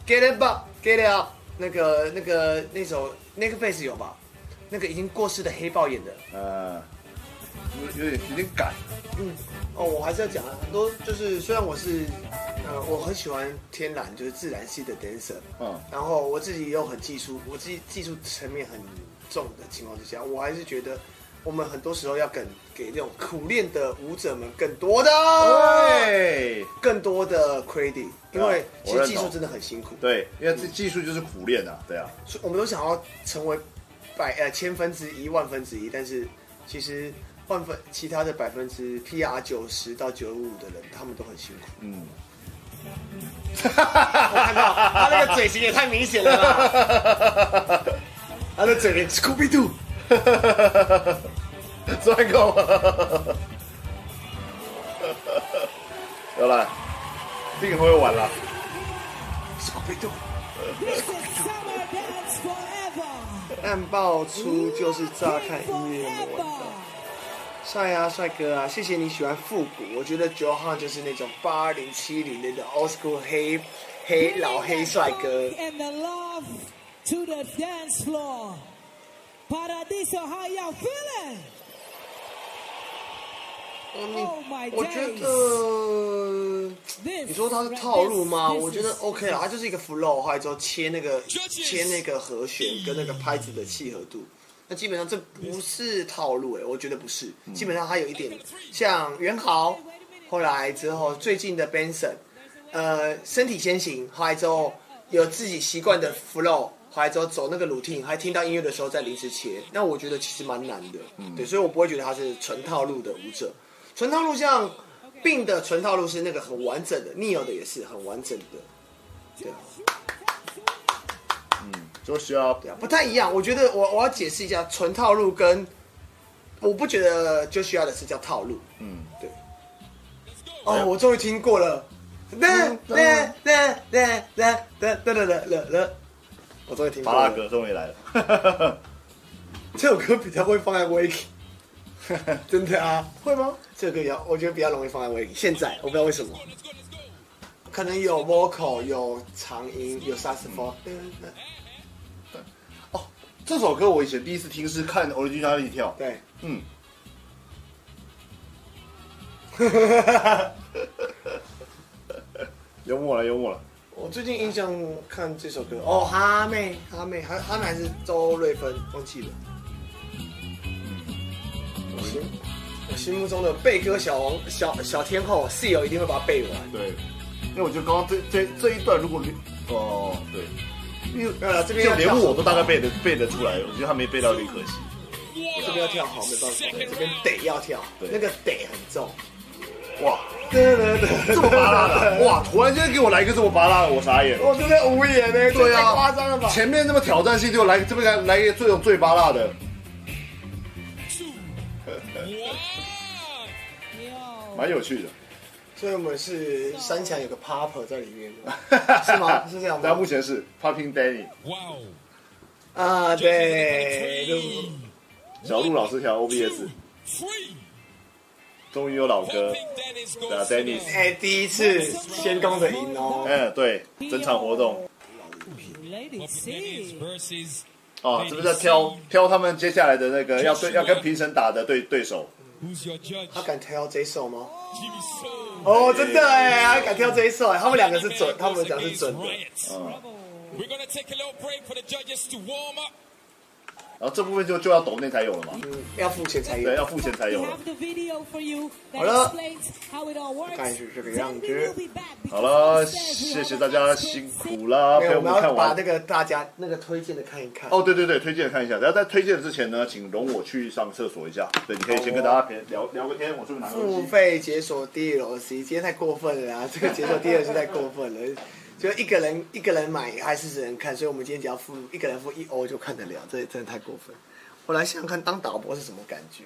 S2: Get It Up Get It Up 那个那个那首那个 Face 有吧？那个已经过世的黑豹演的，
S1: 呃，有有点有点赶，
S2: 嗯，哦，我还是要讲啊，很多就是虽然我是，呃，我很喜欢天然就是自然系的 dancer，
S1: 嗯，
S2: 然后我自己又很技术，我自己技术层面很重的情况之下，我还是觉得我们很多时候要更给这种苦练的舞者们更多的、
S1: 啊对
S2: 更多的 credit，因为其
S1: 我
S2: 实
S1: 认同
S2: 技术真的很辛苦，
S1: 对，因为这技术就是苦练啊，对啊，
S2: 所以我们都想要成为百呃千分之一、万分之一，但是其实万分其他的百分之 PR 九十到九五的人，他们都很辛苦。
S1: 嗯，
S2: 我看到他那个嘴型也太明显了吧，他的嘴脸 Scooby Doo。
S1: 算够了，有了，这个会玩了。
S2: Scooby Doo，
S5: This is summer dance forever.
S2: 暗爆出就是乍看音乐魔王道。帅啊，帅哥啊！谢谢你喜欢复古，我觉得九号就是那种八零七零那种 old school 黑黑老黑帅哥。
S5: And the love to the dance floor. Paradiso, how y'all feeling?
S2: 哦
S5: Oh my
S2: 你我觉
S5: days.
S2: 得。
S5: This,
S2: 你说它是套路吗？
S5: this
S2: 我觉得
S5: is-
S2: OK 啦，它就是一个 flow，后来之后切那个切那个和弦跟那个拍子的契合度。那基本上这不是套路哎、我觉得不是。基本上它有一点像元豪，后来之后最近的 Benson，呃，身体先行，后来之后有自己习惯的 flow，还走走那个 routine，还听到音乐的时候再临时切，那我觉得其实蛮难的。对，所以我不会觉得他是纯套路的舞者。纯套路像病的纯套路是那个很完整的，Neo 的也是很完整的。对啊，
S1: 就需要
S2: 对啊，不太一样。我觉得我我要解释一下，纯套路跟我不觉得就需要的是叫套路。
S1: 嗯，
S2: 对。
S4: 哎
S2: 哦，我终于听过了。
S1: 嗯
S2: 哒哒哒哒哒哒哒哒哒哒，我终于听过
S1: 巴拉
S2: 了。
S1: 格终于来了，
S2: 这首歌比较会放在 Wake，真的啊？会吗？这首歌比较，我觉得比较容易放在 Wake。现在我不知道为什么，
S4: Let's go, let's go.
S2: 可能有 vocal，有长音，有萨克斯风。
S1: 这首歌我以前第一次听是看 Originality 跳，
S2: 对，
S1: 嗯， 幽默了，幽默了。
S2: 我最近印象看这首歌
S1: 嗯
S2: 哦，哈妹，哈妹，哈哈妹还是周瑞芬，忘记了。我心我心目中的背歌小王小小天后室友一定会把它背完。
S1: 对，因为我觉得刚刚这这这一段如果连哦对，因为
S2: 呃，这边
S1: 就
S2: 要
S1: 连
S2: 跳
S1: 我都大概背得背得出来，我觉得他没背到有点可惜。
S2: 这边要跳好，没办法，这边得要跳，
S1: 对
S2: 那个得很重。
S1: 哇，
S2: 这
S1: 这么拔辣 的， 哇！突然间给我来一个这么拔辣的，我傻眼。
S2: 我真的无言呢、
S1: 对
S2: 这
S1: 啊，
S2: 太夸张了吧？
S1: 前面那么挑战性，就来这边来来一个这种最拔辣的，
S4: Two, one.
S2: 哦
S1: 蛮有趣的。
S2: 所以我们是三强有个 popper 在里面的，是吗？是这 样
S1: 那
S2: 吗
S1: 目？前是 Popping Danny，
S4: Wow.
S2: 啊，对，就是
S4: 对，
S1: 小鹿老师调
S4: Two,
S1: OBS，
S4: three.
S1: 终于有老歌。
S4: Popping Dennis goes
S1: Nah, Dennis.
S4: down.
S2: 哎，第一次先攻者赢哦。
S1: 嗯，对，整场活动
S5: Lady
S4: Popping Dennis
S5: C.
S4: versus
S1: 啊，这边在挑挑他们接下来的那个要对要跟评审打的对对手。
S4: who's your judge?
S2: 他敢挑这一首吗？
S4: Jimmy Soul.
S2: 哦，真的哎，他敢挑这一首哎，他们两个是准，他们讲是准的。嗯
S4: Riot. We're gonna take a little break for the judges to warm up.
S1: 然后这部分就就要抖内才有了嘛，
S2: 嗯，要付钱才有
S1: 对，。要付钱才
S5: We
S1: 有了
S5: have。the video for you
S2: 好
S5: that
S2: 了
S5: explains how it all works.
S2: 看是这个
S5: Zombie
S2: 样子
S5: will be back
S1: 好
S5: because
S1: 了，
S5: it says we
S1: 谢谢
S5: have
S1: 大
S5: a
S1: 家
S5: best
S1: 辛苦啦，
S2: 没
S1: 陪
S2: 有，我
S1: 我们
S2: 们
S1: 看
S2: 要把
S1: 完
S2: 那。个大家那个推荐的看一看。
S1: 哦，对对对，推荐看一下。然后在推荐之前呢，请容我去上厕所一下。对，你可以先跟大家陪聊聊个天，我顺便拿个
S2: 付
S1: 东西。
S2: 费解锁 DLC，今天太过分了啊！这 个解锁 DLC 太过分了，就一个人一个人买还是只能看，所以我们今天只要付一个人付一欧就看得了，这真的太过分。我来想想看当导播是什么感觉。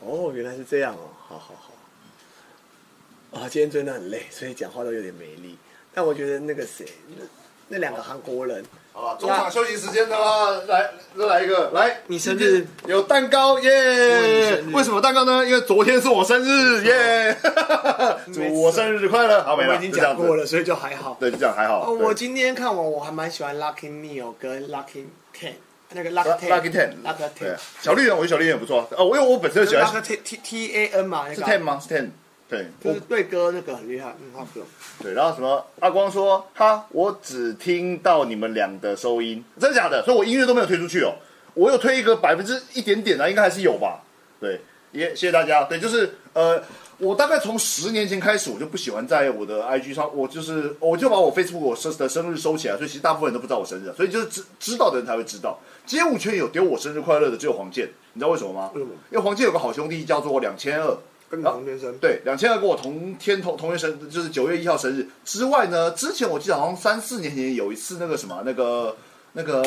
S2: 哦，原来是这样哦，好好好。啊，今天真的很累，所以讲话都有点没力。但我觉得那个谁，那那两个韩国人，
S1: 好了，中场休息时间的啦，来，再来一个，来，
S2: 你生日哦
S1: 有蛋糕耶
S2: 生日
S1: 为什么蛋糕呢？因为昨天是我生日 耶！
S2: 没
S1: 祝我
S2: 错
S1: 生日快乐！好，
S2: 我
S1: 没了，
S2: 已经
S1: 就这样
S2: 讲
S1: 子
S2: 过了，，所以就还好。
S1: 对，就这样还好。
S2: 哦，
S1: 对
S2: 我今天看完，我还蛮喜欢 Lucky Neil 跟 Lucky Ten，那个 Lucky
S1: Lucky Ten
S2: Ten，Lucky
S1: 对
S2: Ten，，
S1: 啊小绿人，我觉得小绿人也不错。哦，我因为我本身就喜欢
S2: Lucky Ten T T A N 嘛，那
S1: 是
S2: 个啊
S1: Ten 吗？是 Ten。对，我
S2: 就是对歌那个很厉害，嗯，好不用。
S1: 对，然后什么阿光说哈，我只听到你们俩的收音，真的假的？所以我音乐都没有推出去哦，我有推一个百分之一点点啊，应该还是有吧？对，也谢谢大家。对，就是呃，我大概从十年前开始，我就不喜欢在我的 IG 上，我就是我就把我 Facebook 我生的生日收起来，所以其实大部分人都不知道我生日，所以就是知知道的人才会知道。街舞圈有丢我生日快乐的只有黄健，你知道为什么吗？
S2: 为什么
S1: 因为黄健有个好兄弟叫做两千二。
S2: 跟
S1: 啊
S2: 黄先生，
S1: 对，两千二跟我同天同同月生日，就是九月一号生日之外呢，之前我记得好像三四年前有一次那个什么那个那个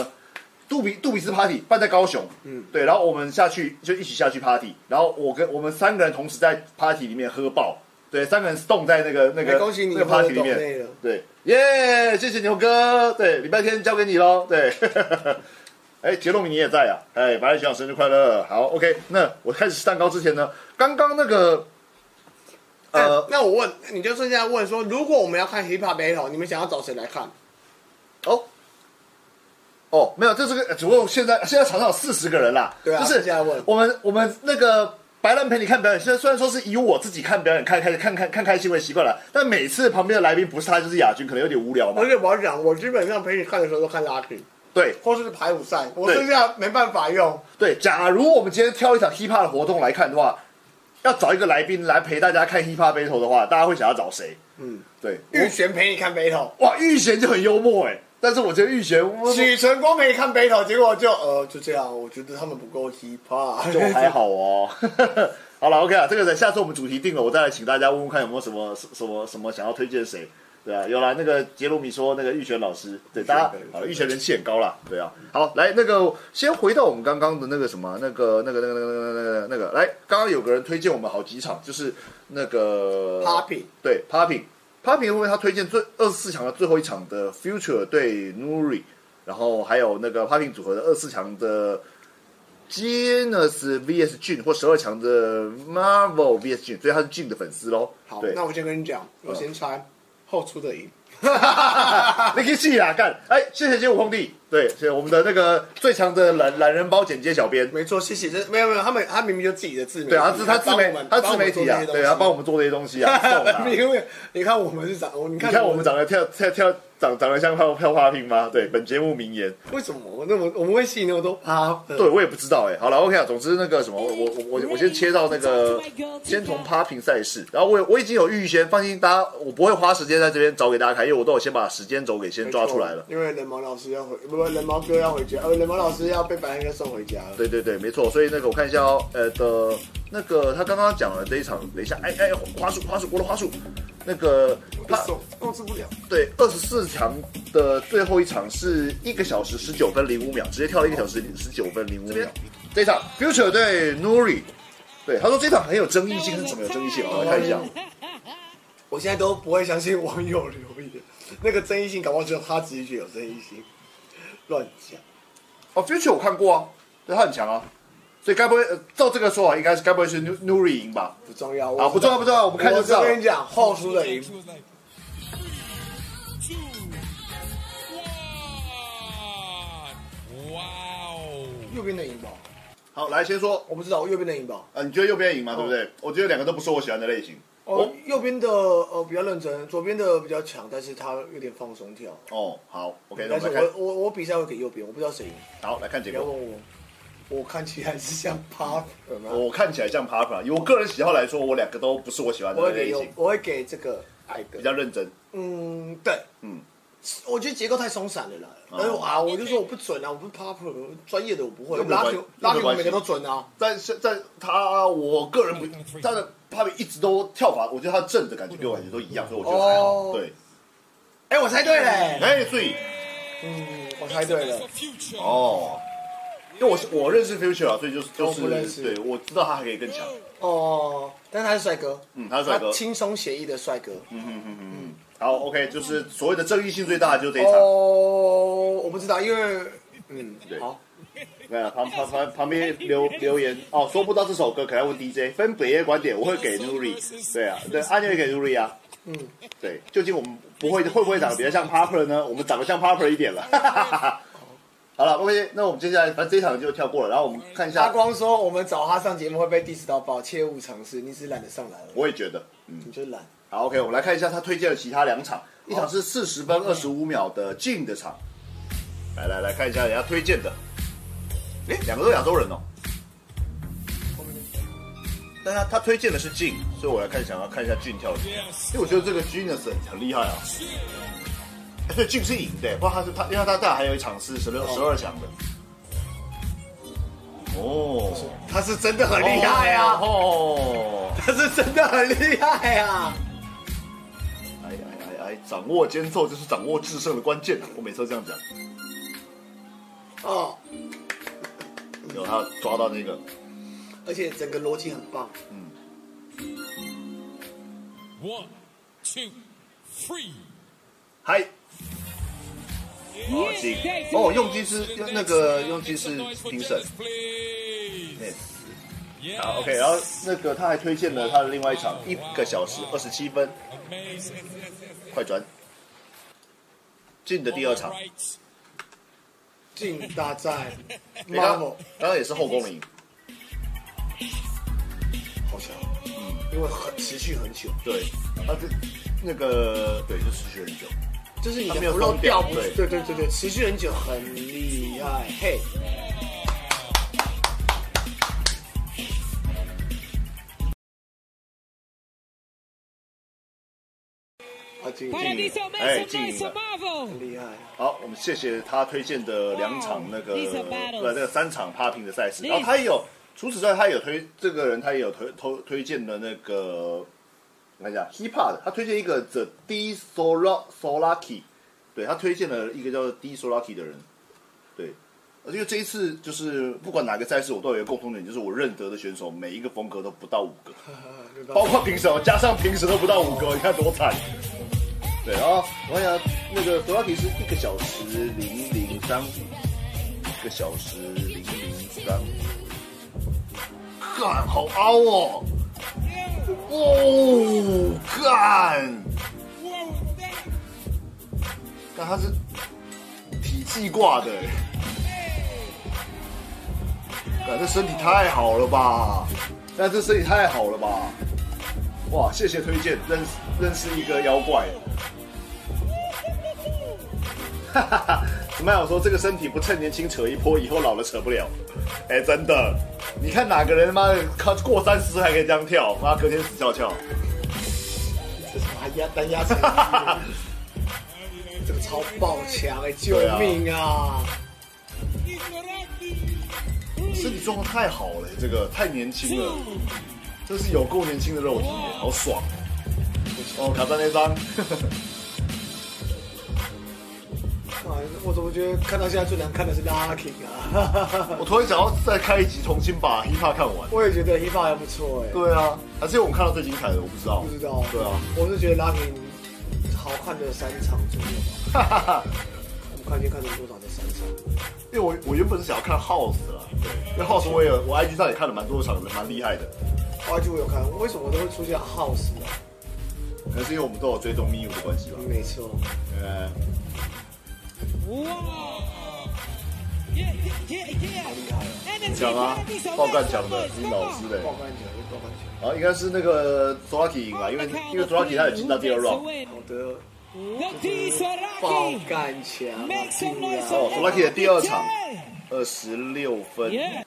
S1: 杜比杜比斯 party 办在高雄，嗯，对，然后我们下去就一起下去 party，然后我跟我们三个人同时在 party 里面喝爆，对，三个人冻在那个那
S2: 哎
S1: 个
S2: 恭喜你
S1: 那个 party 里
S2: 获得抖内
S1: 面
S2: 了，
S1: 对，耶、谢谢牛哥，对，礼拜天交给你喽，对。哎，杰洛米你也在啊！哎，白人学长生日快乐！好，OK，那我开始吃蛋糕之前呢，刚刚那个
S2: 呃
S1: 呃，，
S2: 哎那我问，你就剩下问说，如果我们要看 Hip Hop Battle，你们想要找谁来看？
S1: 哦，哦，没有，这是个，呃只不过现在现在场上有四十个人啦，
S2: 对啊
S1: 就是
S2: 现在问
S1: 我们我们那个白兰陪你看表演，虽然虽然说是以我自己看表演看开看看看开心为习惯了，但每次旁边的来宾不是他就是亚军，可能有点无聊嘛
S2: 而。且我要讲，我基本上陪你看的时候都看 Lucky，
S1: 对
S2: 或是排舞赛，我
S1: 对
S2: 剩下没办法用。
S1: 对，假如我们今天挑一场 hiphop 的活动来看的话。要找一个来宾来陪大家看 hiphop battle 的话，大家会想要找谁？嗯，对，
S2: 玉璇陪你看 battle，
S1: 哇，玉贤就很幽默哎、但是我觉得玉贤
S2: 许晨光陪你看 battle，结果就呃就这样，我觉得他们不够 hip hop，
S1: 就还好 哦。好了，OK 啊，这个等下次我们主题定了，我再来请大家问问看有没有什么什么什么想要推荐谁。对啊，有啦，那个杰鲁米说那个玉泉老师，对大家好了，玉泉人气很高啦，对啊。好，来那个先回到我们刚刚的那个什么，那个那个那个那个那个那个那个，来，刚刚有个人推荐我们好几场，就是那个
S2: Poppy
S1: 对 Popping Popping 后面他推荐最二十四强的最后一场的 Future 对 Nuri，然后还有那个 Popping 组合的二十四强的 Genus vs Jun 或十二强的 Marvel vs Jun，所以他是 Jun 的粉丝喽。
S2: 好
S1: 对， 嗯
S2: 那我先跟你讲，我先猜后出的赢，
S1: 你可以自己啦，干！哎，谢谢街舞空地，对，谢谢我们的那个最强的懒懒人包剪接小编，
S2: 没错，谢谢，这没有没有，他们他明明就自己的自媒体，
S1: 对啊，他自他自媒他自媒体啊，对，他帮我
S2: 们
S1: 们做这些东西啊， 送啊
S2: 因为 你看我们是长，你
S1: 你
S2: 看
S1: 看我们长得跳跳跳长长得像泡泡花瓶吗？对，本节目名言，
S2: 为什么我那么我们会吸引那么多趴？
S1: 对我也不知道哎、好了，OK 啊，总之那个什么，我我我我先切到那个，先从 popping 赛事，然后我有我已经有预先，放心，大家我不会花时间在这边找给大家看，因为我都有先把时间轴给先抓出来了。
S2: 因为冷毛老师要回，不是冷毛哥要回家，呃，冷毛老师要被白黑哥送回家了。
S1: 对对对，没错。所以那个我看一下哦，呃的，那个他刚刚讲了这一场，等一下，哎哎，花束花束，我的花束，那个
S2: 他
S1: 他
S2: 手控制不了，
S1: 对二十四强的最后一场是一个小时十九分零五秒，直接跳了一个小时十九分零五秒。这一场 Future 对 Nuri，对他说这场很有争议性，是怎么有争议性啊？
S2: 哦
S1: 我来看一下，
S2: 我现在都不会相信网友留言，那个争议性，搞不好只有他自己觉得有争议性，乱讲。
S1: 哦，Future 我看过啊，对他很强啊，所以该不会、呃、照这个说法，应该是该不会是 Nuri 赢吧？
S2: 不重要，
S1: 啊，不重要不重要，我
S2: 我
S1: 们看就知道
S2: 我
S1: 了
S2: 跟。你讲，后输的赢
S4: She。was like, three, two, one. 哦 Wow.
S2: 右边的赢吧，
S1: 好，来先说
S2: 我不知道，右边的赢吧。
S1: 啊，你觉得右边赢吗？对不对？我觉得两个都不是我喜欢的类型。
S2: 哦，右边的呃比较认真，左边的比较强，但是他有点放松跳。
S1: 哦，好，OK，那
S2: 但
S1: 我
S2: 是
S1: 们来
S2: 我我我比赛会给右边，我不知道谁赢。
S1: 看，好来看结
S2: 不要
S1: 果。
S2: 问我，我看起来是像 pop 吗？
S1: 我看起来像 Papa，以我个人喜好来说，我两个都不是我喜欢
S2: 我
S1: 的
S2: 会给
S1: 类
S2: 右
S1: 型，，
S2: 我会给这个矮
S1: 比
S2: 的。
S1: 较认真。
S2: 嗯，对，
S1: 嗯，哦
S2: 我觉得结构太松散了啦。但是啊，我就说我不准啊，我不是 pop，专业的我不会。
S1: 又
S2: 我
S1: 没
S2: 们拉
S1: 关
S2: 球
S1: 又
S2: 拉
S1: 没
S2: 球
S1: 关
S2: 每个
S1: 系
S2: 都准啊。
S1: 但是在他，我个人不，他的 Papa 一直都跳法，我觉得他正的感觉给我感觉都一样，所以我觉得还好。
S2: 哦
S1: 对，
S2: 哎，我猜对嘞。
S1: 哎，所以
S2: 嗯，我猜对
S4: That's
S2: 了
S4: the。future.
S1: 哦，因为我是我认识 Future 啊，所以就是就
S2: 我不认识
S1: 是对，我知道他还可以更强。
S2: 哦，但他是帅哥，
S1: 嗯，他是帅哥
S2: 他。轻松写意的帅哥。
S1: 好，OK，就是所谓的争议性最大的就是这一场。
S2: 哦，我不知道，因为嗯
S1: 对，
S2: 好，
S1: 没有，旁旁旁旁边留留言哦，说不到这首歌，可能要问 DJ。分北夜观点，我会给 Nuri，对啊，对，阿牛也给 Nuri 啊，嗯，对，究竟我们不会会不会长得比较像 Popper 呢？我们长得像 Popper 一点了，哈哈哈哈。 好了，OK，那我们接下来反正这一场就跳过了，然后我们看一
S2: 大
S1: 下，
S2: 光说我们找他上节目会被 diss 到爆，切勿尝试，你只是懒得上来了，
S1: 我也觉得，
S2: 你就懒。
S1: 好，OK，我们来看一下他推荐的其他两场，一场是四十分二十五秒的进的场，来来来看一下人家推荐的，诶，两个都亚洲人哦。但他他推荐的是进，所以我来看想要看一下俊跳的，
S4: Yes.
S1: 因为我觉得这个 Genius 很很厉害啊，诶所以俊是赢的，不过他是他，因为他当然还有一场是十六十二强的。哦，
S2: 他是真的很
S1: 很
S2: 厉害啊，
S1: 哦，
S2: 他是真的很厉害啊。
S1: 哎哎哎哎，掌握节奏就是掌握制胜的关键啊！我每次都这样讲。
S2: 哦，
S1: 有他抓到那个，
S2: 而且整个逻辑很棒。
S4: One, two, three.
S1: 嗨，哦
S4: Yes,
S1: 进
S4: thank，you.
S1: 哦用技师用那个用技
S4: Make
S1: 师
S4: some noise for
S1: 评审
S4: Dennis,，please.
S1: Yes
S4: Yes.
S1: 好 OK，然后那个他还推荐了他的另外一场一个小时二十七分，
S4: Amazing. Yes, yes, yes.
S1: 快转进的第二场
S4: On，my right.
S2: 进大战
S1: 诶刚
S2: ，Marvel
S1: 刚刚也是后宫赢，
S2: 好强，嗯，因为很持续很久，
S1: 对，他这那个对就持续很久，
S2: 就是你
S1: 他没
S2: 的
S1: 有
S2: 不漏
S1: 疯
S2: 掉
S1: 掉
S2: 不，
S1: 对
S2: 对对对对，持续很久，很厉害。嘿，啊，金靖
S5: Paradiso, make
S1: Hey,
S5: some noise
S1: Gene.
S5: for Marvel.
S2: 厉害，啊
S1: 好，我们谢谢他推荐的两场那个
S5: Wow, these are battles.
S1: 呃那个三场 popping 的赛事，
S5: These-
S1: 然后他也有除此之外，他也有推这个人他也有推推推荐的那个，我看一下 hip hop 的，他推荐一个 The D Sola Solaki，对他推荐了一个叫做 D Solaki 的人，对。而且这一次就是不管哪个赛事，我都有一个共同点，就是我认得的选手每一个风格都不到五个，包括平手，加上平时都不到五个，你看多惨。对，啊然后我看一下那个索拉提是一个小时零零三五，一个小时零零三五，干好凹哦，哦干，
S5: Whoa, that-
S1: 但他是体系挂的，欸感这身体太好了吧，但这身体太好了吧，哇，谢谢推荐，认识认识一个妖怪。哈哈哈，怎么样？我说这个身体不趁年轻扯一波，以后老了扯不了。哎、真的，你看哪个人妈的靠过三十还可以这样跳，妈隔天死翘翘。
S2: 这什么压单压成这个超爆强哎，救命啊！
S1: 身体状况太好了，这个太年轻了，这是有够年轻的肉体耶，好爽。哦，卡在那张，
S2: 哇啊我怎么觉得看到现在最难看的是 Lucky 啊？
S1: 我突然想要再开一集，重新把 hiphop 看完。
S2: 我也觉得 Hip 还不错哎，
S1: 对啊，还是因为我们看到最精彩的，我不知道。
S2: 不知道，
S1: 对啊，，
S2: 我是觉得 Lucky 好看的三场左右吧，
S1: 哈哈哈。
S2: 我们看今天看成多少的三场？
S1: 因为我我原本是想要看 House 啦，对，因为 House 我也我 IG 上也看了蛮多场的，蛮厉害的。
S2: 哇，就我有看，为什么都会出现 House 啊？
S1: 可能是因为我们都有追踪 Miu 的关系吧。
S2: 没错，
S1: 呃，
S5: Whoa. Yeah, yeah, yeah, yeah.
S2: 好厉害哦！
S5: Energy,
S1: 讲啊
S5: Paradiso,，
S1: 爆
S5: make
S1: 干
S5: some
S1: 讲的
S5: noise,
S1: 你
S5: come
S1: 老
S5: on.
S1: 师的，啊
S2: 爆干球，爆干球，
S1: 然后应该是那个 Zoraki 赢啊了，因为
S5: On the count
S1: 因为
S5: of three,
S1: Zoraki 他也进到
S5: who
S1: 第二
S5: gets the
S1: round。
S5: win?
S2: 好的，
S5: The D's are
S2: 爆
S5: lucky.
S2: 干强啊，
S5: Make some
S2: 竟
S5: noise
S2: 然
S5: for
S1: 哦 Solaki 的第二场
S5: Energy.
S1: 二十六分，
S5: Yeah.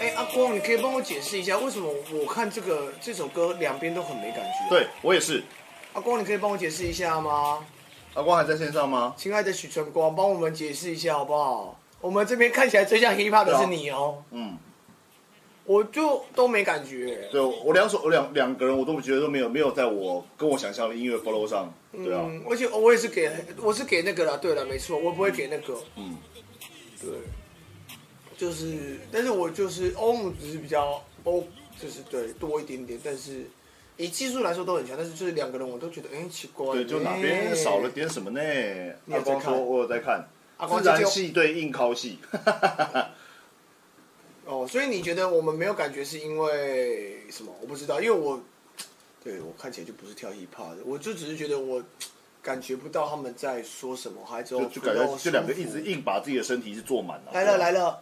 S2: 哎，阿光，你可以帮我解释一下，为什么我看这个这首歌两边都很没感觉？，
S1: 对我也是。
S2: 阿光，你可以帮我解释一下吗？
S1: 阿光还在线上吗？
S2: 亲爱的许纯光，帮我们解释一下好不好？我们这边看起来最像 hiphop 的是你哦，
S1: 嗯，
S2: 我就都没感觉。
S1: 对我两首我两两个人我都觉得都没有没有在我跟我想象的音乐 follow 上，对啊，
S2: 嗯，而且我也是给，我是给那个啦。对了，没错，我不会给那个。嗯，对，就是，但是我就是欧姆只是比较欧，就是对多一点点，但是以技术来说都很强，但是就是两个人我都觉得，哎、奇怪，
S1: 对，就哪
S2: 哎
S1: 边少了点什么呢？
S2: 你
S1: 阿
S2: 有在
S1: 光
S2: 看
S1: 说我有在看，
S2: 阿光
S1: 自然
S2: 这就
S1: 系对硬靠系，
S2: 哦，所以你觉得我们没有感觉是因为什么？我不知道，因为我对我看起来就不是跳 hiphop 的，我就只是觉得我感觉不到他们在说什么，还 哦只有
S1: 就就感觉这两个一直
S2: 一
S1: 硬把自己的身体一直做满了。
S2: 来了来了，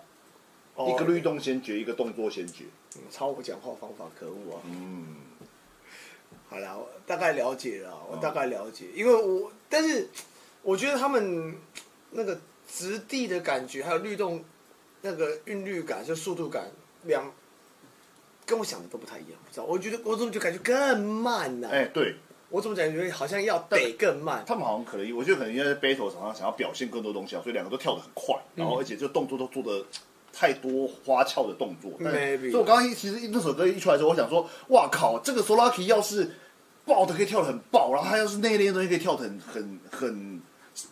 S2: 哦
S1: 一个律动先决，一个动作先决。
S2: 嗯超我讲话方法，可恶啊！嗯，好啦，我大概了解了，我大概了解，因为我但是我觉得他们那个质地的感觉，还有律动那个韵律感，就速度感，两跟我想的都不太一样，不知道？我觉得我怎么就感觉更慢呢、
S1: 哎、对
S2: 我怎么感觉好像要得更慢？
S1: 他们好像可能，我觉得可能应该在 battle 场上想要表现更多东西啊，所以两个都跳得很快，然后而且就动作都做的太多花俏的动作。但
S2: Maybe
S1: 所以我刚刚一其实那首歌一出来的时候，我想说，哇靠，这个 Solaki 要是爆的可以跳得很爆，然后他要是内敛的东西可以跳得很很很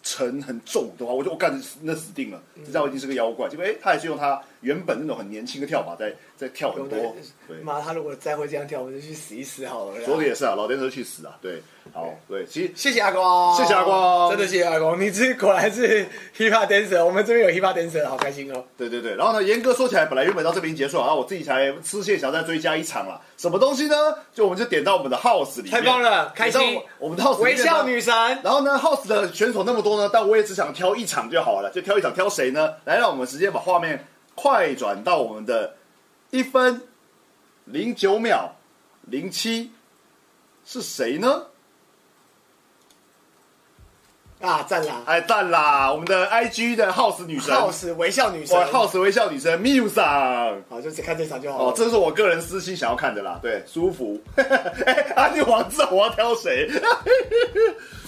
S1: 沉很重的话，我就我干那死定了，这家伙一定是个妖怪。结果哎，他还是用他原本那种很年轻的跳法在在跳很
S2: 呃
S1: 多，对。
S2: 妈，他如果再会这样跳，我们就去死一死好了啦。
S1: 说的也是啊，老电车去死啊！对，好，对，其实
S2: 谢谢阿光，
S1: 谢谢阿光
S2: 真的谢谢阿光，你这果然是 hip hop dancer，我们这边有 hip hop dancer，好开心哦。
S1: 对对对，然后呢，严格说起来，本来原本到这边结束啊，然后我自己才吃线想再追加一场啦。什么东西呢？就我们就点到我们的 house 里面，
S2: 太棒了开心
S1: 点到我们的 house 里
S2: 微
S1: 面呢
S2: 笑女神，
S1: 然后呢，house 的选手那么多呢，但我也只想挑一场就好了，就挑一场，挑谁呢？来，让我们直接把画面快转到我们的一分零九秒零七是谁呢？
S2: 啊，赞啦
S1: 哎，赞啦！我们的 IG 的 House 女神，
S2: ！House 微笑女神
S1: 我 House 微笑女神 Miu 桑。
S2: 好，就只看这场就好
S1: 哦，
S2: 了。
S1: 这是我个人私心想要看的啦，对，舒服。 哎、阿牛王知道我要挑谁？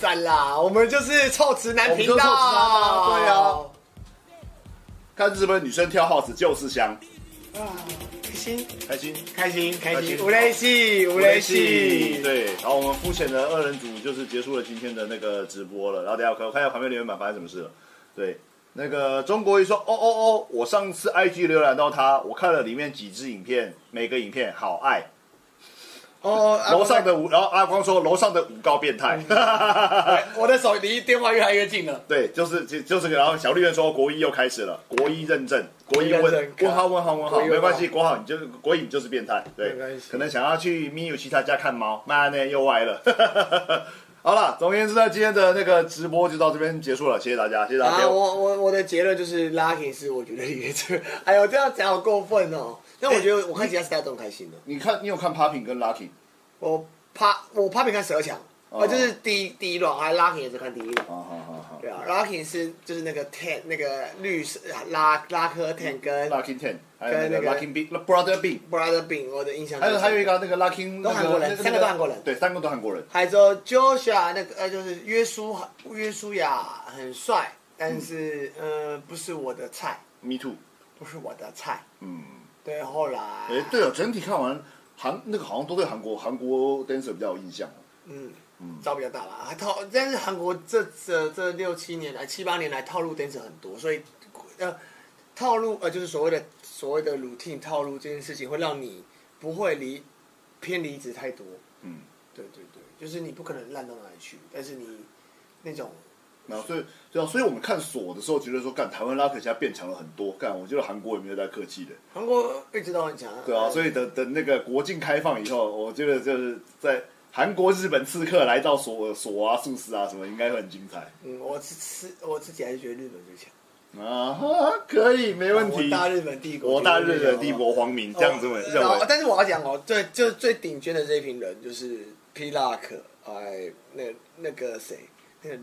S2: 赞啦！我们就是臭直男频
S1: 我们就是臭直
S2: 道
S1: 男啊对啊，看日本女生挑 house 就是香，
S2: 开心
S1: 开心。
S2: 开心啊开
S1: 开
S2: 心，
S1: 心
S2: 无雷戏无雷戏，
S1: 对，然后我们肤浅的二人组就是结束了今天的那个直播了。然后等一下我看一下旁边留言板发生什么事了。对，那个中国一说，哦哦哦，我上次 IG 浏览到他，我看了里面几支影片，每个影片好爱。
S2: 哦，啊
S1: 楼上的五，然后阿光说楼上的五高变态。
S2: 啊 我的手离电话越来越近了。
S1: 对，就是就就是这个，然后小绿人说国一又开始了，国一认证，国一问
S2: 国一认证
S1: 问号问号问号，
S2: 国一问号
S1: 没关系，国好你就是国一你就是变态，对
S2: 没关系，
S1: 可能想要去咪友其他家看猫，妈呢又歪了。 好了，总而言之呢，今天的那个直播就到这边结束了，谢谢大家，谢谢大家
S2: 啊，。我我我的结论就是，Lucky 是 我觉得里面最，哎呦，这样讲好过分哦。但我觉得我看其他时代都很开心的。
S1: 你看，你有看 Popping 跟 Lucky
S2: 我趴我趴平看十二强，
S1: 哦
S2: 啊，就是第一第一轮，还 Lucky 也是看第一轮
S1: 啊，。好好好
S2: 对啊，Lucky 是就是那个 Ten 那个绿色拉拉科 Ten 跟
S1: ，Lucky Ten，还有那
S2: 跟
S1: 个
S2: 那个
S1: Lucky B Brother B，
S2: Brother Bean，我的印象最深。
S1: 还有还有一个那个 Lucky
S2: 都
S1: 那
S2: 韩
S1: 个
S2: 国人
S1: 那个
S2: 三个都韩国人
S1: 对，三个都韩国人。
S2: 还有之后 Joshua 那个呃，就是约书约书亚很帅，但是嗯、呃，不是我的菜，
S1: Me too。
S2: 不是我的菜。
S1: 嗯，
S2: 对，后来
S1: 哎，对了，整体看完韩那个好像都对韩国韩国 dancer 比较有印象。啊
S2: 嗯，招比较大吧。还套，但是韩国这这这六七年来、七八年来套路 dancer 很多，所以呃，套路呃就是所谓的所谓的 routine 套路这件事情，会让你不会离偏离职太多。
S1: 嗯，
S2: 对对对，就是你不可能烂到哪里去，但是你那种
S1: 然后所以对啊，所以我们看锁的时候觉得说，干台湾拉克现在变强了很多，干我觉得韩国也没有在客气的，
S2: 韩国呃一直都很强。
S1: 对啊，所
S2: 以
S1: 以等等那个国境开放以后，我觉得就是在韩国、日本刺客来到锁锁啊、素食啊什么，应该会很精彩
S2: 嗯，我自是我自己还是觉得日本最强。
S1: 啊哈，可以没问
S2: 我
S1: 题。
S2: 大日本帝国，
S1: 我大日本帝
S2: 国。
S1: 国皇民这样子认
S2: 哦然后
S1: 为，
S2: 但是我要讲哦，最就最顶尖的这一群人就是 P Luck，哎，那那个谁，那个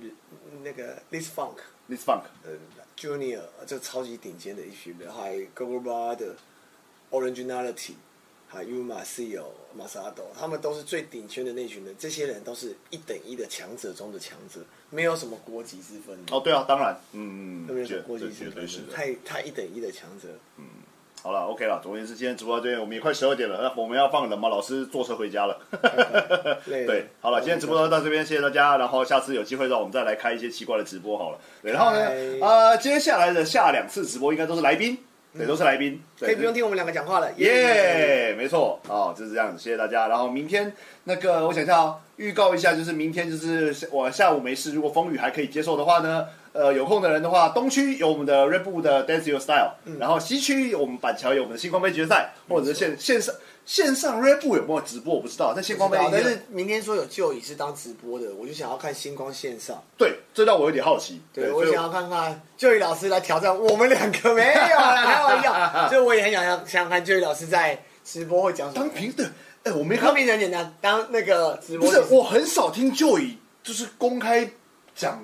S2: 那个 This Funk，
S1: This Funk
S2: 呃，Junior，这呃超级顶尖的一群人，还有 g o g o b r o t h e r Originality，还有 Yuma Seo、Masato，他们都是最顶尖的那群人，这些人都是一等一的强者中的强者，没有什么国籍之分的，
S1: 哦，对啊，当然，嗯嗯
S2: 都没
S1: 嗯，
S2: 有什
S1: 绝
S2: 么国
S1: 对
S2: 籍
S1: 绝
S2: 之
S1: 对
S2: 分
S1: 是的。
S2: 太太一等一的强者。
S1: 好了，OK 了。总而言之，今天直播到这边，我们也快十二点了，那我们要放人吗？老师坐车回家了。
S2: 累了
S1: 对，好了，今天直播到这边，谢谢大家。然后下次有机会让我们再来开一些奇怪的直播好了。对，然后呢，
S2: 开
S1: 呃，接下来的下两次直播应该都是来宾，对，都是来宾，对
S2: 可以不用听我们两个讲话了，
S1: 耶没错，哦，就是这样子，谢谢大家。然后明天那个，我想一下哦，预告一下，就是明天就是我下午没事，如果风雨还可以接受的话呢，呃，有空的人的话，东区有我们的 Red Bull 的 Dance Your Style，、然后西区有我们板桥有我们的星光杯决赛，或者是线线上线上 Red Bull 有没有直播我不知道，但星光杯
S2: 知道
S1: 应该
S2: 但是明天说有旧椅是当直播的，我就想要看星光线上。
S1: 对，这让我有点好奇。
S2: 对，
S1: 所
S2: 我
S1: 以
S2: 想要看看旧椅老师来挑战我们两个没有啦， 开玩笑。所以我也很想要想看旧椅老师在直播会讲什
S1: 当
S2: 么。
S1: 平等，哎，我没看
S2: 科比很简单，当那个直播
S1: 不是，我很少听就以就是公开讲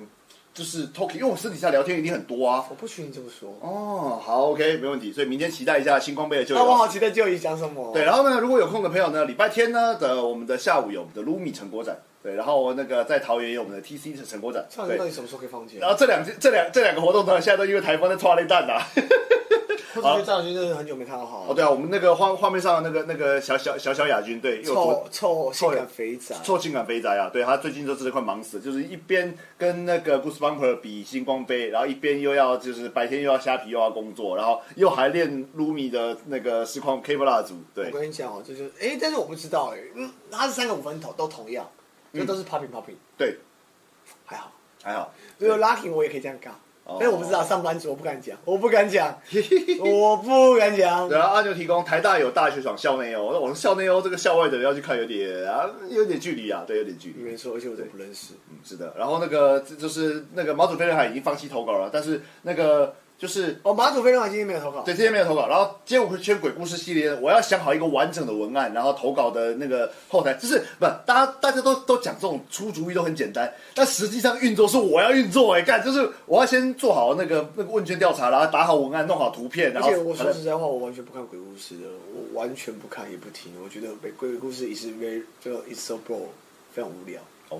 S1: 就是 talking，因为我私底下聊天一定很多啊。
S2: 我不许你这么说。
S1: 哦，好，OK，没问题。所以明天期待一下星光杯的就
S2: 啊那我好
S1: 有。
S2: 期待旧椅讲什么。
S1: 对，，然后呢，如果有空的朋友呢，礼拜天呢的我们的下午有我们的 Lumi 成果展，对，然后那个在桃园有我们的 TC 的成果展，
S2: 上次到
S1: 对
S2: 底。什么时候可以放假？
S1: 然后这两这两这两个活动呢，现在都因为台风在拖累蛋啦。
S2: 或者就赵军真的很久没看到好
S1: 哦，。对啊，我们那个画画面上的那个那个小小小小亚军，对，又有多
S2: 臭臭性感肥宅，
S1: 臭性感肥宅啊，对他最近就真的快忙死了，就是一边跟那个 Goose Bumper 比星光杯，然后一边又要就是白天又要虾皮又要工作，然后又还练 Lumi 的那个实况 K 布蜡烛，对
S2: 我，跟你讲哦，这就是哎，但是我不知道哎，嗯，他是三个五分头都同样，这都是 popping popping，
S1: 对，
S2: 还好。
S1: 还好，
S2: 如果 lucky 我也可以这样搞
S1: 哦，
S2: 但是我不知道上班族我不敢讲，我不敢 讲，我不敢讲。
S1: 然后阿牛提供台大有大学爽校内欧，那我们校内哦欧这个校外的人要去看有点啊有点距离啊，对，有点距离
S2: 你。们说，而且我都不认识。
S1: 嗯是的，然后那个这就是那个毛主飞人海已经放弃投稿了，但是那个就是
S2: 哦，马祖飞龙还今天没有投稿，
S1: 对，今天没有投稿，然后街舞圈鬼故事系列，我要想好一个完整的文案，然后投稿的那个后台，就是不，大家大家都都讲这种出主意都很简单，但实际上运作是我要运作哎、干就是我要先做好那个那个问卷调查，然后打好文案，弄好图片，
S2: 而
S1: 然后
S2: 且我说实在话，我完全不看鬼故事的，我完全不看也不听，我觉得鬼鬼故事也是 very 就 it's so bro，非常无聊。
S1: 哦，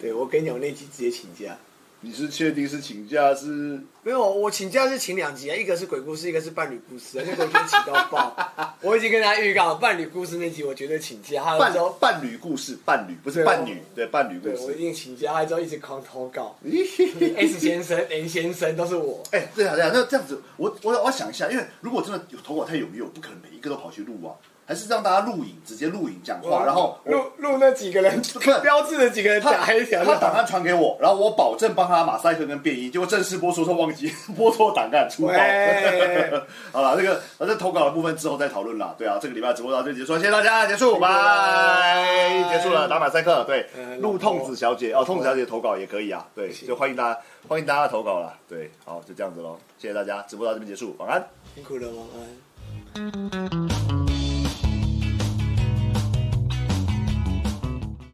S2: 对我跟你讲，我那集直接请假。
S1: 你是确定是请假是？
S2: 没有，我请假是请两集啊，一个是鬼故事，一个是伴侣故事啊。那个我觉得请到 爆，我已经跟大家预告，伴侣故事那集我绝对请假，还有
S1: 伴
S2: 之后，
S1: 伴侣故事，伴侣不是
S2: 对
S1: 伴侣，对伴侣故
S2: 对我一
S1: 事。
S2: 定请假，还有之后一直狂投稿 ，S 先生、N 先生都是我。
S1: 哎、对啊，对啊，那这样子，我我我要想一下，因为如果真的有投稿太踊跃，我不可能每一个都跑去录啊，还是让大家录影，直接录影讲话，然后我
S2: 哦录录那几个 人
S1: 不是
S2: 标志的几个人
S1: 他
S2: 打一条就
S1: 他
S2: 好，
S1: 档案传给我，然后我保证帮他马赛克跟变音，结果正式播出时候忘记播错档案出包
S2: 喂。
S1: 好了，这个反正投稿的部分之后再讨论啦。对啊，这个礼拜直播到这里结束，谢谢大嗯家，结束，
S2: 拜
S1: 拜，结束了，打马赛克，对
S2: 呃，
S1: 陆
S2: 老
S1: 痛子小姐哦，痛子小姐投稿也可以啊，对，
S2: 行
S1: 就欢迎大家欢迎大家投稿啦，对，好，就这样子喽，谢谢大家，直播到这边结束，晚安。
S2: 辛苦了，晚安。